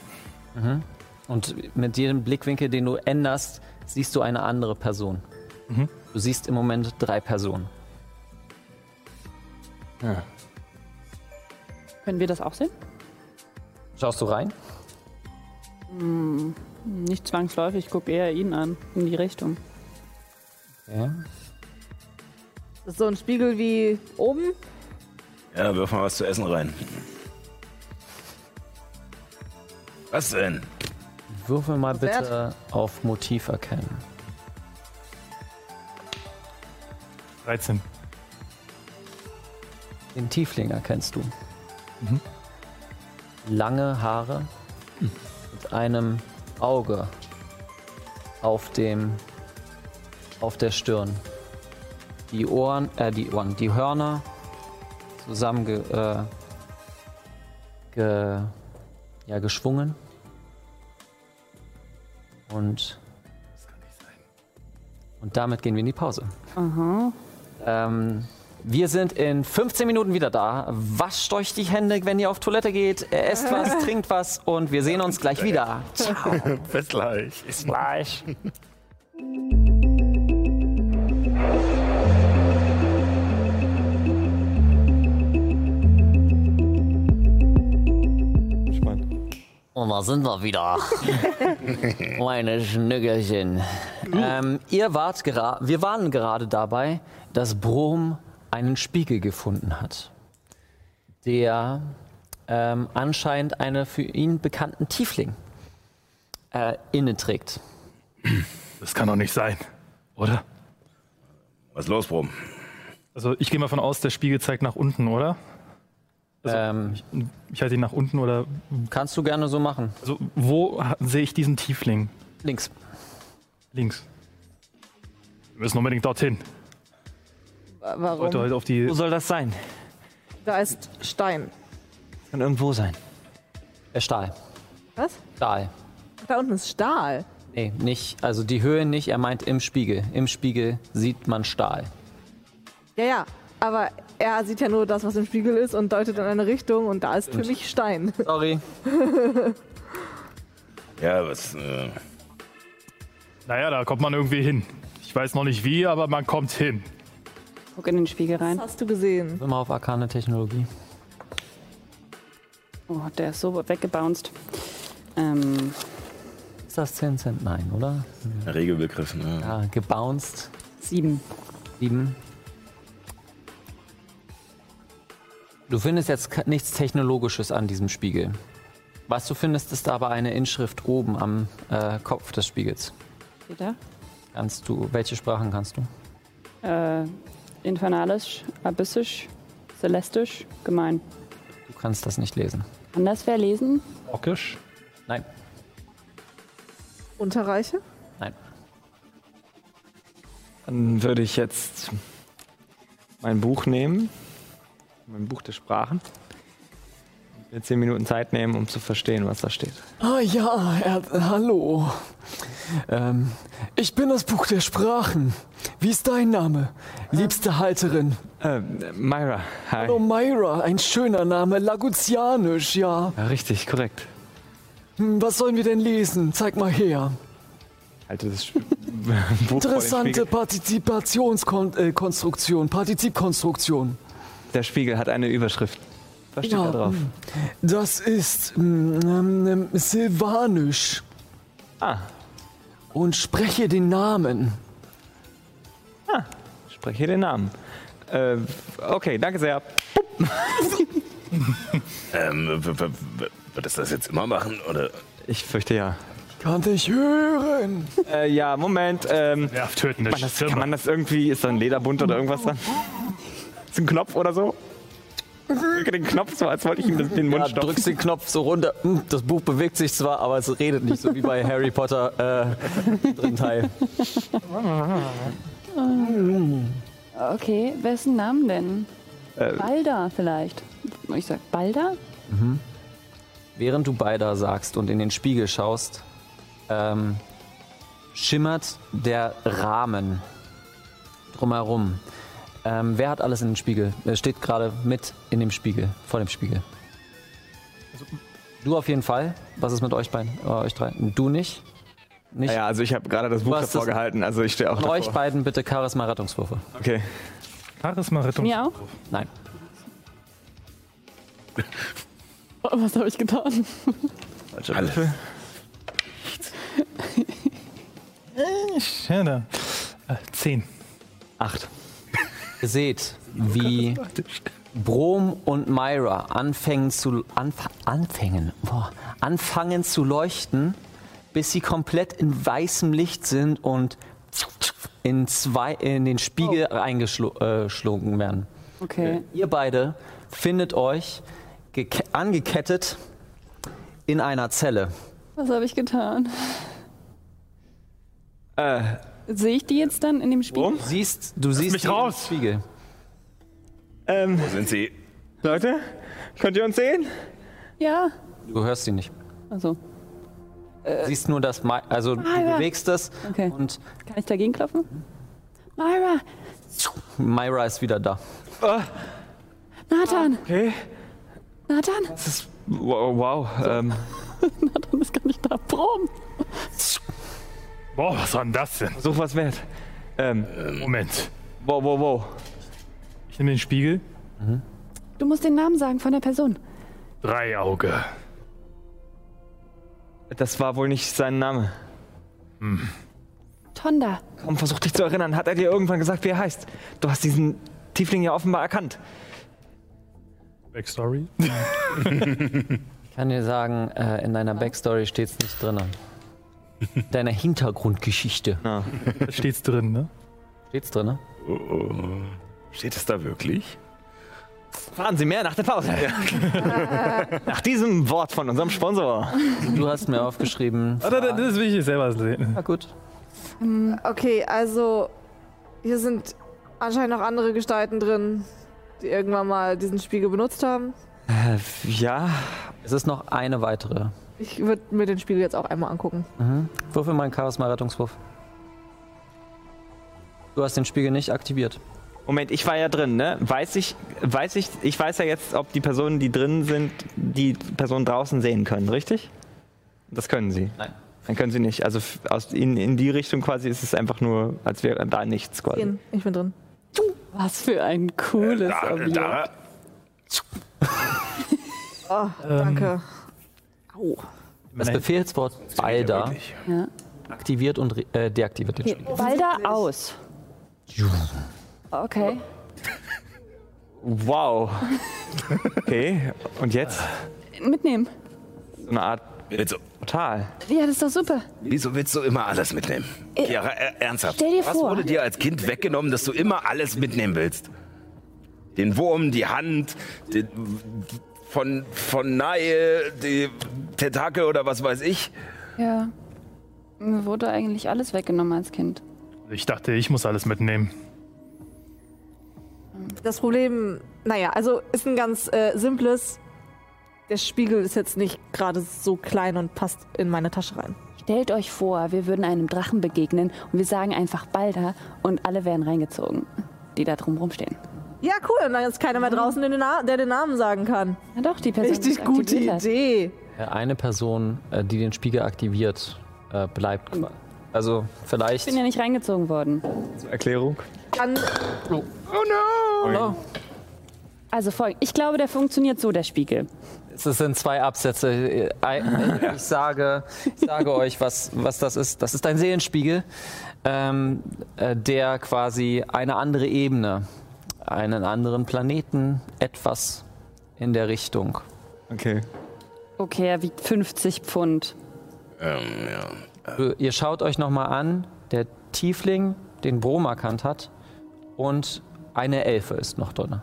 Und mit jedem Blickwinkel, den du änderst, siehst du eine andere Person. Mhm. Du siehst im Moment drei Personen. Können wir das auch sehen? Schaust du rein? Nicht zwangsläufig, ich gucke eher ihn an, in die Richtung. Ja. Das ist so ein Spiegel wie oben. Ja, wirf mal was zu essen rein. Was denn? Würfel mal Wert? bitte auf Motiv erkennen. 13. Den Tiefling erkennst du. Lange Haare mit einem Auge auf dem auf der Stirn. Die Ohren, äh, die Ohren, die Hörner zusammenge äh, ge, ja, geschwungen. Und und damit gehen wir in die Pause. Ähm, wir sind in 15 Minuten wieder da. Wascht euch die Hände, wenn ihr auf Toilette geht. Äh, Esst was, trinkt was und wir sehen uns gleich wieder. Bis gleich. Bis gleich. Und da sind wir wieder. Meine Schnückerchen. Ähm, ihr wart gera- wir waren gerade dabei, dass Brom einen Spiegel gefunden hat, der ähm, anscheinend einen für ihn bekannten Tiefling äh, inne trägt. Das kann doch nicht sein, oder? Was ist los, Brom? Also ich gehe mal von aus, der Spiegel zeigt nach unten, oder? Also ähm, Ich halte ihn nach unten oder. kannst du gerne so machen. Also wo ha- sehe ich diesen Tiefling? Links. Links. Wir müssen unbedingt dorthin. Wa- Leute, Warum? heute auf die. Um Wo soll das sein? Da ist Stein. Kann irgendwo sein. Äh, Stahl. Was? Stahl. Da unten ist Stahl. Nee, nicht. Also die Höhe nicht. Er meint im Spiegel. Im Spiegel sieht man Stahl. Ja, ja. Aber er sieht ja nur das, was im Spiegel ist und deutet in eine Richtung und da ist für mich Stein. Sorry. Ja, was. Äh, Naja, da kommt man irgendwie hin. Ich weiß noch nicht wie, aber man kommt hin. Guck in den Spiegel rein. Hast du gesehen? Immer auf arkane Technologie. Oh, der ist so weggebounced. Ähm, Ist das 10 Cent? Nein, oder? Regelbegriff, ne? Ja, gebounced. sieben. Sieben. Du findest jetzt ke- nichts Technologisches an diesem Spiegel. Was du findest, ist aber eine Inschrift oben am äh, Kopf des Spiegels. Steht da? Kannst du, welche Sprachen kannst du? Äh, infernalisch, abyssisch, celestisch, gemein. Du kannst das nicht lesen. Anders wer lesen? Orkisch? Nein, Unterreiche? nein. Dann würde ich jetzt mein Buch nehmen, mein Buch der Sprachen. Und Mir zehn Minuten Zeit nehmen, um zu verstehen, was da steht. Ah ja, hallo. ich bin das Buch der Sprachen. Wie ist dein Name? Liebste Halterin. Ähm, Myra, hi. Myra, ein schöner Name, Lagutianisch, ja. Ja, richtig, korrekt. Hm, Was sollen wir denn lesen? Zeig mal her. Halte das Sch- Buch Interessante Vor den Spiegel. Partizipationskonstruktion, Partizipkonstruktion. Der Spiegel hat eine Überschrift. Was steht da Ja. drauf? Das ist mm, ähm, ähm, Silvanisch Ah, und spreche den Namen. ah, spreche hier den Namen. Äh, okay, danke sehr. Ähm, w- w- w- wird das das jetzt immer machen? Oder? Ich fürchte ja. Kann dich hören. Äh, ja, Moment. Ähm, Ja, tötende kann, man das, kann Stimme. man das irgendwie, ist da ein Lederbund oder irgendwas dran? Ist ein Knopf oder so? Ich drücke den Knopf so, als wollte ich ihm das- den Mund Ja, stopfen. drückst den Knopf so runter. Hm, Das Buch bewegt sich zwar, aber es redet nicht, so wie bei Harry Potter äh, dritten Teil. Okay, wessen Namen denn? Äh. Balda vielleicht. Ich sag Balda? Während du beider sagst und in den Spiegel schaust, ähm, schimmert der Rahmen drumherum. Ähm, wer hat alles in den Spiegel? Er steht gerade mit in dem Spiegel, vor dem Spiegel. Also, Du auf jeden Fall. Was ist mit euch beiden? Äh, euch drei? Du nicht? Nicht? Ja, also ich habe gerade das Buch Was ist- davor gehalten, also ich stehe auch Von davor. euch beiden bitte Charisma-Rettungswürfe. Okay. Charisma-Rettung. Mir auch? Nein. Was habe ich getan? Alles. Ja, da. Äh, zehn. Acht. Ihr seht, wie Brom und Myra anfangen zu, anf anfangen, boah, anfangen zu leuchten, bis sie komplett in weißem Licht sind und in, zwei, in den Spiegel reingeschlungen werden. Okay. Ihr beide findet euch geke- angekettet in einer Zelle. Was habe ich getan? Äh, Sehe ich die jetzt dann in dem Spiel? Brom? Siehst, du siehst mich sie im raus! Spiegel. Ähm, Wo sind sie? Leute, könnt ihr uns sehen? Ja. Du hörst sie nicht. Also, Äh. Du siehst nur, dass My also du Myra. bewegst es okay. und Kann ich dagegen klopfen? Myra, Myra ist wieder da. Nathan, Okay. Nathan. Das ist, wow, wow. Ähm, Nathan ist gar nicht da. Brom. Boah, was war denn das denn? Such was wert. Ähm, Moment. wow, wow, wow. Ich nehme den Spiegel. Du musst den Namen sagen von der Person. Drei Auge. Das war wohl nicht sein Name. Tonda. Komm, versuch dich zu erinnern. Hat er dir irgendwann gesagt, wie er heißt? Du hast diesen Tiefling ja offenbar erkannt. Backstory. kann dir sagen, äh, in deiner Backstory steht es nicht drin. Deiner Hintergrundgeschichte Da steht's drin, ne? steht's drin. Oh, oh. Steht es da wirklich? Fahren Sie mehr nach der Pause. nach diesem Wort von unserem Sponsor. Du hast mir aufgeschrieben. Ah, da- da- Das will ich jetzt selber sehen. Na gut. Okay, also hier sind anscheinend noch andere Gestalten drin, die irgendwann mal diesen Spiegel benutzt haben. Äh, ja, Es ist noch eine weitere. Ich würde mir den Spiegel jetzt auch einmal angucken. Würfel mal einen Charisma-Rettungswurf. Du hast den Spiegel nicht aktiviert. Moment, ich war ja drin, ne? Weiß ich, weiß ich, ich weiß ja jetzt, ob die Personen, die drin sind, die Personen draußen sehen können, richtig? Das können sie. Nein. Dann können sie nicht. Also f- aus, in, in die Richtung quasi ist es einfach nur, als wäre da nichts quasi. Gehen. Ich bin drin. Was für ein cooles Äh, Da, Objekt. da, Oh, danke. Das Befehlswort Balda Ja. aktiviert und re- äh, deaktiviert den Spiegel. Balda aus. Okay. Wow. Okay, und jetzt Mitnehmen. so eine Art Wieso, Portal. Ja, das ist doch super. wieso willst du immer alles mitnehmen? Chiara, er- ernsthaft. Äh, Stell dir Was vor. wurde dir als Kind weggenommen, dass du immer alles mitnehmen willst? Den Wurm, die Hand, den, von, von Nahe, die Tentakel oder was weiß ich. Ja. Mir wurde eigentlich alles weggenommen als Kind. Ich dachte, ich muss alles mitnehmen. Das Problem, naja, also ist ein ganz äh, simples. Der Spiegel ist jetzt nicht gerade so klein und passt in meine Tasche rein. Stellt euch vor, wir würden einem Drachen begegnen und wir sagen einfach Balda und alle wären reingezogen, die da drumrum stehen. Ja, cool. Und dann ist keiner mehr draußen, der den, Na der den Namen sagen kann. Ja doch, die Person die Richtig es gute aktiviert hat. Idee. Äh, Eine Person, äh, die den Spiegel aktiviert, äh, bleibt. qua- Also Ich vielleicht. bin ja nicht reingezogen worden. Zur Erklärung. Dann Also folgendes. Ich glaube, der funktioniert so, der Spiegel. Es sind zwei Absätze. Äh, ein- Ich sage, ich sage euch, was, was das ist. Das ist ein Seelenspiegel, ähm, äh, der quasi eine andere Ebene, einen anderen Planeten, etwas in der Richtung. Okay. Okay, er wiegt 50 Pfund. Ähm, ja. Du- Ihr schaut euch nochmal an, der Tiefling, den Brom erkannt hat, und eine Elfe ist noch drin.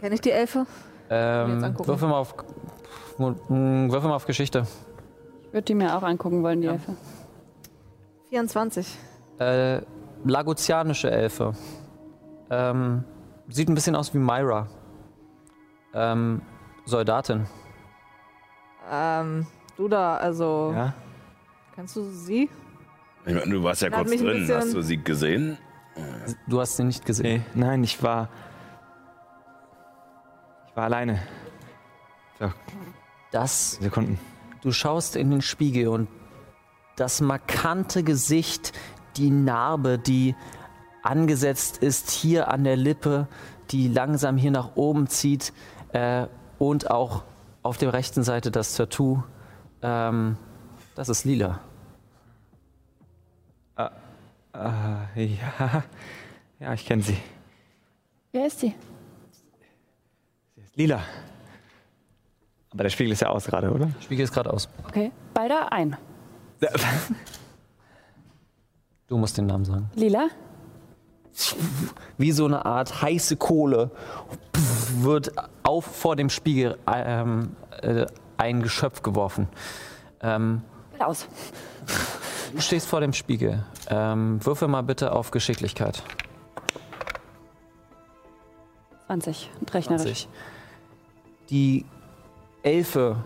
kenne ich die Elfe. Ähm, Jetzt angucken. würfel, mal auf, mh, würfel mal auf Geschichte. Würde die mir auch angucken wollen, die Elfe. 24. Äh, Lagozianische Elfe. Ähm, sieht ein bisschen aus wie Myra. Ähm, Soldatin. Ähm, du da, also. Ja. Kannst du sie? Ich meine, du warst ja Hat kurz mich ein drin. bisschen- Hast du sie gesehen? Du hast sie nicht gesehen. Nee, nein, ich war. Ich war alleine. Das, Sekunden. du schaust in den Spiegel und das markante Gesicht, die Narbe, die angesetzt ist hier an der Lippe, die langsam hier nach oben zieht äh, und auch auf der rechten Seite das Tattoo. Ähm, das ist lila. Äh, ja. Ja, ich kenne sie. Wer ist die? Lila. Aber der Spiegel ist ja aus gerade, oder? Spiegel ist gerade aus. Okay. Balda ein. Du musst den Namen sagen. Lila? Wie so eine Art heiße Kohle pff, wird auf vor dem Spiegel ähm, äh, ein Geschöpf geworfen. Ähm, Balda aus. du stehst vor dem Spiegel. Ähm, würfel mal bitte auf Geschicklichkeit. 20. Und rechnerisch. Die Elfe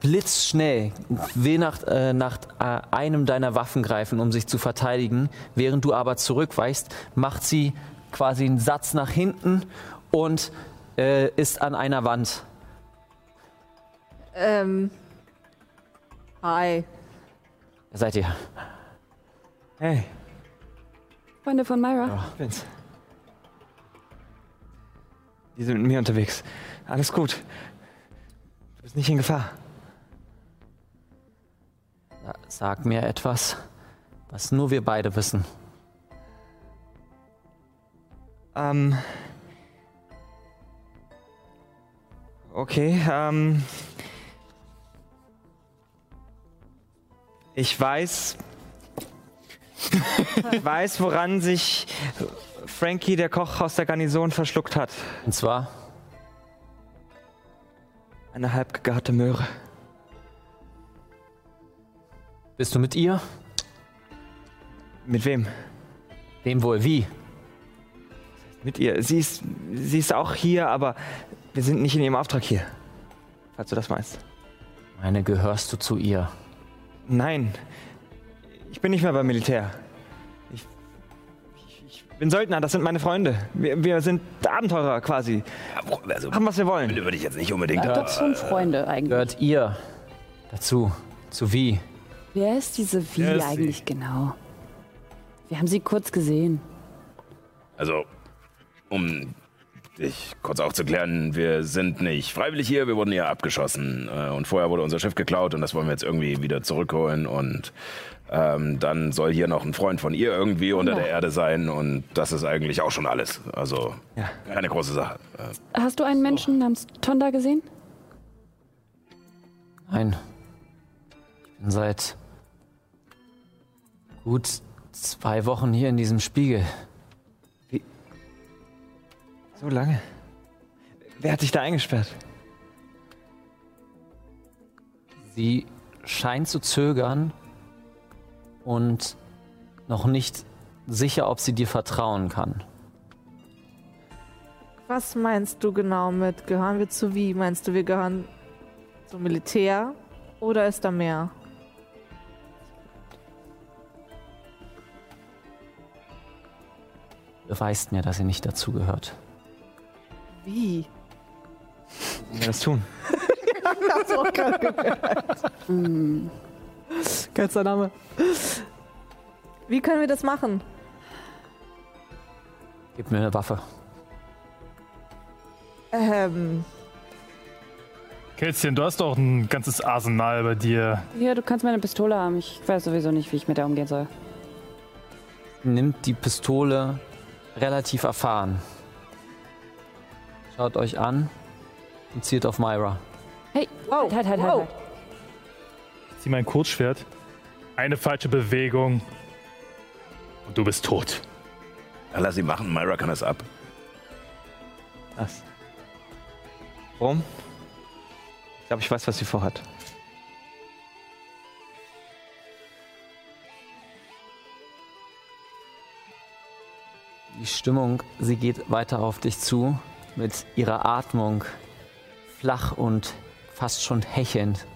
blitzschnell will nach, äh, nach äh, einem deiner Waffen greifen, um sich zu verteidigen. Während du aber zurückweichst, macht sie quasi einen Satz nach hinten und äh, ist an einer Wand. Ähm. Hi. Wer seid ihr? Hey, Freunde von Myra. ich bin's. Die sind mit mir unterwegs. Alles gut. Du bist nicht in Gefahr. Sa- Sag mir etwas, was nur wir beide wissen. Ähm. Okay, ähm. Ich weiß. ich weiß, woran sich Frankie, der Koch aus der Garnison, verschluckt hat. Und zwar, Eine halbgegarte Möhre. bist du mit ihr? Mit wem? Wem wohl? Wie? Mit ihr. Sie ist, sie ist auch hier, aber wir sind nicht in ihrem Auftrag hier. Falls du das meinst. Meine, gehörst du zu ihr? Nein. Ich bin nicht mehr beim Militär. Ich, ich, ich bin Söldner, das sind meine Freunde. Wir, wir sind Abenteurer quasi. Ja, wo- Also, Machen, was wir wollen. würde ich jetzt nicht unbedinch. Doch schon Freunde eigentlich. Gehört ihr Dazu, zu wie? Wer ist diese Wie Wer ist sie? eigentlich genau? Wir haben sie kurz gesehen. Also, um dich kurz aufzuklären, wir sind nicht freiwillig hier, wir wurden hier abgeschossen. Äh, Und vorher wurde unser Schiff geklaut und das wollen wir jetzt irgendwie wieder zurückholen. Und ähm, dann soll hier noch ein Freund von ihr irgendwie unter der Erde sein. Und das ist eigentlich auch schon alles. Also, keine große Sache. Äh, Hast du einen Menschen namens Tonda gesehen? Nein. Ich bin seit gut zwei Wochen hier in diesem Spiegel. So lange. Wer hat dich da eingesperrt? Sie scheint zu zögern und noch nicht sicher, ob sie dir vertrauen kann. Was meinst du genau mit gehören wir zu wie? Meinst du, wir gehören zum Militär oder ist da mehr? Beweist mir, dass ihr nicht dazugehört. Wie? Wollen wir das tun? Geilster Name. Wie können wir das machen? Gib mir eine Waffe. Ähm, Kätzchen, du hast doch ein ganzes Arsenal bei dir. Ja, du kannst meine Pistole haben. Ich weiß sowieso nicht, wie ich mit der umgehen soll. Nimmt die Pistole relativ erfahren. Schaut euch an und zielt auf Myra. Hey, halt, halt, halt, halt, halt. Zieh mein Kurzschwert. Eine falsche Bewegung. Und du bist tot. ja, lass sie machen, Myra kann das ab. Was? Warum? Ich glaube, ich weiß, was sie vorhat. Die Stimmung, sie geht weiter auf dich zu mit ihrer Atmung, flach und fast schon hechelnd,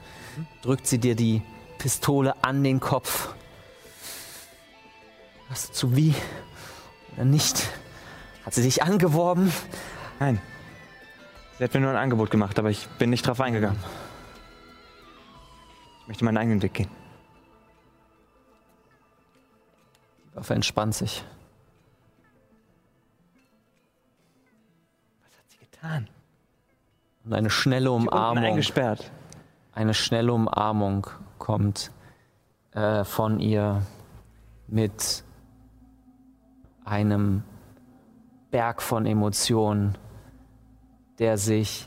drückt sie dir die Pistole an den Kopf. Hast du zu wie oder nicht? Hat sie dich angeworben? Nein. Sie hat mir nur ein Angebot gemacht, aber ich bin nicht drauf eingegangen. Ich möchte meinen eigenen Weg gehen. Die Waffe entspannt sich. Was hat sie getan? Und eine schnelle Arm Umarmung, eingesperrt. eine schnelle Umarmung kommt äh, von ihr mit einem Berg von Emotionen, der sich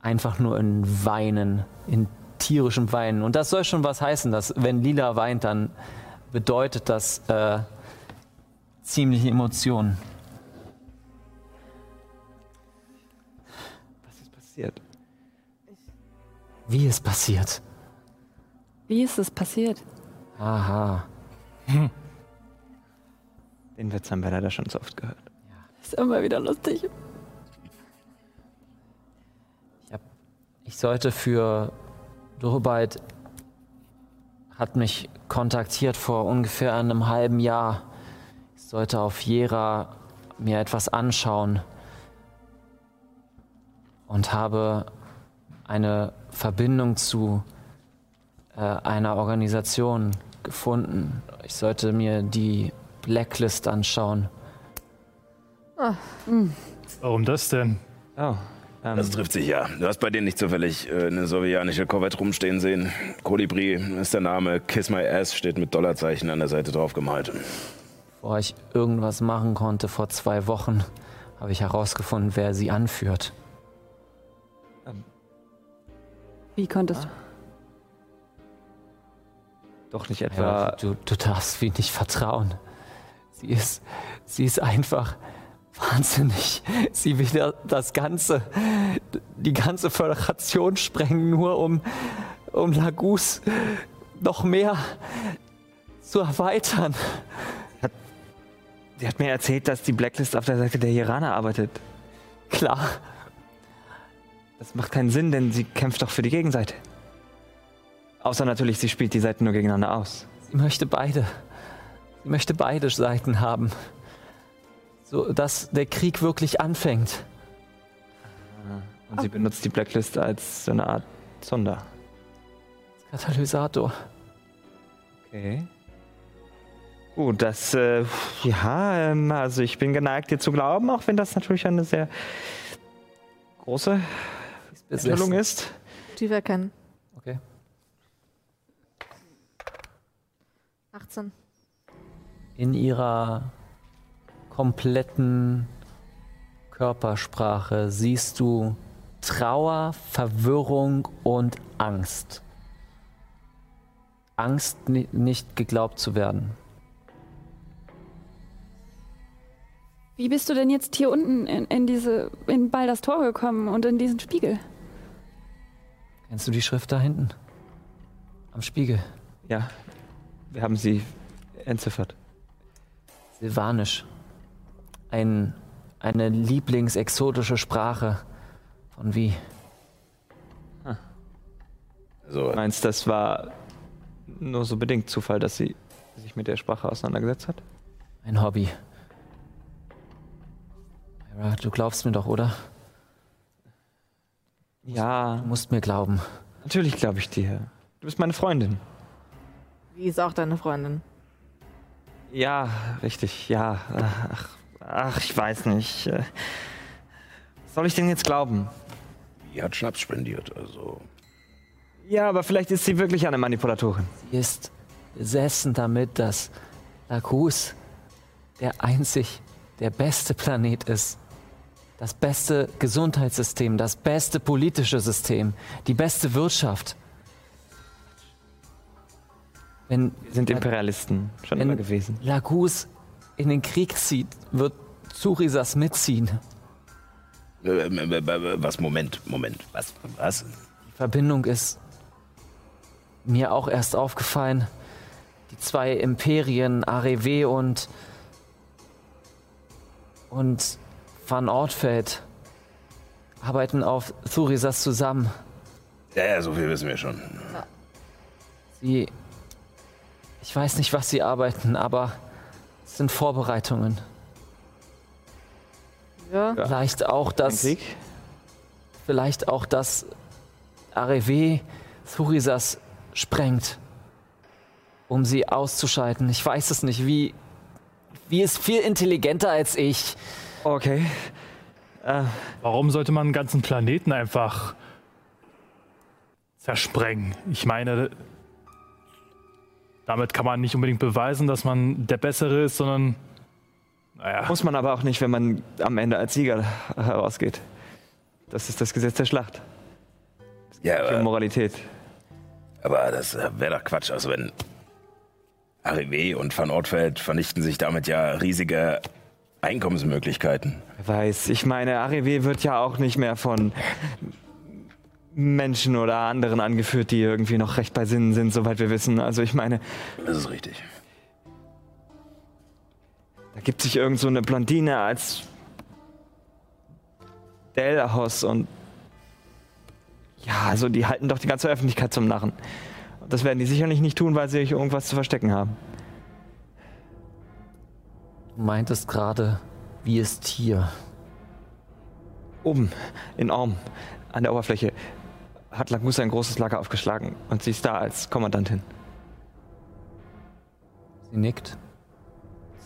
einfach nur in Weinen, in tierischem Weinen. Und das soll schon was heißen, dass wenn Lila weint, dann bedeutet das äh, ziemliche Emotionen. Was ist passiert? Wie es passiert. Wie ist das passiert? Aha. Den Witz haben wir leider schon so oft gehört. Ist immer wieder lustig. Ich sollte für Durbald hat mich kontaktiert vor ungefähr einem halben Jahr. Ich sollte auf Jera mir etwas anschauen und habe eine Verbindung zu äh, einer Organisation gefunden. Ich sollte mir die Blacklist anschauen. Warum das denn? Oh. Ähm, Das trifft sich ja. Du hast bei denen nicht zufällig äh, eine sowjetianische Korvette rumstehen sehen. Kolibri ist der Name. Kiss My Ass steht mit Dollarzeichen an der Seite drauf gemalt. Bevor ich irgendwas machen konnte vor zwei Wochen, habe ich herausgefunden, wer sie anführt. Wie konntest du? doch nicht Ja, etwa. du, du darfst wie nicht vertrauen. Sie ist, sie ist einfach wahnsinnig. Sie will da- das ganze, die ganze Föderation sprengen, nur um, um Lagus noch mehr zu erweitern. Sie hat mir erzählt, dass die Blacklist auf der Seite der Iraner arbeitet. Klar, Das macht keinen Sinn, denn sie kämpft doch für die Gegenseite. Außer natürlich, sie spielt die Seiten nur gegeneinander aus. sie möchte beide. Sie möchte beide Seiten haben. So, dass der Krieg wirklich anfängt. Und sie benutzt die Blacklist als so eine Art Sonder. Katalysator. Okay. Gut, das, äh, ja, ähm, also ich bin geneigt, dir zu glauben, auch wenn das natürlich eine sehr große Enthüllung ist. Tief erkennen. Okay. 18. In ihrer kompletten Körpersprache siehst du Trauer, Verwirrung und Angst. Angst, ni- nicht geglaubt zu werden. Wie bist du denn jetzt hier unten in, in diese, in Balders Tor gekommen und in diesen Spiegel? Kennst du die Schrift da hinten? Am Spiegel. Ja, wir haben sie entziffert. Silvanisch. Ein, eine lieblingsexotische Sprache von wie? Also, Meinst das war nur so bedingt Zufall, dass sie sich mit der Sprache auseinandergesetzt hat? Ein Hobby. Ira, du glaubst mir doch, oder? Ja, Du musst mir glauben. natürlich glaube ich dir. Du bist meine Freundin. Wie ist auch deine Freundin? Ja, richtig, ja. Ach, ach ich weiß nicht. Äh, Was soll ich denn jetzt glauben? die hat Schnaps spendiert, also. Ja, aber vielleicht ist sie wirklich eine Manipulatorin. Sie ist besessen damit, dass Lacus der einzig, der beste Planet ist. Das beste Gesundheitssystem, das beste politische System, die beste Wirtschaft. Wenn Wir sind Imperialisten schon Wenn- immer gewesen. Lacus in den Krieg zieht, wird Zurisas mitziehen. Äh, äh, äh, äh, Was, Moment, Moment. Was? Was? Verbindung ist mir auch erst aufgefallen. Die zwei Imperien, Arev und und Van Ortfeld arbeiten auf Thurisas zusammen. Ja, ja, so viel wissen wir schon. Sie ich weiß nicht, was sie arbeiten, aber es sind Vorbereitungen. Ja. Vielleicht auch Ein das Krieg? vielleicht auch das Arev Thurisas sprengt, um sie auszuschalten. Ich weiß es nicht, wie. Wie ist viel intelligenter als ich? Okay. Warum sollte man einen ganzen Planeten einfach zersprengen? Ich meine, damit kann man nicht unbedingt beweisen, dass man der Bessere ist, sondern naja, Muss man aber auch nicht, wenn man am Ende als Sieger herausgeht. Das ist das Gesetz der Schlacht. Ja, Die aber, Moralität. aber das wäre doch Quatsch. Also, wenn Arrivé und Van Ortfeld vernichten sich damit ja riesige Einkommensmöglichkeiten. Wer weiß, ich meine, Arev wird ja auch nicht mehr von Menschen oder anderen angeführt, die irgendwie noch recht bei Sinnen sind, soweit wir wissen. Also ich meine, Das ist richtig. Da gibt sich irgend so eine Blondine als Delahos und ja, also die halten doch die ganze Öffentlichkeit zum Narren. Und Das werden die sicherlich nicht tun, weil sie euch irgendwas zu verstecken haben. Du meintest gerade, wie ist hier? Oben, in Orm, an der Oberfläche, hat Lagus ein großes Lager aufgeschlagen und sie ist da als Kommandantin. Sie nickt.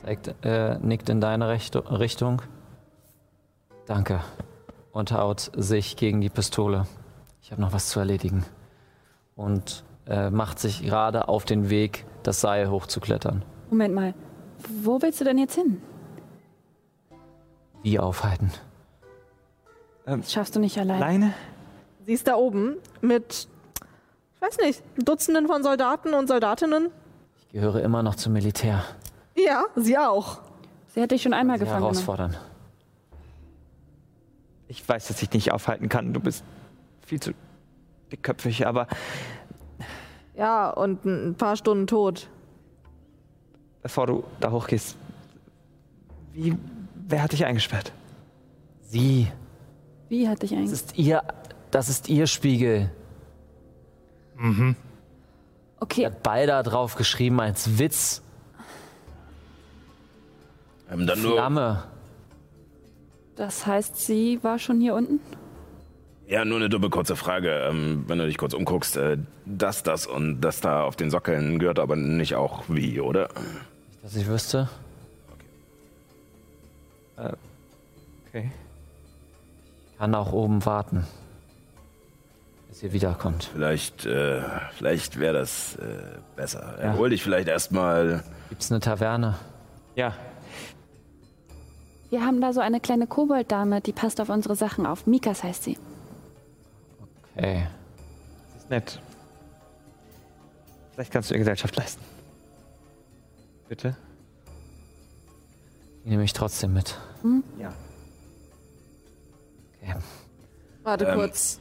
Zeigt, äh, nickt in deine Recht Richtung. Danke. Und haut sich gegen die Pistole. Ich habe noch was zu erledigen. Und äh, macht sich gerade auf den Weg, das Seil hochzuklettern. Moment mal. Wo willst du denn jetzt hin? Wie aufhalten? Das schaffst du nicht allein. Alleine? Sie ist da oben mit, ich weiß nicht, Dutzenden von Soldaten und Soldatinnen. Ich gehöre immer noch zum Militär. Ja, sie auch. Sie hat dich schon einmal Sie gefangen. genommen. herausfordern. Ich weiß, dass ich dich nicht aufhalten kann. Du bist viel zu dickköpfig, aber Ja, und ein paar Stunden tot. bevor du da hochgehst, wie, wer hat dich eingesperrt? Sie. Wie hat dich Das eigentlich? ist ihr. Das ist ihr Spiegel. Okay, Hat Balda drauf geschrieben als Witz. Ähm, dann nur, Flamme. das heißt, sie war schon hier unten? Ja, nur eine dumme kurze Frage. Ähm, wenn du dich kurz umguckst, äh, das, das und das da auf den Sockeln gehört aber nicht auch wie, oder? Dass ich wüsste. Okay. Okay. Kann auch oben warten. Bis ihr wiederkommt. Vielleicht, äh, vielleicht wäre das äh, besser. Erhol dich vielleicht erstmal. Gibt's eine Taverne? Ja. Wir haben da so eine kleine Kobolddame, die passt auf unsere Sachen auf. Mikas heißt sie. Okay. Das ist nett. Vielleicht kannst du ihr Gesellschaft leisten. Bitte? Die nehme ich trotzdem mit. Ja. Okay. Warte Ähm. kurz,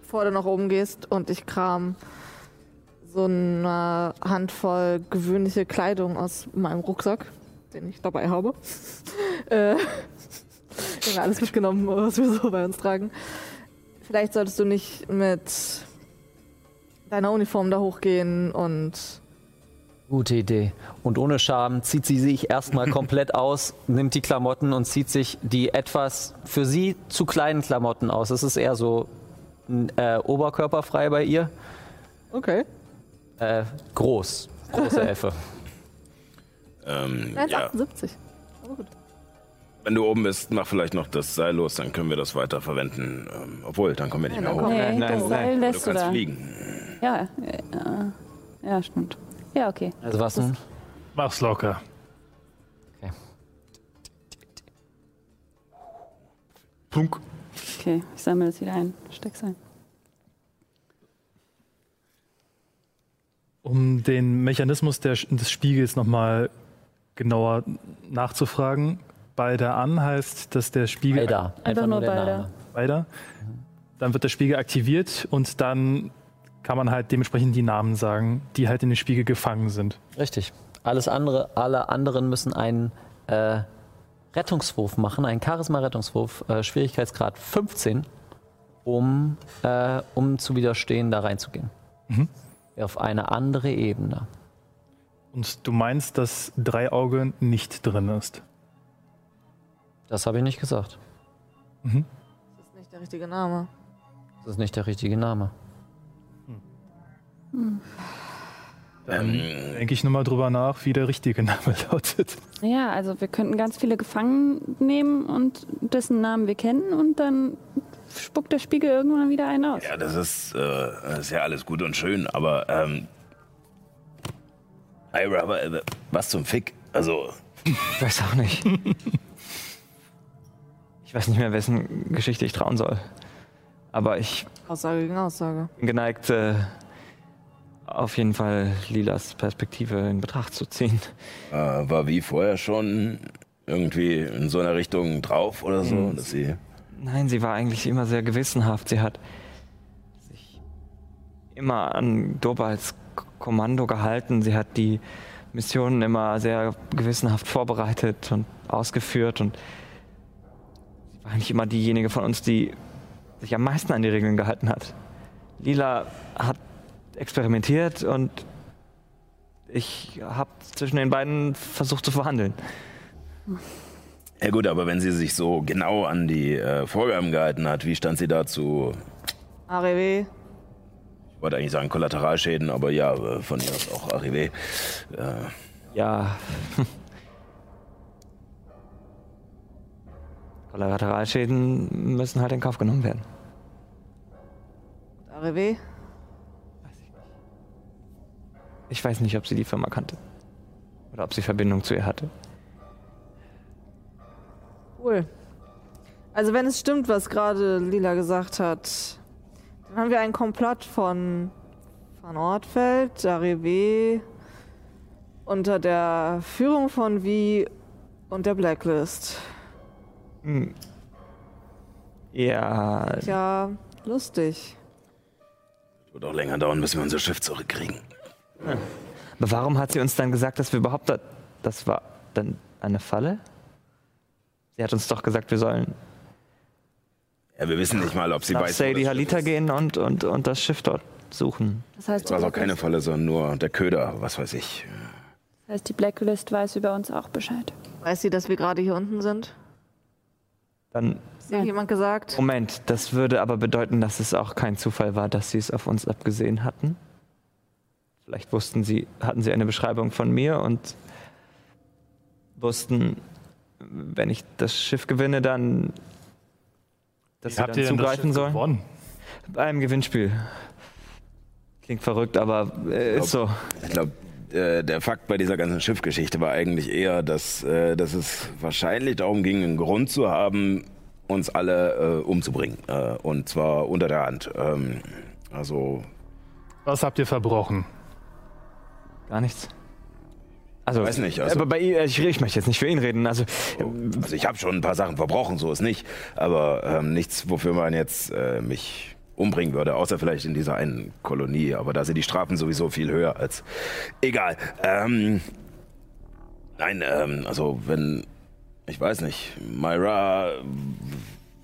bevor du nach oben gehst und ich kram so eine Handvoll gewöhnliche Kleidung aus meinem Rucksack, den ich dabei habe. äh, ich habe mir alles mitgenommen, was wir so bei uns tragen. Vielleicht solltest du nicht mit deiner Uniform da hochgehen und Gute Idee. Und ohne Scham zieht sie sich erstmal komplett aus, nimmt die Klamotten und zieht sich die etwas für sie zu kleinen Klamotten aus. Es ist eher so n- äh, oberkörperfrei bei ihr. okay. Äh, groß. Große Effe. Ähm, ja. 1,78. Wenn du oben bist, mach vielleicht noch das Seil los, dann können wir das weiter verwenden. Ähm, obwohl, dann kommen wir nicht mehr hoch. Nee, nein, das nein. Seil Du lässt du kannst da. fliegen. Ja, äh, äh, ja, stimmt. Ja, okay. Also was nun? Mach's locker. Punk. Okay, ich sammle das wieder ein. Steck's ein. Um den Mechanismus der, des Spiegels nochmal genauer nachzufragen. Balder an heißt, dass der Spiegel Balda. Einfach nur nur der Balda. Name. weiter. Dann wird der Spiegel aktiviert und dann kann man halt dementsprechend die Namen sagen, die halt in den Spiegel gefangen sind. Richtig. Alles andere, alle anderen müssen einen äh, Rettungswurf machen, einen Charisma-Rettungswurf, äh, Schwierigkeitsgrad 15, um, äh, um zu widerstehen, da reinzugehen. Mhm. Auf eine andere Ebene. Und du meinst, dass Dreiauge nicht drin ist. Das habe ich nicht gesagt. Das ist nicht der richtige Name. Das ist nicht der richtige Name. Dann Ähm, denke ich nochmal drüber nach, wie der richtige Name lautet. Ja, also wir könnten ganz viele gefangen nehmen und dessen Namen wir kennen und dann spuckt der Spiegel irgendwann wieder einen aus. Ja, das ist, äh, das ist ja alles gut und schön, aber ähm, Ira, wa- äh, was zum Fick? Also, Ich weiß auch nicht. ich weiß nicht mehr, wessen Geschichte ich trauen soll. Aber ich Aussage gegen Aussage. bin geneigt, äh, auf jeden Fall Lilas Perspektive in Betracht zu ziehen. äh, war wie vorher schon irgendwie in so einer Richtung drauf oder so, dass sie Nein, sie war eigentlich immer sehr gewissenhaft. Sie hat sich immer an Dobals K- Kommando gehalten. Sie hat die Missionen immer sehr gewissenhaft vorbereitet und ausgeführt. Und sie war eigentlich immer diejenige von uns, die sich am meisten an die Regeln gehalten hat. Lila hat experimentiert und ich habe zwischen den beiden versucht zu verhandeln. Ja gut, aber wenn sie sich so genau an die äh, Vorgaben gehalten hat, wie stand sie dazu? AREW. Ich wollte eigentlich sagen Kollateralschäden, aber ja, äh, von ihr aus auch Arrivé. Äh, Ja. Kollateralschäden müssen halt in Kauf genommen werden. AREW. Ich weiß nicht, ob sie die Firma kannte. Oder ob sie Verbindung zu ihr hatte. Cool. Also wenn es stimmt, was gerade Lila gesagt hat, dann haben wir einen Komplott von Van Ortfeld, Arrivé, unter der Führung von Vi und der Blacklist. Hm. Ja. Tja, lustig. wird auch länger dauern, bis wir unser Schiff zurückkriegen. Aber warum hat sie uns dann gesagt, dass wir überhaupt. Da, das war dann eine Falle? Sie hat uns doch gesagt, wir sollen Ja, wir wissen nicht mal, ob sie nach weiß, wo das Sadie Schiff Halita ist. gehen und, und, und das Schiff dort suchen. Das heißt, Das die war also keine Blacklist, Falle, sondern nur der Köder, was weiß ich. das heißt, die Blacklist weiß über uns auch Bescheid. Weiß sie, dass wir gerade hier unten sind? Dann jemand gesagt? Moment, das würde aber bedeuten, dass es auch kein Zufall war, dass sie es auf uns abgesehen hatten. Vielleicht wussten sie, hatten sie eine Beschreibung von mir und wussten, wenn ich das Schiff gewinne, dann dass sie Habt dann ihr denn das zugreifen Schiff sollen. gewonnen? Bei einem Gewinnspiel. Klingt verrückt, aber äh, ist so. Ich glaube, äh, der Fakt bei dieser ganzen Schiffgeschichte war eigentlich eher, dass, äh, dass es wahrscheinlich darum ging, einen Grund zu haben, uns alle äh, umzubringen. Äh, und zwar unter der Hand. Ähm, also, Was habt ihr verbrochen? Gar nichts. Also, Weiß nicht, also- aber bei ihm, ich, ich möchte jetzt nicht für ihn reden. Also, also ich habe schon ein paar Sachen verbrochen, so ist nicht. Aber ähm, nichts, wofür man jetzt äh, mich umbringen würde, außer vielleicht in dieser einen Kolonie. Aber da sind die Strafen sowieso viel höher als... Egal. Ähm, nein, ähm, also wenn... Ich weiß nicht. Myra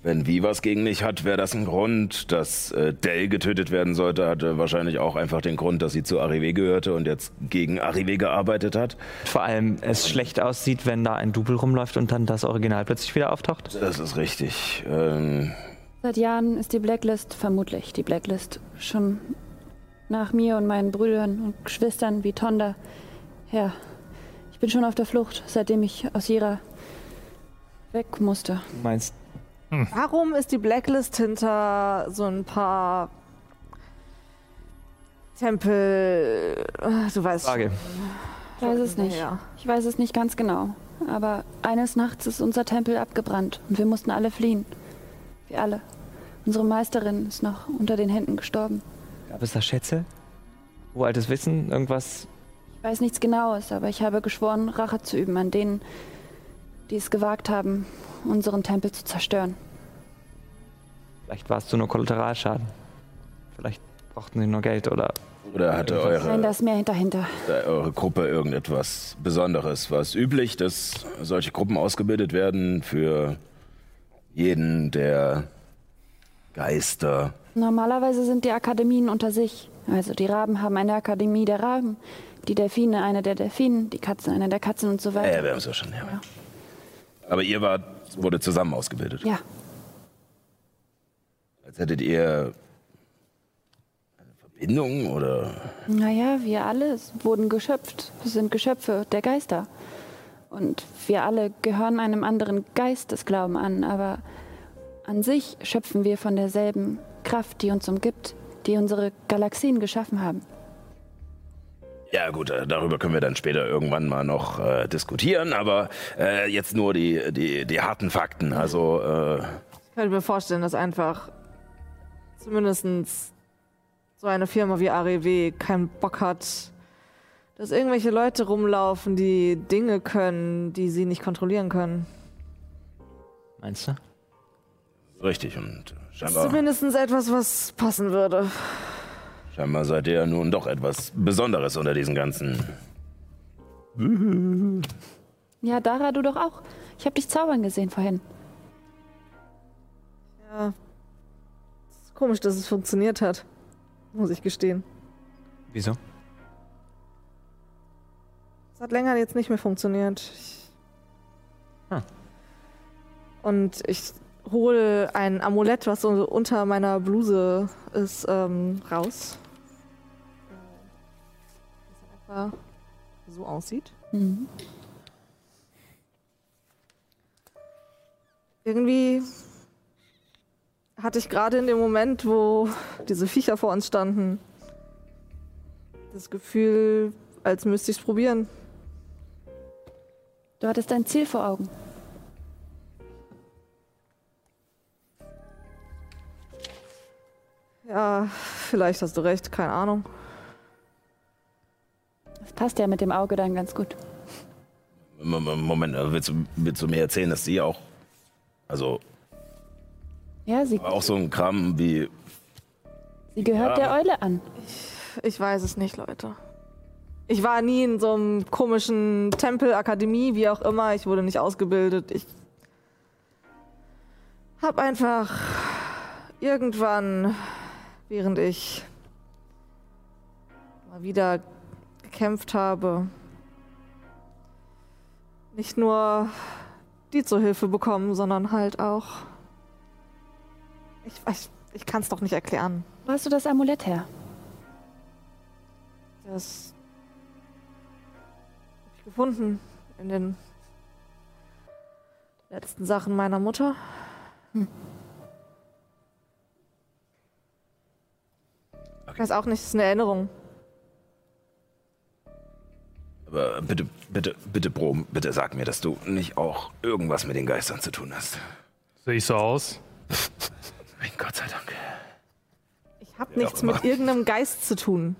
Wenn Vivas gegen mich hat, wäre das ein Grund. Dass äh, Dell getötet werden sollte, hatte wahrscheinlich auch einfach den Grund, dass sie zu Arrive gehörte und jetzt gegen Arrive gearbeitet hat. vor allem, es schlecht aussieht, wenn da ein Double rumläuft und dann das Original plötzlich wieder auftaucht. Das ist richtig. Ähm, Seit Jahren ist die Blacklist, vermutlich die Blacklist, schon nach mir und meinen Brüdern und Geschwistern wie Tonda her. Ich bin schon auf der Flucht, seitdem ich aus Jera weg musste. Du meinst, Warum ist die Blacklist hinter so ein paar Tempel? Ah, Du weißt. Frage. Ich weiß es nicht. Ja. Ich weiß es nicht ganz genau. Aber eines Nachts ist unser Tempel abgebrannt und wir mussten alle fliehen. Wir alle. Unsere Meisterin ist noch unter den Händen gestorben. Gab es da Schätze? Uraltes Wissen? Irgendwas? Ich weiß nichts Genaues, aber ich habe geschworen, Rache zu üben an denen, die es gewagt haben, unseren Tempel zu zerstören. Vielleicht warst du nur Kollateralschaden. Vielleicht brauchten sie nur Geld oder. oder hatte Nein, da eure, ist mehr hinterhinter. äh, eure Gruppe irgendetwas Besonderes? War es üblich, dass solche Gruppen ausgebildet werden für jeden der Geister? Normalerweise sind die Akademien unter sich. Also die Raben haben eine Akademie der Raben, die Delfine eine der Delfinen, die Katzen eine der Katzen und so Ja, weiter. ja, wir haben es ja schon. Ja. ja. Aber ihr wart, wurde zusammen ausgebildet. Ja, Als hättet ihr eine Verbindung oder naja, wir alle wurden geschöpft. Wir sind Geschöpfe der Geister. Und wir alle gehören einem anderen Geistesglauben an, aber an sich schöpfen wir von derselben Kraft, die uns umgibt, die unsere Galaxien geschaffen haben. Ja gut, äh, darüber können wir dann später irgendwann mal noch äh, diskutieren, aber äh, jetzt nur die, die, die harten Fakten. Also äh, Ich könnte mir vorstellen, dass einfach zumindest so eine Firma wie AREW keinen Bock hat, dass irgendwelche Leute rumlaufen, die Dinge können, die sie nicht kontrollieren können. Meinst du? richtig und scheinbar, Zumindest etwas, was passen würde. scheinbar seid ihr ja nun doch etwas Besonderes unter diesen ganzen. Ja, Dara, du doch auch. Ich habe dich zaubern gesehen vorhin. Ja. Ist komisch, dass es funktioniert hat. Muss ich gestehen. Wieso? Es hat länger jetzt nicht mehr funktioniert. Ich Hm. Und ich hole ein Amulett, was so unter meiner Bluse ist, ähm, raus. Das etwa so aussieht. Mhm. Irgendwie hatte ich gerade in dem Moment, wo diese Viecher vor uns standen, das Gefühl, als müsste ich es probieren. Du hattest dein Ziel vor Augen. Ja, vielleicht hast du recht, keine Ahnung. Das passt ja mit dem Auge dann ganz gut. M- M- Moment, äh, willst, du- willst du mir erzählen, dass die auch. Also Ja, sie, auch so ein Kram wie. sie gehört der Eule an. Ich weiß es nicht, Leute. Ich war nie in so einem komischen Tempel, Akademie, wie auch immer. Ich wurde nicht ausgebildet. Ich hab einfach irgendwann, während ich mal wieder gekämpft habe, nicht nur die zur Hilfe bekommen, sondern halt auch Ich, ich, ich kann es doch nicht erklären. Wo hast du das Amulett her? Das habe ich gefunden in den letzten Sachen meiner Mutter. Ich weiß auch nicht, es ist eine Erinnerung. Aber bitte, bitte, bitte, Brom, bitte sag mir, dass du nicht auch irgendwas mit den Geistern zu tun hast. Sehe ich so aus? Mein Gott sei Dank. Ich habe Ja, nichts aber- mit irgendeinem Geist zu tun.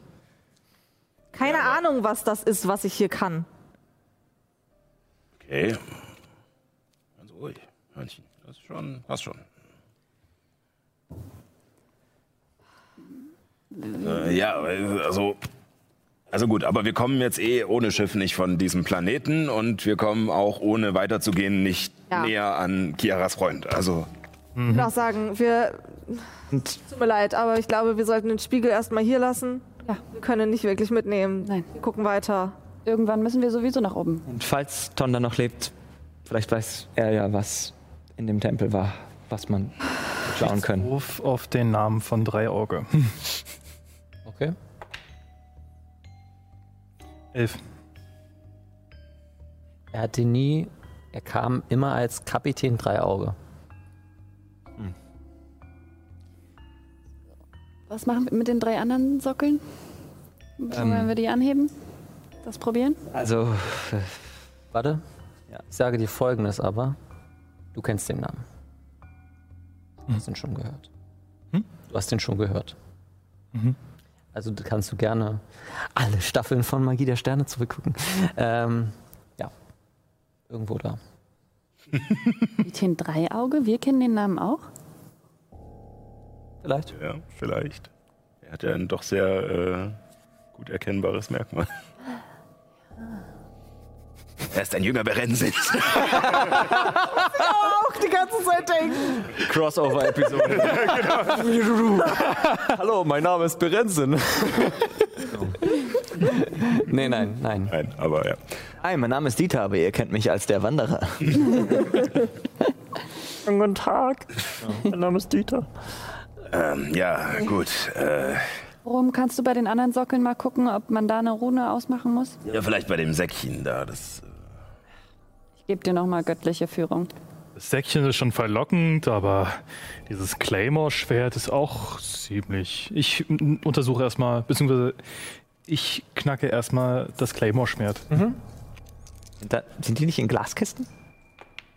Keine Ahnung, was das ist, was ich hier kann. Okay. Ganz ruhig, Hörnchen. Das ist schon, hast schon. Äh, ja, also. Also gut, aber wir kommen jetzt eh ohne Schiff nicht von diesem Planeten und wir kommen auch ohne weiterzugehen nicht Ja. näher an Kiaras Freund. Also Ich würde auch sagen, wir. Tut mir leid, aber ich glaube, wir sollten den Spiegel erstmal hier lassen. Ja. Wir können ihn nicht wirklich mitnehmen. Nein. Wir gucken weiter. Irgendwann müssen wir sowieso nach oben. Und falls Tonda noch lebt, vielleicht weiß er ja, was in dem Tempel war, was man klauen können. Ruf auf den Namen von Dreiauge. Hm, Okay. Elf. Er hatte nie, er kam immer als Kapitän Dreiauge. Was machen wir mit den drei anderen Sockeln? Wollen wir die anheben? Das probieren? Also, Warte. Ich sage dir folgendes aber. Du kennst den Namen. Du Mhm. hast ihn schon gehört. Hm? Du hast ihn schon gehört. Mhm. Also du kannst du gerne alle Staffeln von Magie der Sterne zurückgucken. Ähm, ja. Irgendwo da. Kapitän Dreiauge, wir kennen den Namen auch. Vielleicht. Ja, vielleicht. Er hat ja ein doch sehr äh, gut erkennbares Merkmal. Ah, Er ist ein jünger Berensitz. Auch die ganze Zeit denken. Crossover-Episode. Hallo, mein Name ist Berenzin. nee, nein, nein. Nein, aber ja. Hi, mein Name ist Dieter, aber ihr kennt mich als der Wanderer. Guten Tag. Mein Name ist Dieter. Ähm, ja, gut. Äh, Warum kannst du bei den anderen Sockeln mal gucken, ob man da eine Rune ausmachen muss? ja, vielleicht bei dem Säckchen da. Das, äh, Ich gebe dir nochmal göttliche Führung. Das Säckchen ist schon verlockend, aber dieses Claymore-Schwert ist auch ziemlich. Ich m, untersuche erstmal, beziehungsweise ich knacke erstmal das Claymore-Schwert. Sind, da, sind die nicht in Glaskisten?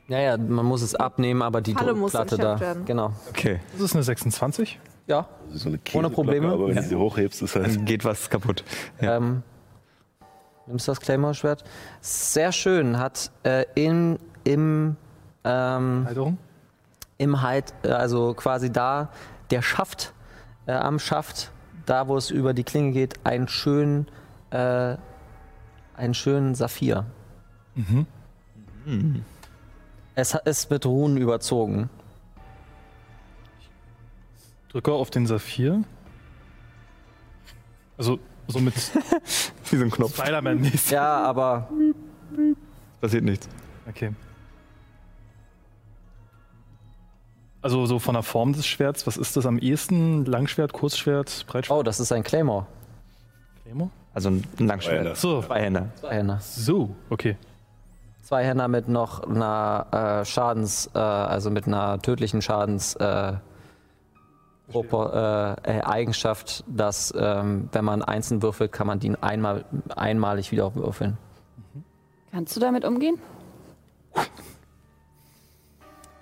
Naja, man muss es abnehmen, aber die Falle muss Druckplatte da. entschärft werden. Genau. Okay. Das ist eine 26. Ja. das ist so eine Ohne Probleme? Aber wenn du sie hochhebst, ist halt. Geht was kaputt. Ähm, nimmst das Claymore-Schwert. Sehr schön, hat äh, in, im, ähm, Halterung. im halt, äh, also quasi da, der Schaft, äh, am Schaft, da wo es über die Klinge geht, einen schönen, äh, einen schönen Saphir. Mhm. Es ha- ist mit Runen überzogen. Drücke auf den Saphir. Also so mit Wie so ein Knopf. Spider-Man-mäßig. Ja, aber Passiert nichts. Okay. Also so von der Form des Schwerts, was ist das am ehesten? Langschwert, Kurzschwert, Breitschwert? oh, das ist ein Claymore. Claymore? Also ein ein Langschwert. So, Zwei Hände. Zweihänder. so, okay. Zweihänder mit noch einer äh, Schadens, äh, also mit einer tödlichen Schadens äh, Propo- äh, äh, Eigenschaft, dass ähm, wenn man einzeln würfelt, kann man den einmal, einmalig wieder würfeln. Kannst du damit umgehen?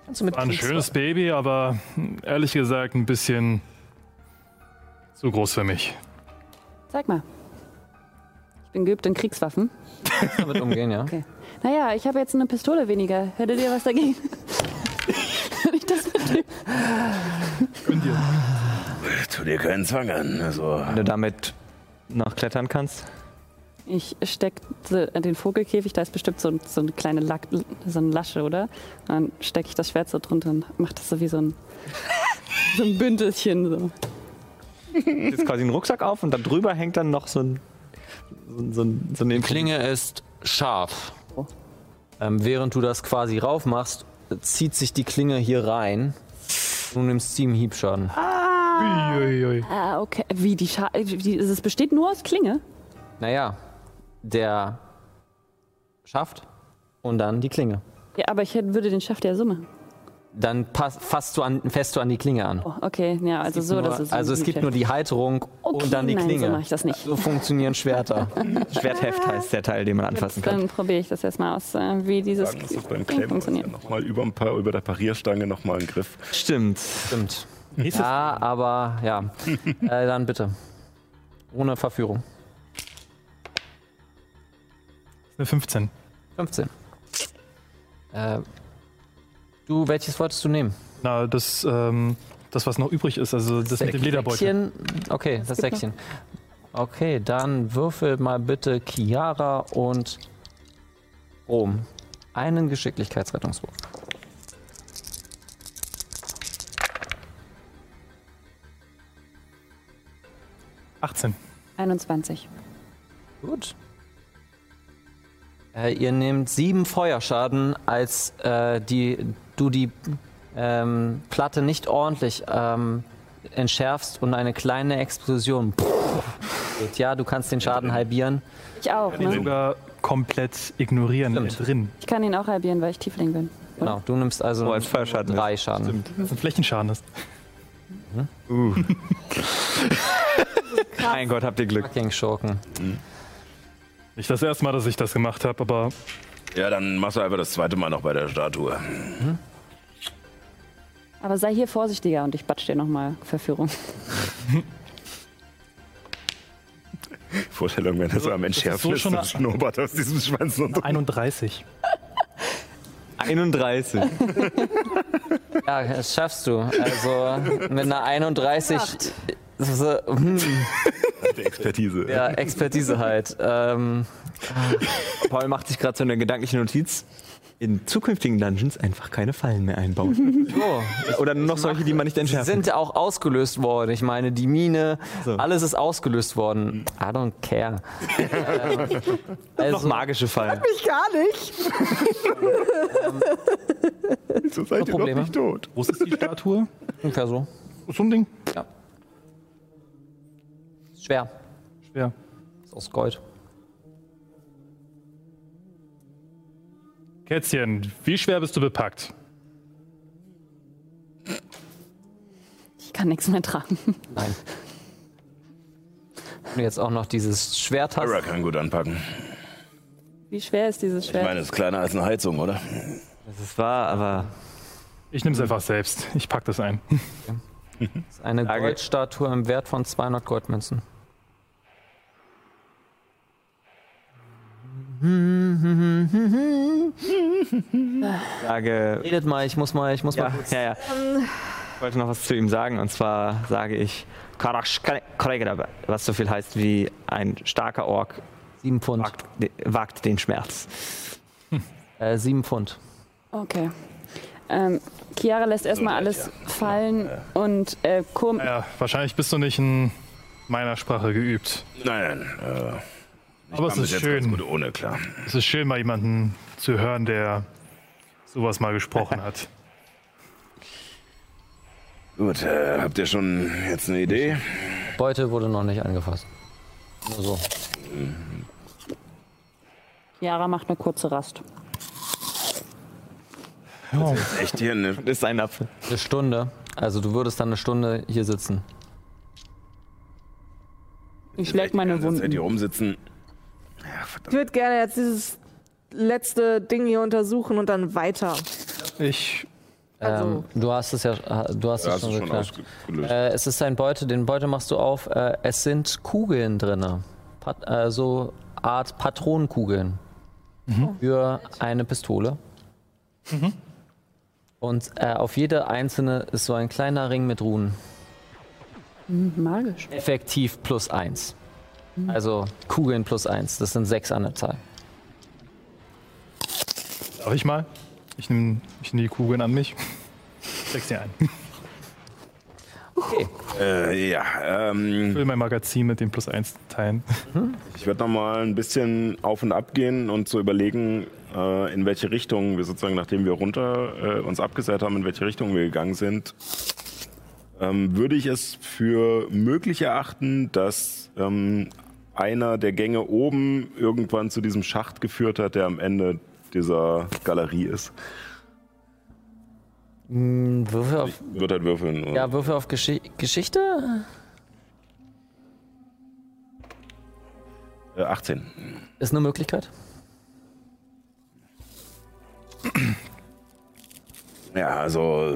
Kannst du mit War ein Kriegs- schönes Baby, aber hm, ehrlich gesagt ein bisschen zu groß für mich. Zeig mal. Ich bin geübt in Kriegswaffen. damit umgehen, ja. Naja, ich habe jetzt eine Pistole weniger. Hättet ihr was dagegen? Wenn ich das mit Tu dir keinen Zwang an. Also, Wenn du damit noch klettern kannst. ich steckte den Vogelkäfig, da ist bestimmt so, so eine kleine Lack, so eine Lasche, oder? Dann stecke ich das Schwert so drunter und mache das so wie so ein, so ein Bündelchen. So. Jetzt quasi einen Rucksack auf und da drüber hängt dann noch so ein. So, ein- so, ein- so eine Klinge ist scharf. Oh. Ähm, während du das quasi raufmachst, zieht sich die Klinge hier rein Du nimmst sieben Hiebschaden. Uiuiui. Ah, okay. Wie, die Scha äh, die, Es besteht nur aus Klinge? Naja, der Schaft und dann die Klinge. Ja, aber ich hätte, würde den Schaft ja so machen. Dann pass, fasst du an, fässt du an die Klinge an. Oh, okay, ja, also so, nur, dass es. also es gibt nur die Halterung Okay, und dann die nein, Klinge. so mach ich das nicht. So funktionieren Schwerter. Schwertheft heißt der Teil, den man anfassen kann. Dann probiere ich das erstmal aus, äh, wie dieses Sagen, das ist beim Ding Claim funktioniert. nochmal über, ein paar- über der Parierstange nochmal ein Griff. Stimmt. Stimmt. Nächstes Ja, aber ja. äh, dann bitte. Ohne Verführung. ist eine 15. 15. Äh, du, welches wolltest du nehmen? Na, das, ähm, das, was noch übrig ist, also das mit dem Säck- Lederbeutel. Säckchen. Okay, das gibt noch- Säckchen. Okay, dann würfel mal bitte Chiara und Rom. Einen Geschicklichkeitsrettungswurf. Säckchen. 18. 21. Gut. Äh, ihr nehmt sieben Feuerschaden, als äh, die, du die ähm, Platte nicht ordentlich ähm, entschärfst und eine kleine Explosion. geht. Ja, du kannst den Schaden halbieren. Ich auch, Den ne? sogar komplett ignorieren Stimmt. äh, drin. Ich kann ihn auch halbieren, weil ich Tiefling bin. Genau, du nimmst also Oh, als Feuerschaden. drei Schaden. Stimmt. Das ein Flächenschaden ist. Uh. Mein Gott, habt ihr Glück. Fucking Schurken. Nicht das erste Mal, dass ich das gemacht habe, aber Ja, dann machst du einfach das zweite Mal noch bei der Statue. Aber sei hier vorsichtiger und ich batsch dir nochmal Verführung. Vorstellung, wenn er so am Entschärfen so ist schon und eine- schnobert aus diesem Schwanz. Und 31. 31. Ja, das schaffst du. Also mit einer 31 so, hm, der Expertise. ja, Expertise halt. Ähm, Paul macht sich gerade so eine gedankliche Notiz. In zukünftigen Dungeons einfach keine Fallen mehr einbauen. so, Oder nur noch solche, die man nicht Sie entschärfen sind auch ausgelöst worden. Ich meine, die Mine, So. alles ist ausgelöst worden. I don't care. äh, Noch also, magische Fallen. Ich gar nicht. So seid ihr Probleme. noch nicht tot. Wo ist die Statue? ungefähr so. So ein Ding. Schwer. Schwer. Ist aus Gold. Kätzchen, wie schwer bist du bepackt? Ich kann nichts mehr tragen. Nein. Wenn du jetzt auch noch dieses Schwert hast. Ara kann gut anpacken. Wie schwer ist dieses Ich Schwert? meine, es ist kleiner als eine Heizung, oder? Das ist wahr, aber Ich nehme es einfach selbst. Ich pack das ein. Ist eine Frage. Goldstatue im Wert von 200 Goldmünzen. sage. Redet mal, ich muss mal, ich muss Ja, mal. kurz- ja, ja. Ich wollte noch was zu ihm sagen und zwar sage ich Karash Kregrabe, was so viel heißt wie ein starker Ork Sieben Pfund. wagt, de- wagt den Schmerz. Äh, sieben Pfund. Okay. Ähm, Chiara lässt erstmal alles fallen und äh, Kurm. Ja, wahrscheinlich bist du nicht in meiner Sprache geübt. Nein, nein. Äh, ich Aber es kam ist bis jetzt schön. Ganz gut ohne, klar. Es ist schön, mal jemanden zu hören, der sowas mal gesprochen hat. Gut, äh, habt ihr schon jetzt eine Idee? Beute wurde noch nicht angefasst. Nur so. Chiara macht eine kurze Rast. Echt hier ne? eine Das ist ein Apfel. Eine Stunde. Also du würdest dann eine Stunde hier sitzen. Ich leck meine Jetzt seid ihr Wunden. rumsitzen. Ich würde gerne jetzt dieses letzte Ding hier untersuchen und dann weiter. Ich. Also, Also Ähm, du hast es ja, du hast es Ja, hast schon du schon geknackt. ausgelöst. Äh, es ist ein Beute, den Beute machst du auf. Äh, es sind Kugeln drin. Pat äh, so Art Patronenkugeln. Für eine Pistole. Und äh, auf jede einzelne ist so ein kleiner Ring mit Runen. Magisch. Effektiv plus eins. Also Kugeln plus eins. Das sind sechs an der Zahl. Darf ich mal? Ich nehme ich nehm die Kugeln an mich. Steck sie ein. Äh, ja, ähm, Füll mein Magazin mit den plus 1 Teilen. ich werde nochmal ein bisschen auf und ab gehen und zu so überlegen, äh, in welche Richtung wir sozusagen, nachdem wir runter äh, uns abgeseilt haben, in welche Richtung wir gegangen sind, ähm, würde ich es für möglich erachten, dass ähm, einer der Gänge oben irgendwann zu diesem Schacht geführt hat, der am Ende dieser Galerie ist. Hm, Würfel auf, Ich würde halt würfeln. oder? ja, Würfel auf Geschi Geschichte? Äh, 18. Ist eine Möglichkeit. Ja, also.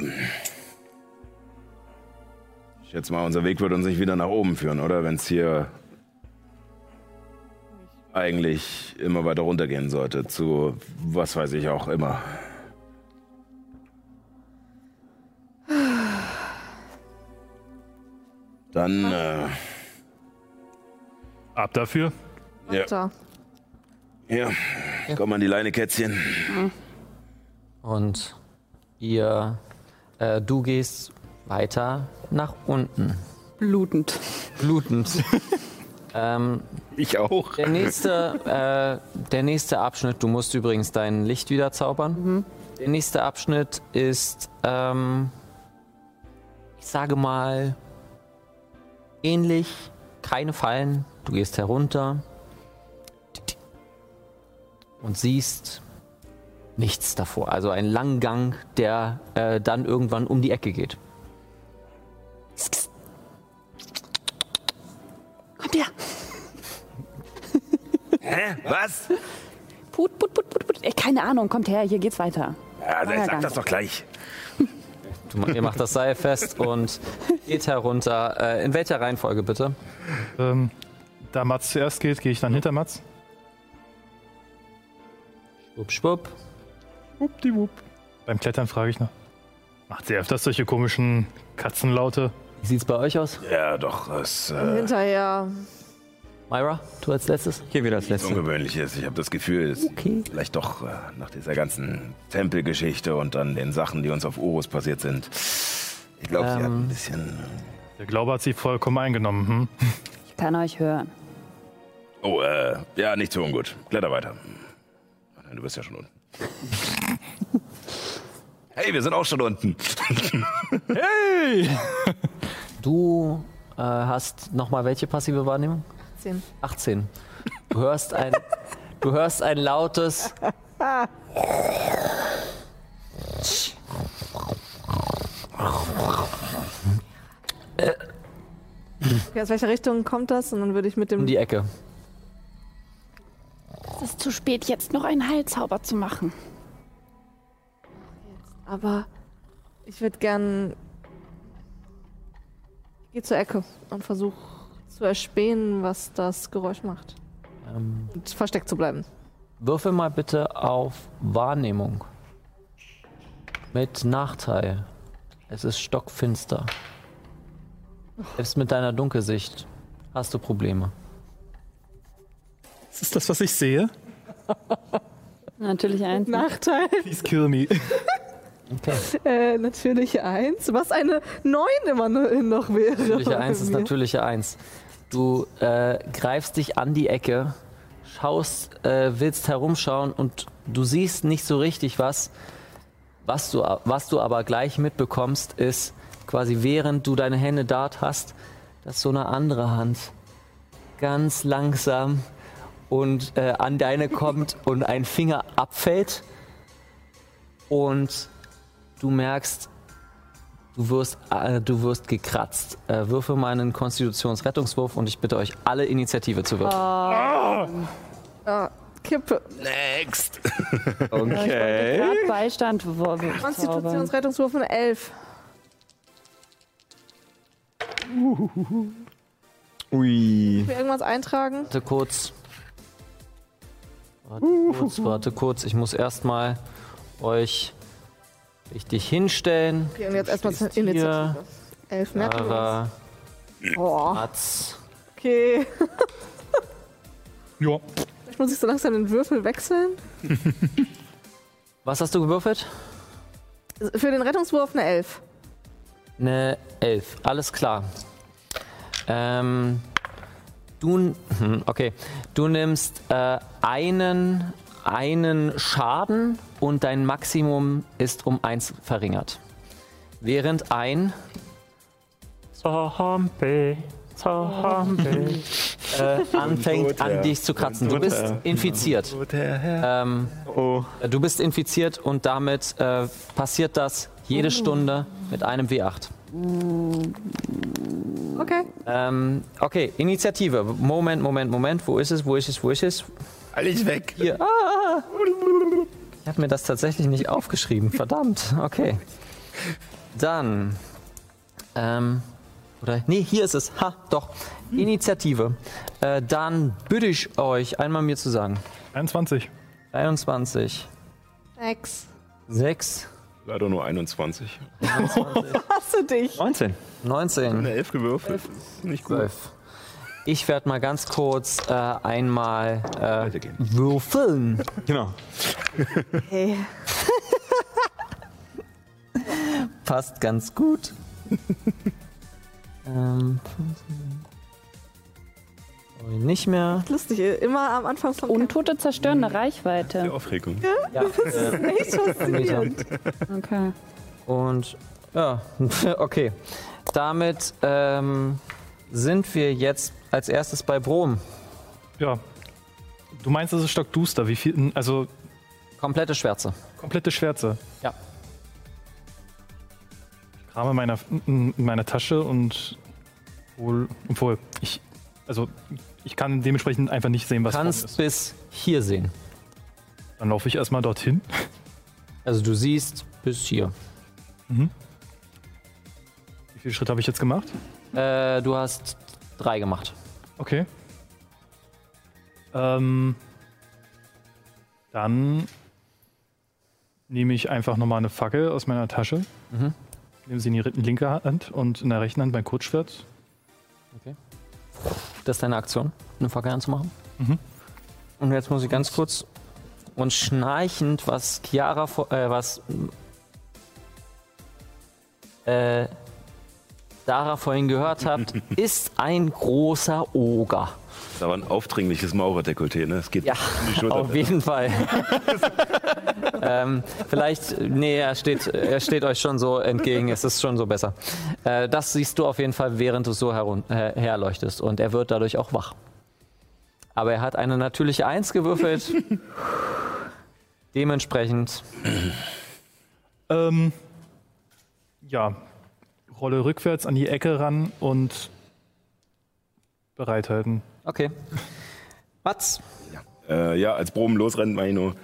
Ich schätze mal, unser Weg wird uns nicht wieder nach oben führen, oder? Wenn es hier eigentlich immer weiter runtergehen sollte, zu was weiß ich auch immer. Dann, äh, Ab dafür. ja, Da. ja, komm an die Leine, Kätzchen. Und ihr, äh, du gehst weiter nach unten. Blutend. Blutend. ähm, Ich auch. Der nächste, äh, der nächste Abschnitt, du musst übrigens dein Licht wieder zaubern. Der nächste Abschnitt ist, ähm, ich sage mal, ähnlich, keine Fallen. Du gehst herunter und siehst nichts davor. Also einen langen Gang, der äh, dann irgendwann um die Ecke geht. Kommt her. Hä? Was? Put, put, put, put, put. Ey, keine Ahnung, kommt her, hier geht's weiter. Ja, ja gar sag das nicht. doch gleich. Du, ihr macht das Seil fest und geht herunter. Äh, in welcher Reihenfolge bitte? Ähm, da Mats zuerst geht, gehe ich dann hinter Mats. Schwupp, schwupp. Beim Klettern frage ich noch. Macht sie öfters solche komischen Katzenlaute? Wie sieht's bei euch aus? Ja, doch, es äh, Hinterher. Myra, du als letztes? Hier wieder das letzte. Ungewöhnliches. Ich habe das Gefühl, es Okay. vielleicht doch äh, nach dieser ganzen Tempelgeschichte und dann den Sachen, die uns auf Urus passiert sind. Ich glaube, sie hat Ähm. ein bisschen. Der Glaube hat sie vollkommen eingenommen. Hm? Ich kann euch hören. Oh, äh, ja, nicht so ungut. Kletter weiter. Ach nein, du bist ja schon unten. hey, wir sind auch schon unten. Du äh, hast nochmal welche passive Wahrnehmung? 10. 18. Du hörst ein, du hörst ein lautes. Okay, aus welcher Richtung kommt das? Und dann würde ich mit dem. um die Ecke. Es ist zu spät, jetzt noch einen Heilzauber zu machen. Aber ich würde gern. Ich gehe zur Ecke und versuche zu erspähen, was das Geräusch macht. Ähm, Und versteckt zu bleiben. würfel mal bitte auf Wahrnehmung. Mit Nachteil. Es ist stockfinster. Selbst mit deiner Dunkelsicht hast du Probleme. Ist das, was ich sehe? Natürlich eins. Nachteil? Please kill me. Okay. Äh, natürlich eins. Was eine 9 immer noch wäre. Natürliche Eins ist natürliche Eins. Du äh, greifst dich an die Ecke, schaust, äh, willst herumschauen und du siehst nicht so richtig was. Was du, a- was du aber gleich mitbekommst, ist quasi während du deine Hände dort hast, dass so eine andere Hand ganz langsam und äh, an deine kommt und ein Finger abfällt und du merkst, Du wirst, äh, du wirst gekratzt. Äh, würfe mal einen Konstitutionsrettungswurf und ich bitte euch, alle Initiative zu würfeln. Kippe. Next. Okay. Grad Beistand. wo- wo- zaubern. Konstitutionsrettungswurf eine 11. Ui. Ich will irgendwas eintragen. Warte kurz. Warte kurz, warte kurz. Ich muss erstmal euch richtig hinstellen. Okay, und jetzt erstmal zur stehst hier. Initiative. 11 merken wir uns. Sarah, Boah, Mats. okay. Ja. Vielleicht muss ich so langsam den Würfel wechseln. Was hast du gewürfelt? Für den Rettungswurf eine 11. Eine 11. Alles klar. Ähm, du, hm, okay. du nimmst äh, einen, einen Schaden und dein Maximum ist um 1 verringert. Während ein Zombie, Zombie. äh, anfängt an dich zu kratzen. Du bist infiziert. Ähm, Du bist infiziert und damit äh, passiert das jede Stunde mit einem W8. Okay. Ähm, okay, Initiative. Moment, Moment, Moment. Wo ist es? Wo ist es? Wo ist es? Alles Halt weg. Hier. Ah! Ich habe mir das tatsächlich nicht aufgeschrieben. Verdammt. Okay. Dann. Ähm. Oder. Nee, hier ist es. Ha, doch. Initiative. Äh, dann bitte ich euch, einmal mir zu sagen: 21. 23, Sechs. 6, Leider nur 21. Hasse dich. 19. 19. Eine 11 gewürfelt. Ist nicht gut. Ich werde mal ganz kurz äh, einmal äh, Weitergehen. würfeln. Genau. Hey. Passt ganz gut. ähm, nicht mehr. Lustig, immer am Anfang vom Untote zerstören eine Reichweite. Die Aufregung. Ja, äh, Camp. Echt faszinierend. Okay. und ja, okay. Damit ähm, sind wir jetzt als erstes bei Brom. Ja. Du meinst, es ist stockduster. Wie viel? Also Komplette Schwärze. komplette Schwärze. Ja. Ich krame in meiner, in meiner Tasche und hol. Obwohl, ich. Also, ich kann dementsprechend einfach nicht sehen, was vorne Kannst ist. bis hier sehen. Dann laufe ich erstmal dorthin. Also du siehst bis hier. Mhm. Wie viele Schritte habe ich jetzt gemacht? Äh, du hast drei gemacht. Okay. Ähm, dann nehme ich einfach nochmal eine Fackel aus meiner Tasche, nehme sie in die ri- linke Hand und in der rechten Hand mein Kurzschwert. Das ist deine Aktion, eine Fackel anzumachen. Mhm. Und jetzt muss ich ganz kurz und schnarchend, was Chiara, vor- äh, was äh, Dara vorhin gehört habt, ist ein großer Oger. Das ist aber ein aufdringliches Maurerdekolleté, ne? Es geht Ja, um die Schulter. Auf jeden Fall. ähm, vielleicht, nee, er steht, er steht euch schon so entgegen, es ist schon so besser. Äh, das siehst du auf jeden Fall, während du so herun äh, herleuchtest. Und er wird dadurch auch wach. Aber er hat eine natürliche Eins gewürfelt. Dementsprechend, Ähm, ja, rolle rückwärts an die Ecke ran und bereithalten. okay. Mats, Äh, ja, als Brom losrennt, meine ich nur,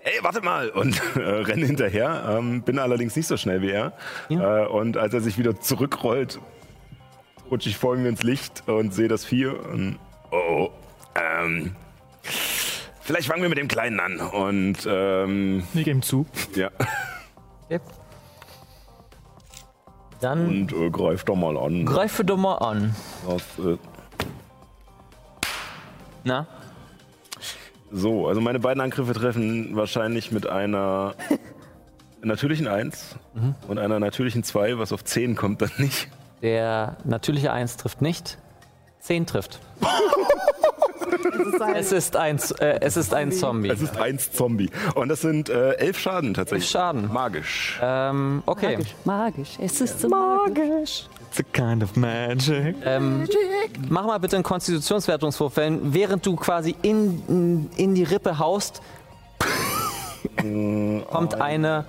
ey, warte mal! Und äh, renne hinterher, ähm, bin allerdings nicht so schnell wie er. Äh, und als er sich wieder zurückrollt, rutsche ich vor ihm ins Licht und sehe das Vieh. Und, oh, oh, ähm, vielleicht fangen wir mit dem Kleinen an. Und ähm, Nick ihm zu. ja, dann und äh, greif doch mal an. greife doch mal an. Das, äh, Na? So, also meine beiden Angriffe treffen wahrscheinlich mit einer natürlichen 1 und einer natürlichen 2, was auf 10 kommt dann nicht. Der natürliche Eins trifft nicht. Zehn trifft. es, ist ein, Z- äh, es ist ein Zombie. Es ist 1 Zombie. Und das sind äh, 11 Schaden tatsächlich. Schaden. Magisch. Ähm, okay. Magisch, magisch. Es ist so magisch. It's a kind of magic. Ähm, mach mal bitte einen Konstitutionswertungswurf, wenn, während du quasi in, in, in die Rippe haust, kommt eine,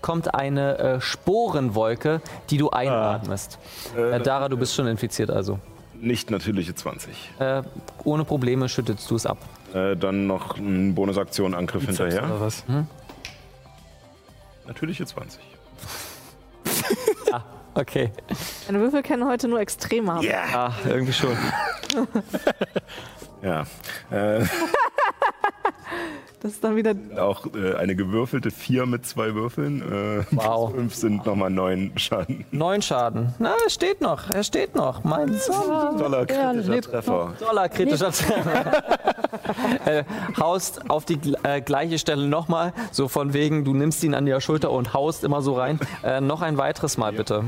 kommt eine äh, Sporenwolke, die du einatmest. Ah. Äh, Dara, du bist schon infiziert, also. Nicht natürliche 20. Äh, ohne Probleme schüttelst du es ab. Äh, dann noch ein Bonusaktion-Angriff hinterher. Oder was? Natürliche 20. Okay. Deine Würfel kennen heute nur Extreme haben. Yeah. Ah, Ach, irgendwie schon. Ja. Äh, Das ist dann wieder auch äh, eine gewürfelte 4 mit zwei Würfeln. Äh, Wow. 5 sind nochmal 9 Schaden. Neun Schaden. Na, er steht noch. Er steht noch. Mein Zombie. Toller kritischer Treffer. Dollar kritischer äh, Haust auf die gl- äh, gleiche Stelle nochmal, so von wegen, du nimmst ihn an die Schulter und haust immer so rein. Äh, noch ein weiteres Mal bitte.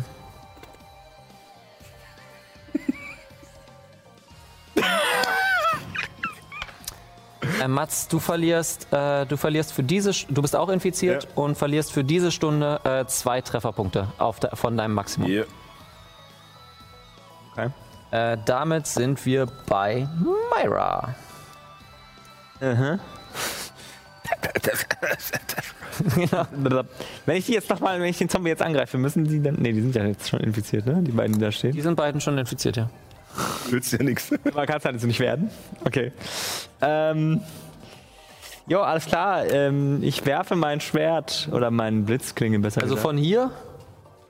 Äh, Mats, du verlierst, äh, du verlierst für diese, Sch- du bist auch infiziert Ja. und verlierst für diese Stunde äh, zwei Trefferpunkte auf de, von deinem Maximum. Yeah. Okay. Äh, damit sind wir bei Myra. Blablabla. Wenn ich die jetzt nochmal, wenn ich den Zombie jetzt angreife, müssen die dann. Ne, die sind ja jetzt schon infiziert, ne? Die beiden, die da stehen. Die sind beiden schon infiziert, ja. Nützt ja nichts. Man kann es halt jetzt nicht werden. Okay. Ähm. Jo, alles klar. Ähm, ich werfe mein Schwert oder meinen Blitzklinge besser. Also gesagt. von hier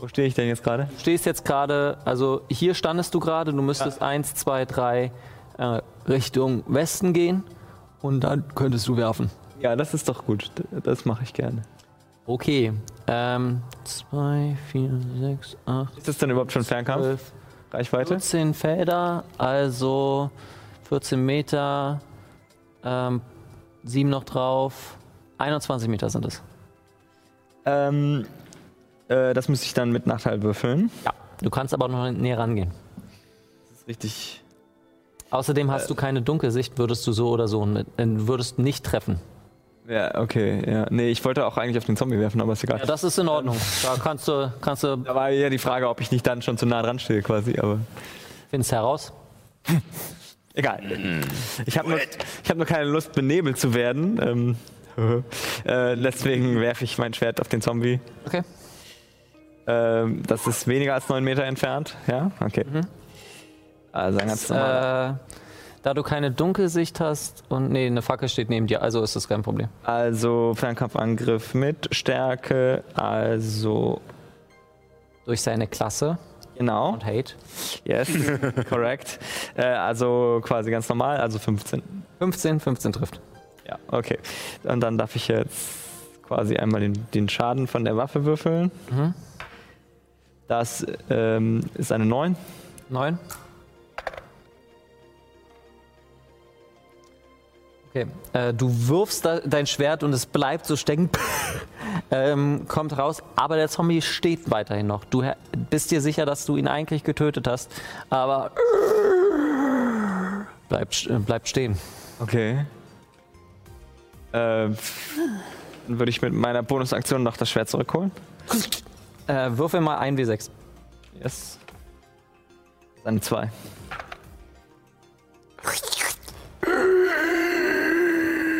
Wo stehe ich denn jetzt gerade? stehst jetzt gerade, also hier standest du gerade, du müsstest eins, zwei, drei äh, Richtung Westen gehen und dann könntest du werfen. Ja, das ist doch gut. D- Das mache ich gerne. Okay. Ähm, zwei, vier, sechs, acht, Ist das denn überhaupt schon Fernkampf? zwölf, Reichweite? 14 Felder, also 14 Meter, ähm, sieben noch drauf, 21 Meter sind es. Ähm, äh, das müsste ich dann mit Nachteil würfeln. Ja. Du kannst aber noch näher rangehen. Das ist richtig. Außerdem hast du keine Dunkelsicht, würdest du so oder so mit, äh, würdest nicht treffen. Ja, okay. Ja. Nee, ich wollte auch eigentlich auf den Zombie werfen, aber ist egal. Ja, das ist in Ordnung. Ähm. Da kannst du, kannst du da war ja die Frage, ob ich nicht dann schon zu nah dran stehe, quasi, aber. findest heraus. Egal. Ich habe nur, ich hab nur keine Lust, benebelt zu werden. Ähm, äh, deswegen werfe ich mein Schwert auf den Zombie. Okay. Ähm, das ist weniger als 9 Meter entfernt. Ja, okay. Also ein ganz normaler. Mhm. Äh, da du keine Dunkelsicht hast und nee, eine Fackel steht neben dir, also ist das kein Problem. Also Fernkampfangriff mit Stärke. Also Durch seine Klasse genau. und Hate. Yes, correct. Äh, also quasi ganz normal. Also 15. 15, 15 trifft. Ja, okay. Und dann darf ich jetzt quasi einmal den, den Schaden von der Waffe würfeln. Mhm. Das ähm, ist eine 9. 9. Okay. Äh, du wirfst da dein Schwert und es bleibt so stecken. ähm, kommt raus, aber der Zombie steht weiterhin noch. Du he- bist dir sicher, dass du ihn eigentlich getötet hast, aber bleibt, st- äh, bleibt stehen. Okay. Äh, dann würde ich mit meiner Bonusaktion noch das Schwert zurückholen. Äh, würfel mal 1w6. Yes. Das ist eine 2.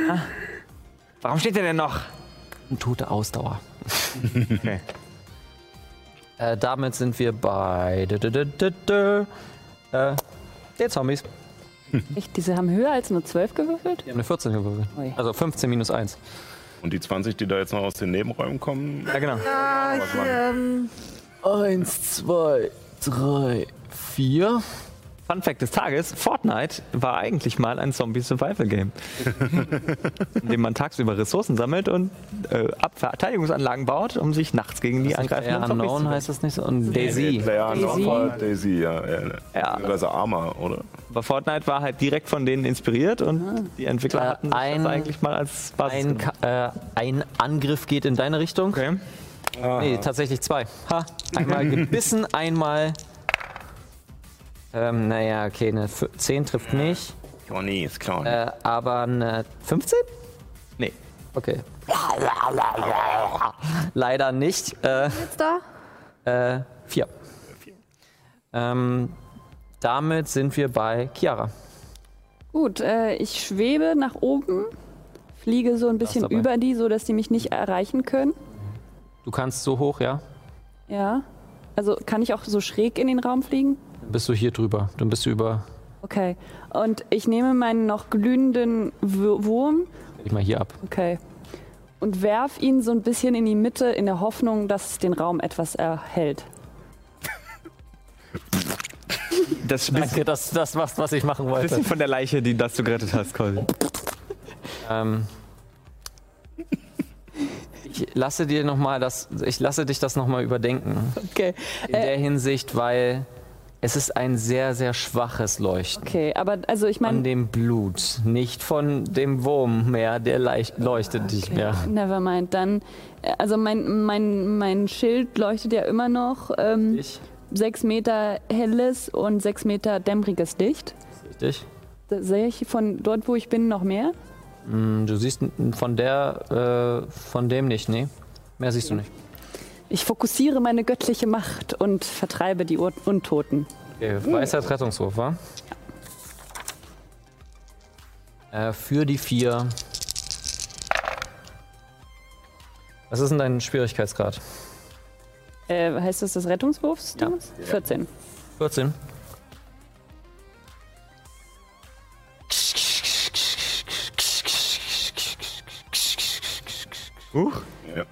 Ah. Warum steht der denn noch? Tote Ausdauer. Okay. Äh, damit sind wir bei. dö, dö, dö, dö, dö. Äh, den Zombies. Die Echt, diese haben höher als nur 12 gewürfelt? haben eine 14 gewürfelt. Ui. Also 15 minus 1. Und die 20, die da jetzt noch aus den Nebenräumen kommen, Ja, genau. was waren? Eins, zwei, drei, vier. Fun Fact des Tages: Fortnite war eigentlich mal ein Zombie-Survival-Game, in dem man tagsüber Ressourcen sammelt und äh, Ab- Verteidigungsanlagen baut, um sich nachts gegen die Ja, angreifenden Zombies zu Unknown wehren. heißt das nicht so. Und Daisy. Player Daisy. Daisy, ja. ja. Ja. Beziehungsweise Arma, oder? Aber Fortnite war halt direkt von denen inspiriert und die Entwickler Äh, hatten sich ein- das eigentlich mal als Basis. Ein, genommen. Ka- äh, ein Angriff geht in deine Richtung. okay. Nee, tatsächlich zwei. Ha, einmal gebissen, einmal. Ähm, naja, okay, eine F- 10 trifft nicht. Johnny ist klar. Äh, aber eine 15? Nee. Okay. Leider nicht. Äh, Jetzt da? äh, vier. Ähm, damit sind wir bei Chiara. Gut, äh, ich schwebe nach oben, fliege so ein bisschen dabei. über die, so dass die mich nicht erreichen können. Du kannst so hoch, ja? Ja. Also kann ich auch so schräg in den Raum fliegen? Dann bist du hier drüber. Dann bist du über. Okay. Und ich nehme meinen noch glühenden Wür- Wurm, Ich mal hier ab. okay, und werf ihn so ein bisschen in die Mitte in der Hoffnung, dass es den Raum etwas erhält. Das bist Okay, das, das war's, was ich machen wollte. bisschen von der Leiche, die das du gerettet hast, quasi. Ähm, ich lasse dir noch mal das, ich lasse dich das nochmal überdenken. Okay. In der Hinsicht, weil es ist ein sehr, sehr schwaches Leuchten. Okay, aber also ich meine, Von dem Blut, nicht von dem Wurm mehr, der leicht, leuchtet nicht mehr. Never mind. Dann, äh, also mein, mein, mein Schild leuchtet ja immer noch. Ähm, Richtig? sechs Meter helles und sechs Meter dämmeriges Licht. Richtig? Da sehe ich von dort, wo ich bin, noch mehr. Hm, Du siehst n- von der, äh, von dem nicht, nee. Mehr siehst du nicht. Ich fokussiere meine göttliche Macht und vertreibe die Ur Untoten. Okay, Weisheit Äh, Rettungswurf, wa? Äh, für die vier. Was ist denn dein Schwierigkeitsgrad? Äh, heißt das das Rettungswurfs? Ja. 14. 14.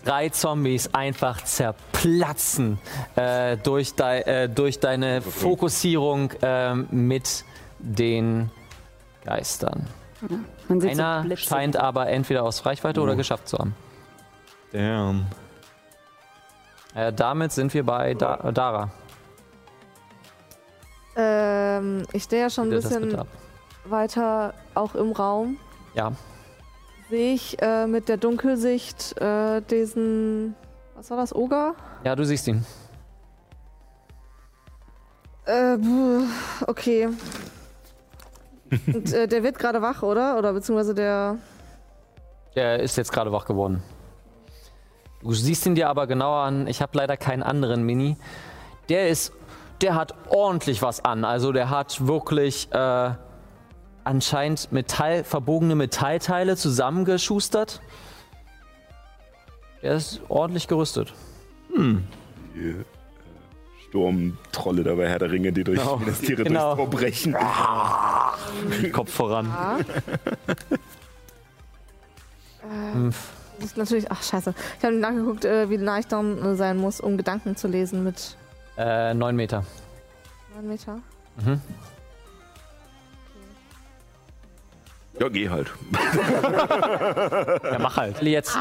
Drei Zombies einfach zerplatzen äh, durch, dei- äh, durch deine Fokussierung äh, mit den Geistern. Man sieht so Einer Blitze. scheint aber entweder aus Reichweite oder geschafft zu haben. Damn. Äh, damit sind wir bei da Dara. Ähm, ich stehe ja schon ein Bitte das bitte bisschen ab. weiter auch im Raum. Ja. Sehe ich äh, mit der Dunkelsicht äh, diesen. Was war das? Oger? ja, du siehst ihn. Äh, puh, okay. Und äh, der wird gerade wach, oder? Oder beziehungsweise der. Der ist jetzt gerade wach geworden. Du siehst ihn dir aber genauer an. Ich habe leider keinen anderen Mini. Der ist, der hat ordentlich was an. Also der hat wirklich äh, anscheinend Metall, verbogene Metallteile zusammengeschustert. Der ist ordentlich gerüstet. Die äh, Sturmtrolle dabei Herr der Ringe, die durch Genau. das Tiere Genau. durchs Tor brechen. Kopf voran. Das ist natürlich. Ach, scheiße. Ich habe nachgeguckt, äh, wie nah ich dran äh, sein muss, um Gedanken zu lesen mit Äh, 9 Meter. 9 Meter. Ja, geh halt. Ja, mach halt. Ellie, Jetzt,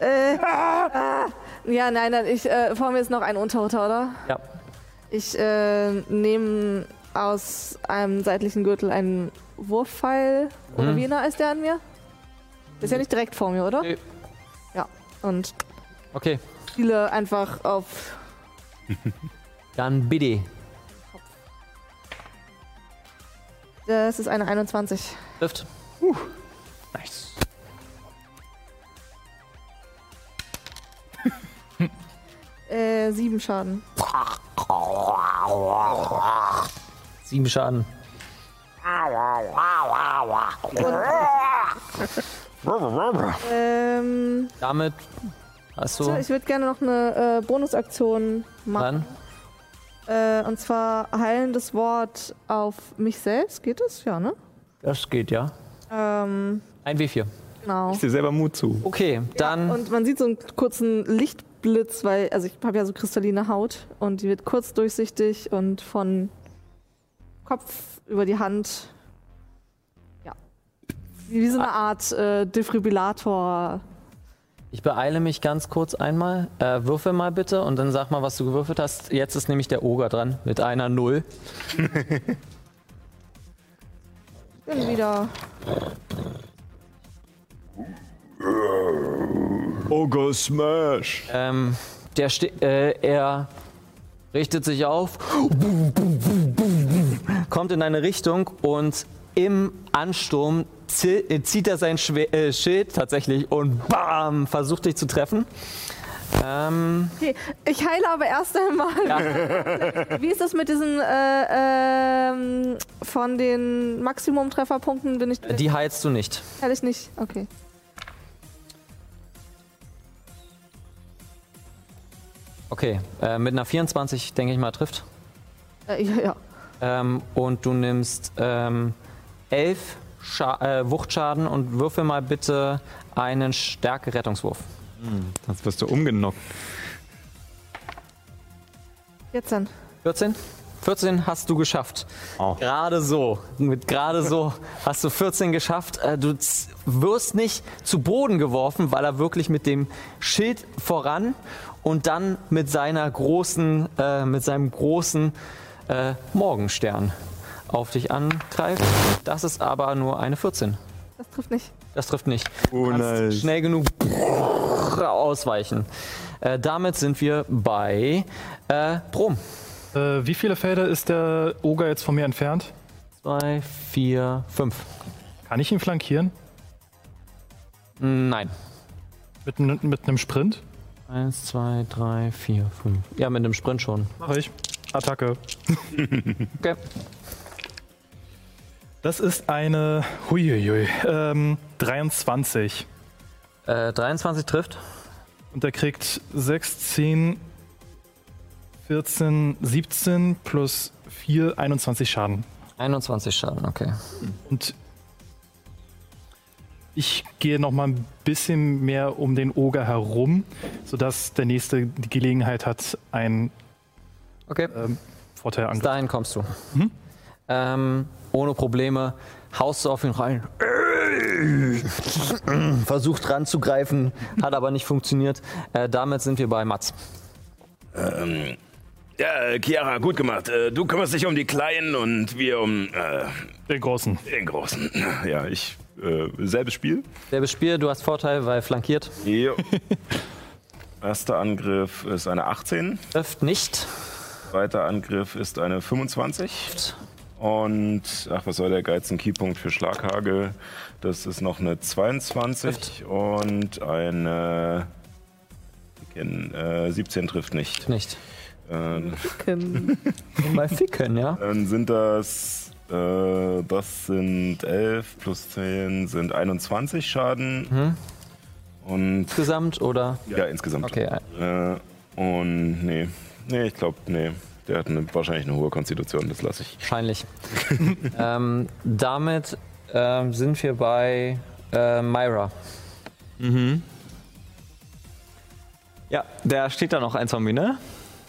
Äh, ah, ja, nein, nein. Ich, äh, vor mir ist noch ein Unterhutter, oder? ja. Ich äh, nehme aus einem seitlichen Gürtel einen Wurfpfeil. Oder wie nah ist der an mir? Ist ja nicht direkt vor mir, oder? Nee. Ja. Und Okay, spiele einfach auf. dann bitte. Das ist eine 21. Trifft. Nice. Äh, sieben Schaden. Sieben Schaden. Ähm, Damit hast du Ich würde gerne noch eine äh, Bonusaktion machen. dann Äh, und zwar heilendes Wort auf mich selbst. Geht es? Ja, ne? Das geht, ja. Ähm, Ein W4. genau. Ich dir selber Mut zu. Okay, dann. Und man sieht so einen kurzen Lichtblitz, weil, also ich habe ja so kristalline Haut und die wird kurz durchsichtig und von Kopf über die Hand. Ja. Wie wie so eine Art äh, Defibrillator. ich beeile mich ganz kurz einmal. Äh, würfel mal bitte und dann sag mal, was du gewürfelt hast. Jetzt ist nämlich der Oger dran mit einer Null. Bin wieder. Ogre Smash. Ähm, der ste äh, er richtet sich auf, kommt in deine Richtung und im Ansturm zi- äh, zieht er sein Schwe äh, Schild tatsächlich und bam, versucht dich zu treffen. Ähm, Okay, ich heile aber erst einmal. Wie ist das mit diesen äh, ähm, von den Maximum-Trefferpunkten? Bin ich. Äh, die heilst du nicht. Heile ich nicht. Okay. Okay, äh, mit einer 24 denke ich mal trifft. Äh, ja, ja. Ähm, und du nimmst ähm, 11 Scha äh, Wuchtschaden und würfel mal bitte einen Stärke-Rettungswurf. Sonst wirst du umgenockt. 14. 14? 14 hast du geschafft. Oh. Gerade so. Mit gerade so hast du 14 geschafft. Äh, Du z- wirst nicht zu Boden geworfen, weil er wirklich mit dem Schild voran und dann mit seiner großen, äh, mit seinem großen äh, Morgenstern auf dich angreift. Das ist aber nur eine 14. Das trifft nicht. Das trifft nicht. Oh, Du kannst schnell genug ausweichen. Äh, damit sind wir bei äh, Brom. Äh, wie viele Felder ist der Oger jetzt von mir entfernt? Zwei, vier, fünf. Kann ich ihn flankieren? Nein. Mit, n- mit einem Sprint? Eins, zwei, drei, vier, fünf. Ja, mit dem Sprint schon. Mache ich. Attacke. Okay. Das ist eine huiuiui, ähm, 23. Äh, 23 trifft. Und er kriegt 6, 10, 14, 17 plus 4, 21 Schaden. 21 Schaden, okay. Und ich gehe noch mal ein bisschen mehr um den Oger herum, sodass der nächste die Gelegenheit hat, einen Okay. ähm, Bis Vorteilangriff. dahin kommst du. Ähm, ohne Probleme haust du auf ihn rein. Versucht ranzugreifen, hat aber nicht funktioniert. Äh, damit sind wir bei Mats. Ähm, ja, äh, Chiara, gut gemacht. Äh, du kümmerst dich um die Kleinen und wir um äh, Den großen. den Großen. Ja, ich. Äh, selbes Spiel. Selbes Spiel, du hast Vorteil, weil flankiert. Jo. Erster Angriff ist eine 18, Trifft nicht. zweiter Angriff ist eine 25 und ach, was soll der Geiz, ein Keypunkt für Schlaghagel. Das ist noch eine 22 und eine wir kennen, äh, 17 trifft nicht. Nicht. Ähm, Bei Ficken, ja. Dann sind das, äh, das sind 11 plus 10 sind 21 Schaden. Und Insgesamt oder? ja, insgesamt. Okay, äh, Äh, und nee, nee, ich glaube, nee. Der hat eine, wahrscheinlich eine hohe Konstitution, das lasse ich. wahrscheinlich. ähm, damit ähm, sind wir bei äh, Myra. Ja, da steht da noch ein Zombie, ne?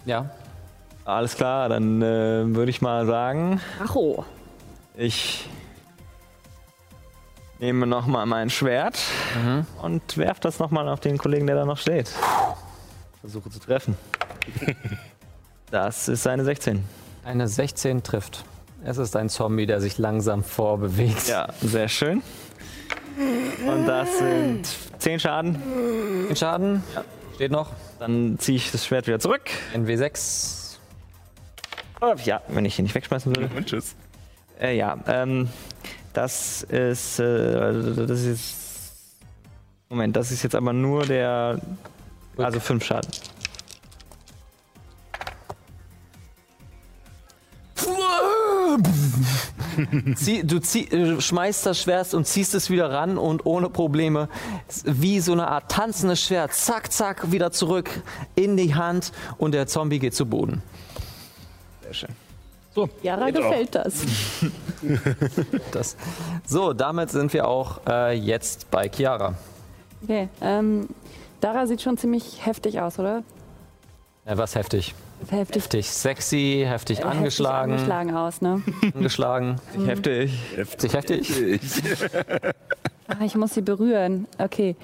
Ja. Alles klar, dann äh, würde ich mal sagen, Acho. ich nehme nochmal mein Schwert und werfe das nochmal auf den Kollegen, der da noch steht. Versuche zu treffen. das ist seine 16. Eine 16 trifft. Es ist ein Zombie, der sich langsam vorbewegt. Ja, sehr schön. Und das sind 10 Schaden. Den Schaden steht noch. Dann ziehe ich das Schwert wieder zurück. In W6. Oh, Ja, wenn ich ihn nicht wegschmeißen würde. Und tschüss. Äh, ja, ähm, das ist, äh, das ist, Moment, das ist jetzt aber nur der, also fünf Schaden. Zieh, du zieh, äh, schmeißt das Schwert und ziehst es wieder ran und ohne Probleme, s- wie so eine Art tanzendes Schwert, zack, zack, wieder zurück in die Hand und der Zombie geht zu Boden. Jara gefällt das. Das. So, damit sind wir auch äh, jetzt bei Chiara. Okay, ähm, Dara sieht schon ziemlich heftig aus, oder? Äh, was heftig. Heftig. Heftig sexy, heftig äh, angeschlagen, Heftig angeschlagen aus, ne? angeschlagen. Heftig. Heftig, heftig. Ah, ich muss sie berühren. Okay.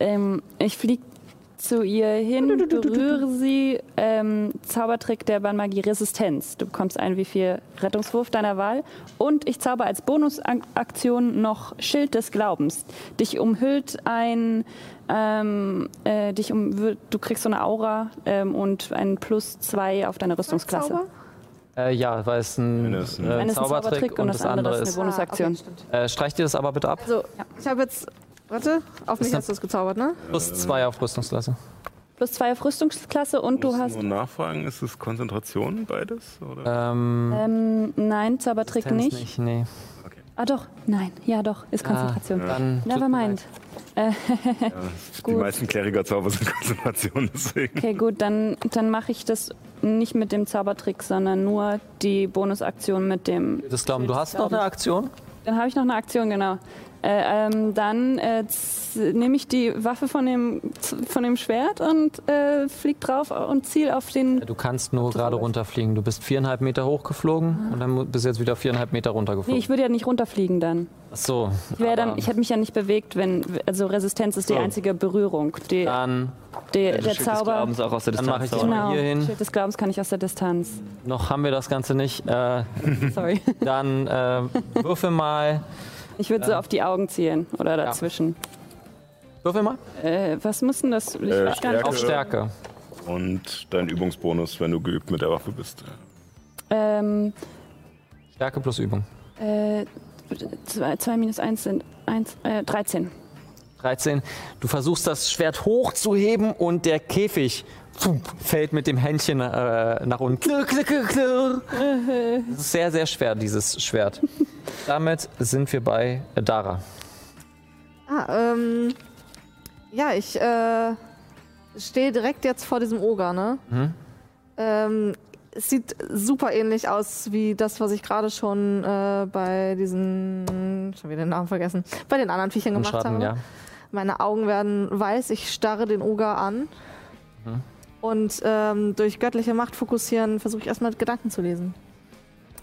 Ähm, ich fliege zu ihr hin, berühre sie. Ähm, Zaubertrick der Bannmagie Resistenz. Du bekommst einen wie viel Rettungswurf deiner Wahl. Und ich zauber als Bonusaktion noch Schild des Glaubens. Dich umhüllt ein. Ähm, äh, dich um, du kriegst so eine Aura ähm, und einen plus zwei auf deine Rüstungsklasse. Äh, ja, weil es ein, Eine ist ein- äh, Eines ist ein Zaubertrick und, das andere ist. eine Ah, Bonusaktion. Äh, streich dir das aber bitte ab. Also, ich habe jetzt. Warte, auf mich Ist hast du es gezaubert, ne? Plus zwei auf Rüstungsklasse. Plus zwei auf Rüstungsklasse und du hast. Äh, Nur nachfragen, ist es Konzentration beides? Oder? Ähm, Ähm, nein, Zaubertrick Tanz nicht. Nee. Ah doch, nein, ja doch, ist Konzentration. Dann tut mir Never mind. leid. Die gut. meisten Kleriker-Zauber sind Konzentration, deswegen. Okay, gut, dann, dann mache ich das nicht mit dem Zaubertrick, sondern nur die Bonusaktion mit dem. Das glauben, du hast noch eine Aktion? Dann habe ich noch eine Aktion, genau. Äh, ähm, dann äh, z- nehme ich die Waffe von dem, z- von dem Schwert und äh, flieg drauf und ziel auf den. Du kannst nur gerade runterfliegen. Du bist viereinhalb Meter hochgeflogen und dann mu- bist jetzt wieder viereinhalb Meter Nee, runtergeflogen. ich würde ja nicht runterfliegen dann. Ach so. Ich, wär dann, aber ich hätte mich ja nicht bewegt, wenn. Also Resistenz ist die einzige Berührung. Die, dann die, der Zauber. Glaubens auch aus der Dann mach ich Distanz. das zaubern. mal Genau. hier hin. Schild des Glaubens kann ich aus der Distanz. noch haben wir das Ganze nicht. Äh, Sorry. dann äh, würfel mal. Ich würde so auf die Augen zielen oder dazwischen. Würfel mal. Äh, was muss denn das? Ich Äh, weiß gar nicht. Auf Stärke. Und dein Übungsbonus, wenn du geübt mit der Waffe bist. Ähm, Stärke plus Übung. äh, 2 minus 1 sind 1, äh, 13. 13. Du versuchst das Schwert hochzuheben und der Käfig pfum, fällt mit dem Händchen äh, nach unten. Klirr, klirr, klirr, klirr. Das ist sehr, sehr schwer, dieses Schwert. Damit sind wir bei äh, Dara. Ah, ähm. Ja, ich äh, stehe direkt jetzt vor diesem Oger, ne? Mhm. Ähm, es sieht super ähnlich aus wie das, was ich gerade schon äh, bei diesen. Schon wieder den Namen vergessen. Bei den anderen Viechern Im gemacht Schatten, habe. ja. Meine Augen werden weiß, ich starre den Oger an. Mhm. Und ähm, durch göttliche Macht fokussieren versuche ich erstmal Gedanken zu lesen.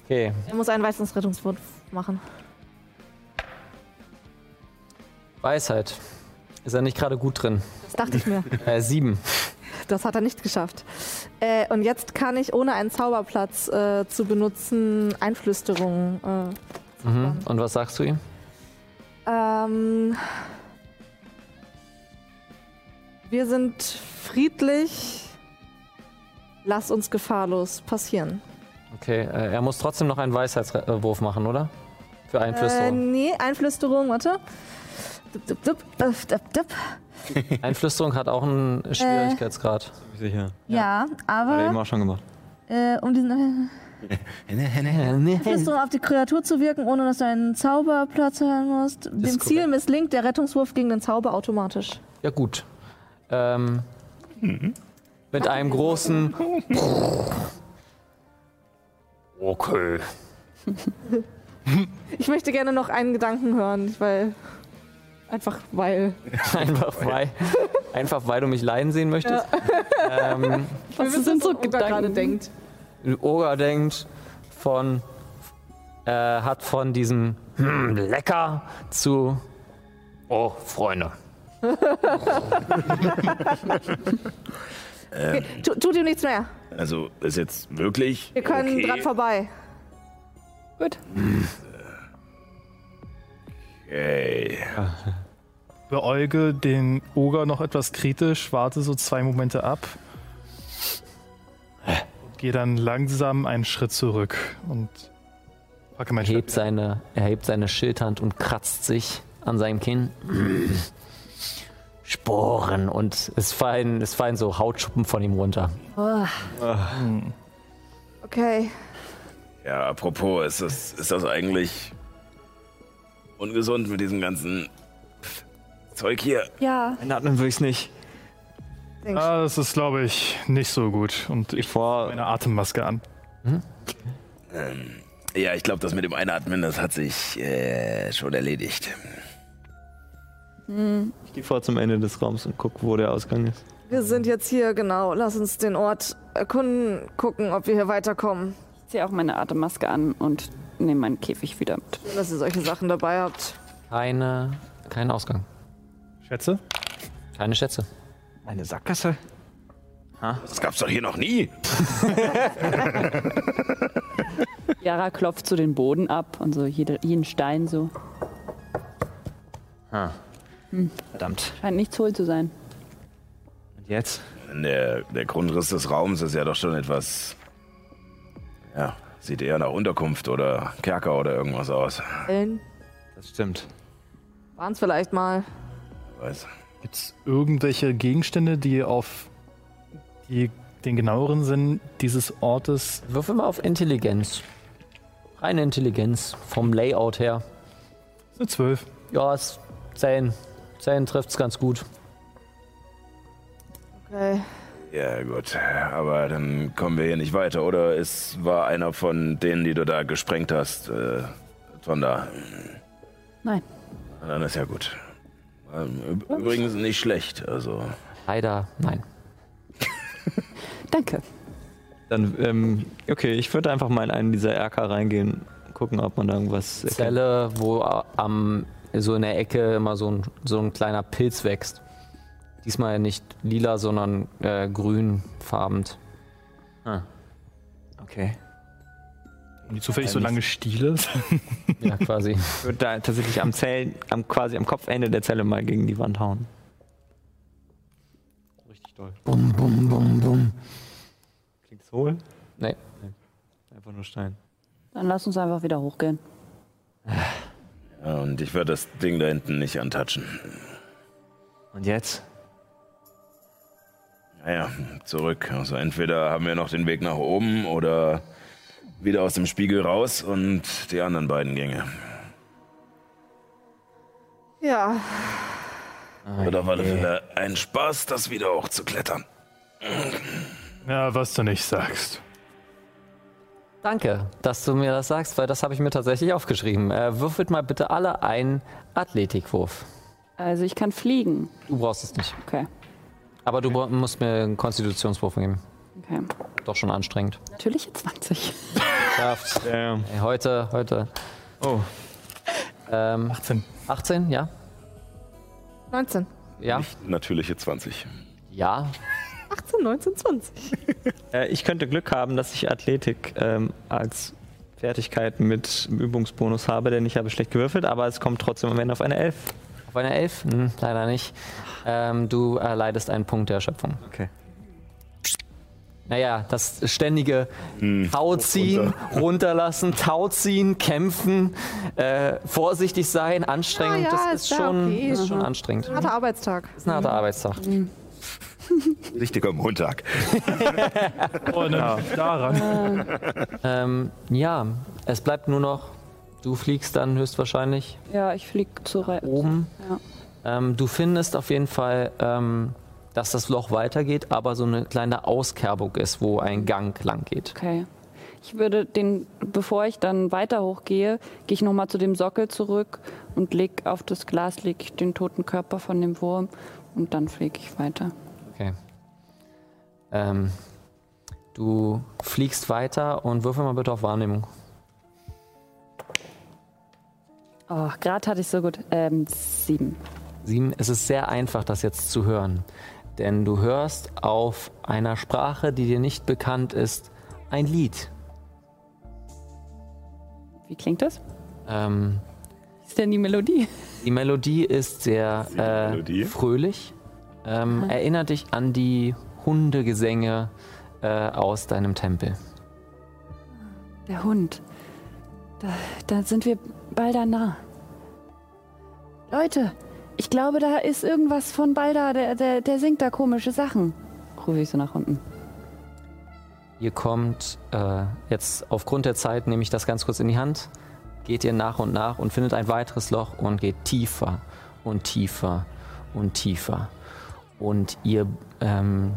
Okay. Er muss einen Weisungsrettungswurf machen. Weisheit. Ist er nicht gerade gut drin? Das dachte ich mir. Äh, sieben. Das hat er nicht geschafft. Äh, und jetzt kann ich ohne einen Zauberplatz äh, zu benutzen Einflüsterung. Äh, Mhm. Und was sagst du ihm? ähm, wir sind friedlich. Lass uns gefahrlos passieren. Okay, äh, er muss trotzdem noch einen Weisheitswurf machen, oder? Für Äh, Einflüsterung. nee, Einflüsterung, warte. Dup, dup, dup, öff, dup, dup. Einflüsterung hat auch einen Schwierigkeitsgrad. Sicher. Ja, Hat er aber eben auch schon gemacht. äh, um diesen äh, Einflüsterung um auf die Kreatur zu wirken, ohne dass du einen Zauberplatz hören musst. Dem ist Ziel misslingt der Rettungswurf gegen den Zauber automatisch. Ja, gut. Ähm, Mit einem großen. Okay. Ich möchte gerne noch einen Gedanken hören, weil. Einfach weil. Einfach weil, einfach weil du mich leiden sehen möchtest. Ähm, Was sind so Gedanken? denkt. Oga denkt von. Äh, hat von diesem. Hm, lecker zu. Oh, Freunde. Tu, tut ihm nichts mehr. Also ist jetzt wirklich. Wir können okay. dran vorbei. Okay. Beäuge den Oger noch etwas kritisch, warte so zwei Momente ab. Und gehe dann langsam einen Schritt zurück und packe mein Schwert. Hebt seine, er hebt seine Schildhand und kratzt sich an seinem Kinn. Sporen und es fallen, es fallen so Hautschuppen von ihm runter. Okay. Ja, apropos, ist das, ist das eigentlich ungesund mit diesem ganzen Zeug hier? Ja, Einatmen würde ich es nicht. Ah, das ist, glaube ich, nicht so gut. Und ich Vor meine Atemmaske an. Ähm, ja, ich glaube, das mit dem Einatmen, das hat sich äh, schon erledigt. Ich gehe vor zum Ende des Raums und guck, wo der Ausgang ist. Wir sind jetzt hier, genau. Lass uns den Ort erkunden, gucken, ob wir hier weiterkommen. ich ziehe auch meine Atemmaske an und nehme meinen Käfig wieder mit. Schön, dass ihr solche Sachen dabei habt. Keine, kein Ausgang. Schätze? Keine Schätze. Eine Sackgasse? Das gab's doch hier noch nie. Yara klopft so den Boden ab und so jede, jeden Stein so. Verdammt. Hm. Scheint nicht zu holen zu sein. Und jetzt? Der, der Grundriss des Raums ist ja doch schon etwas. Ja, sieht eher nach Unterkunft oder Kerker oder irgendwas aus. Ellen, Das stimmt. waren's vielleicht mal. Weiß. Gibt es irgendwelche Gegenstände, die auf die, den genaueren Sinn dieses Ortes. Wirf immer auf Intelligenz. Reine Intelligenz. Vom Layout her. Das ist eine 12. Ja, es zehn. Zehn trifft's ganz gut. Okay. Ja, gut. Aber dann kommen wir hier nicht weiter. Oder es war einer von denen, die du da gesprengt hast, äh, von da. Nein. Na, Dann ist ja gut. Ähm, üb- Übrigens nicht schlecht. Also, Leider, nein. Danke. Dann, ähm, okay, ich würde einfach mal in einen dieser RK reingehen, gucken, ob man da irgendwas erkennt. Zelle, wo a- am, so in der Ecke immer so ein, so ein kleiner Pilz wächst. Diesmal nicht lila, sondern äh, grünfarbend. Okay. Haben die zufällig so lange Stiele? Ja, quasi. Ich würde da tatsächlich am Zellen, am, quasi am Kopfende der Zelle mal gegen die Wand hauen. Richtig doll. bum, bum, bum, bum. Klingt's hohl? Nee. Einfach nur Stein. Dann lass uns einfach wieder hochgehen. ja, und ich werde das Ding da hinten nicht antatschen. Und jetzt? Naja, Ah zurück. Also entweder haben wir noch den Weg nach oben oder wieder aus dem Spiegel raus und die anderen beiden Gänge. Ja, Oder war das wieder ein Spaß, das wieder hochzuklettern? Ja, was du nicht sagst. Danke, dass du mir das sagst, weil das habe ich mir tatsächlich aufgeschrieben. Äh, würfelt mal bitte alle einen Athletikwurf. Also ich kann fliegen. Du brauchst es nicht. Okay. Aber du bra- musst mir einen Konstitutionswurf geben. Okay. Doch schon anstrengend. Natürliche 20. Geschafft. Ey, heute, heute. Oh. Ähm, 18. 18, ja? 19. Ja? Natürliche 20. Ja. 18, 19, 20. Äh, ich könnte Glück haben, dass ich Athletik ähm, als Fertigkeit mit Übungsbonus habe, denn ich habe schlecht gewürfelt, aber es kommt trotzdem am Ende auf eine 11. Auf eine 11? Hm, leider nicht. Ähm, du erleidest einen Punkt der Erschöpfung. Okay. Naja, das ständige Tauziehen, runterlassen, Tauziehen, kämpfen, äh, vorsichtig sein, anstrengend, Ah ja, das ist ist, ja schon, okay. Mhm. ist schon anstrengend. Harter Arbeitstag. Das ist ein harter Arbeitstag. Mhm. Richtiger Montag. Oh, ja. daran. Ähm, ja, es bleibt nur noch, du fliegst dann höchstwahrscheinlich Ja, ich fliege zu Re oben. Ja. Ähm, du findest auf jeden Fall, ähm, dass das Loch weitergeht, aber so eine kleine Auskerbung ist, wo ein Gang lang geht. Okay. Ich würde den, bevor ich dann weiter hochgehe, gehe ich nochmal zu dem Sockel zurück und leg auf das Glas leg ich den toten Körper von dem Wurm und dann fliege ich weiter. Okay. Ähm, du fliegst weiter und würfel mal bitte auf Wahrnehmung. Oh, gerade hatte ich so gut. Ähm, sieben. Sieben, es ist sehr einfach, das jetzt zu hören. Denn du hörst auf einer Sprache, die dir nicht bekannt ist, ein Lied. Wie klingt das? Ähm, Wie ist denn die Melodie? die Melodie ist sehr äh, Melodie? fröhlich. Ähm, erinnert dich an die Hundegesänge äh, aus deinem Tempel. Der Hund. Da, da sind wir Baldana. Leute, ich glaube, da ist irgendwas von Balda, der, der, der singt da komische Sachen. Rufe ich so nach unten. Ihr kommt äh, jetzt aufgrund der Zeit, nehme ich das ganz kurz in die Hand, geht ihr nach und nach und findet ein weiteres Loch und geht tiefer und tiefer und tiefer. Und ihr ähm,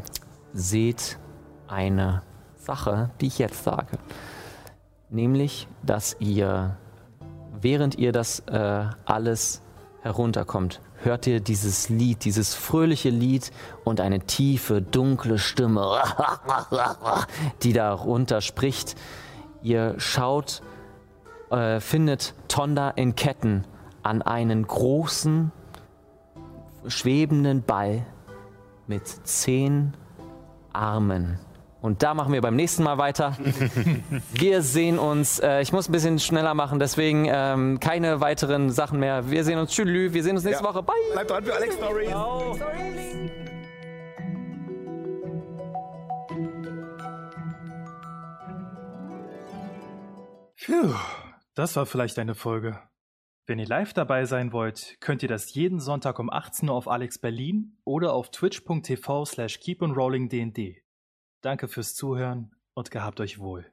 seht eine Sache, die ich jetzt sage. Nämlich, dass ihr, während ihr das äh, alles herunterkommt, hört ihr dieses Lied, dieses fröhliche Lied und eine tiefe, dunkle Stimme, die darunter spricht. Ihr schaut, äh, findet Tonda in Ketten an einen großen, schwebenden Ball mit zehn Armen. Und da machen wir beim nächsten Mal weiter. Wir sehen uns. Äh, ich muss ein bisschen schneller machen, deswegen ähm, keine weiteren Sachen mehr. Wir sehen uns. Tschüss. Wir sehen uns nächste Ja. Woche. Bye. Bleibt dran für Alex Stories. Phew, das war vielleicht eine Folge. Wenn ihr live dabei sein wollt, könnt ihr das jeden Sonntag um 18 Uhr auf Alex Berlin oder auf twitch.tv slash keeponrollingdnd. Danke fürs Zuhören und gehabt euch wohl.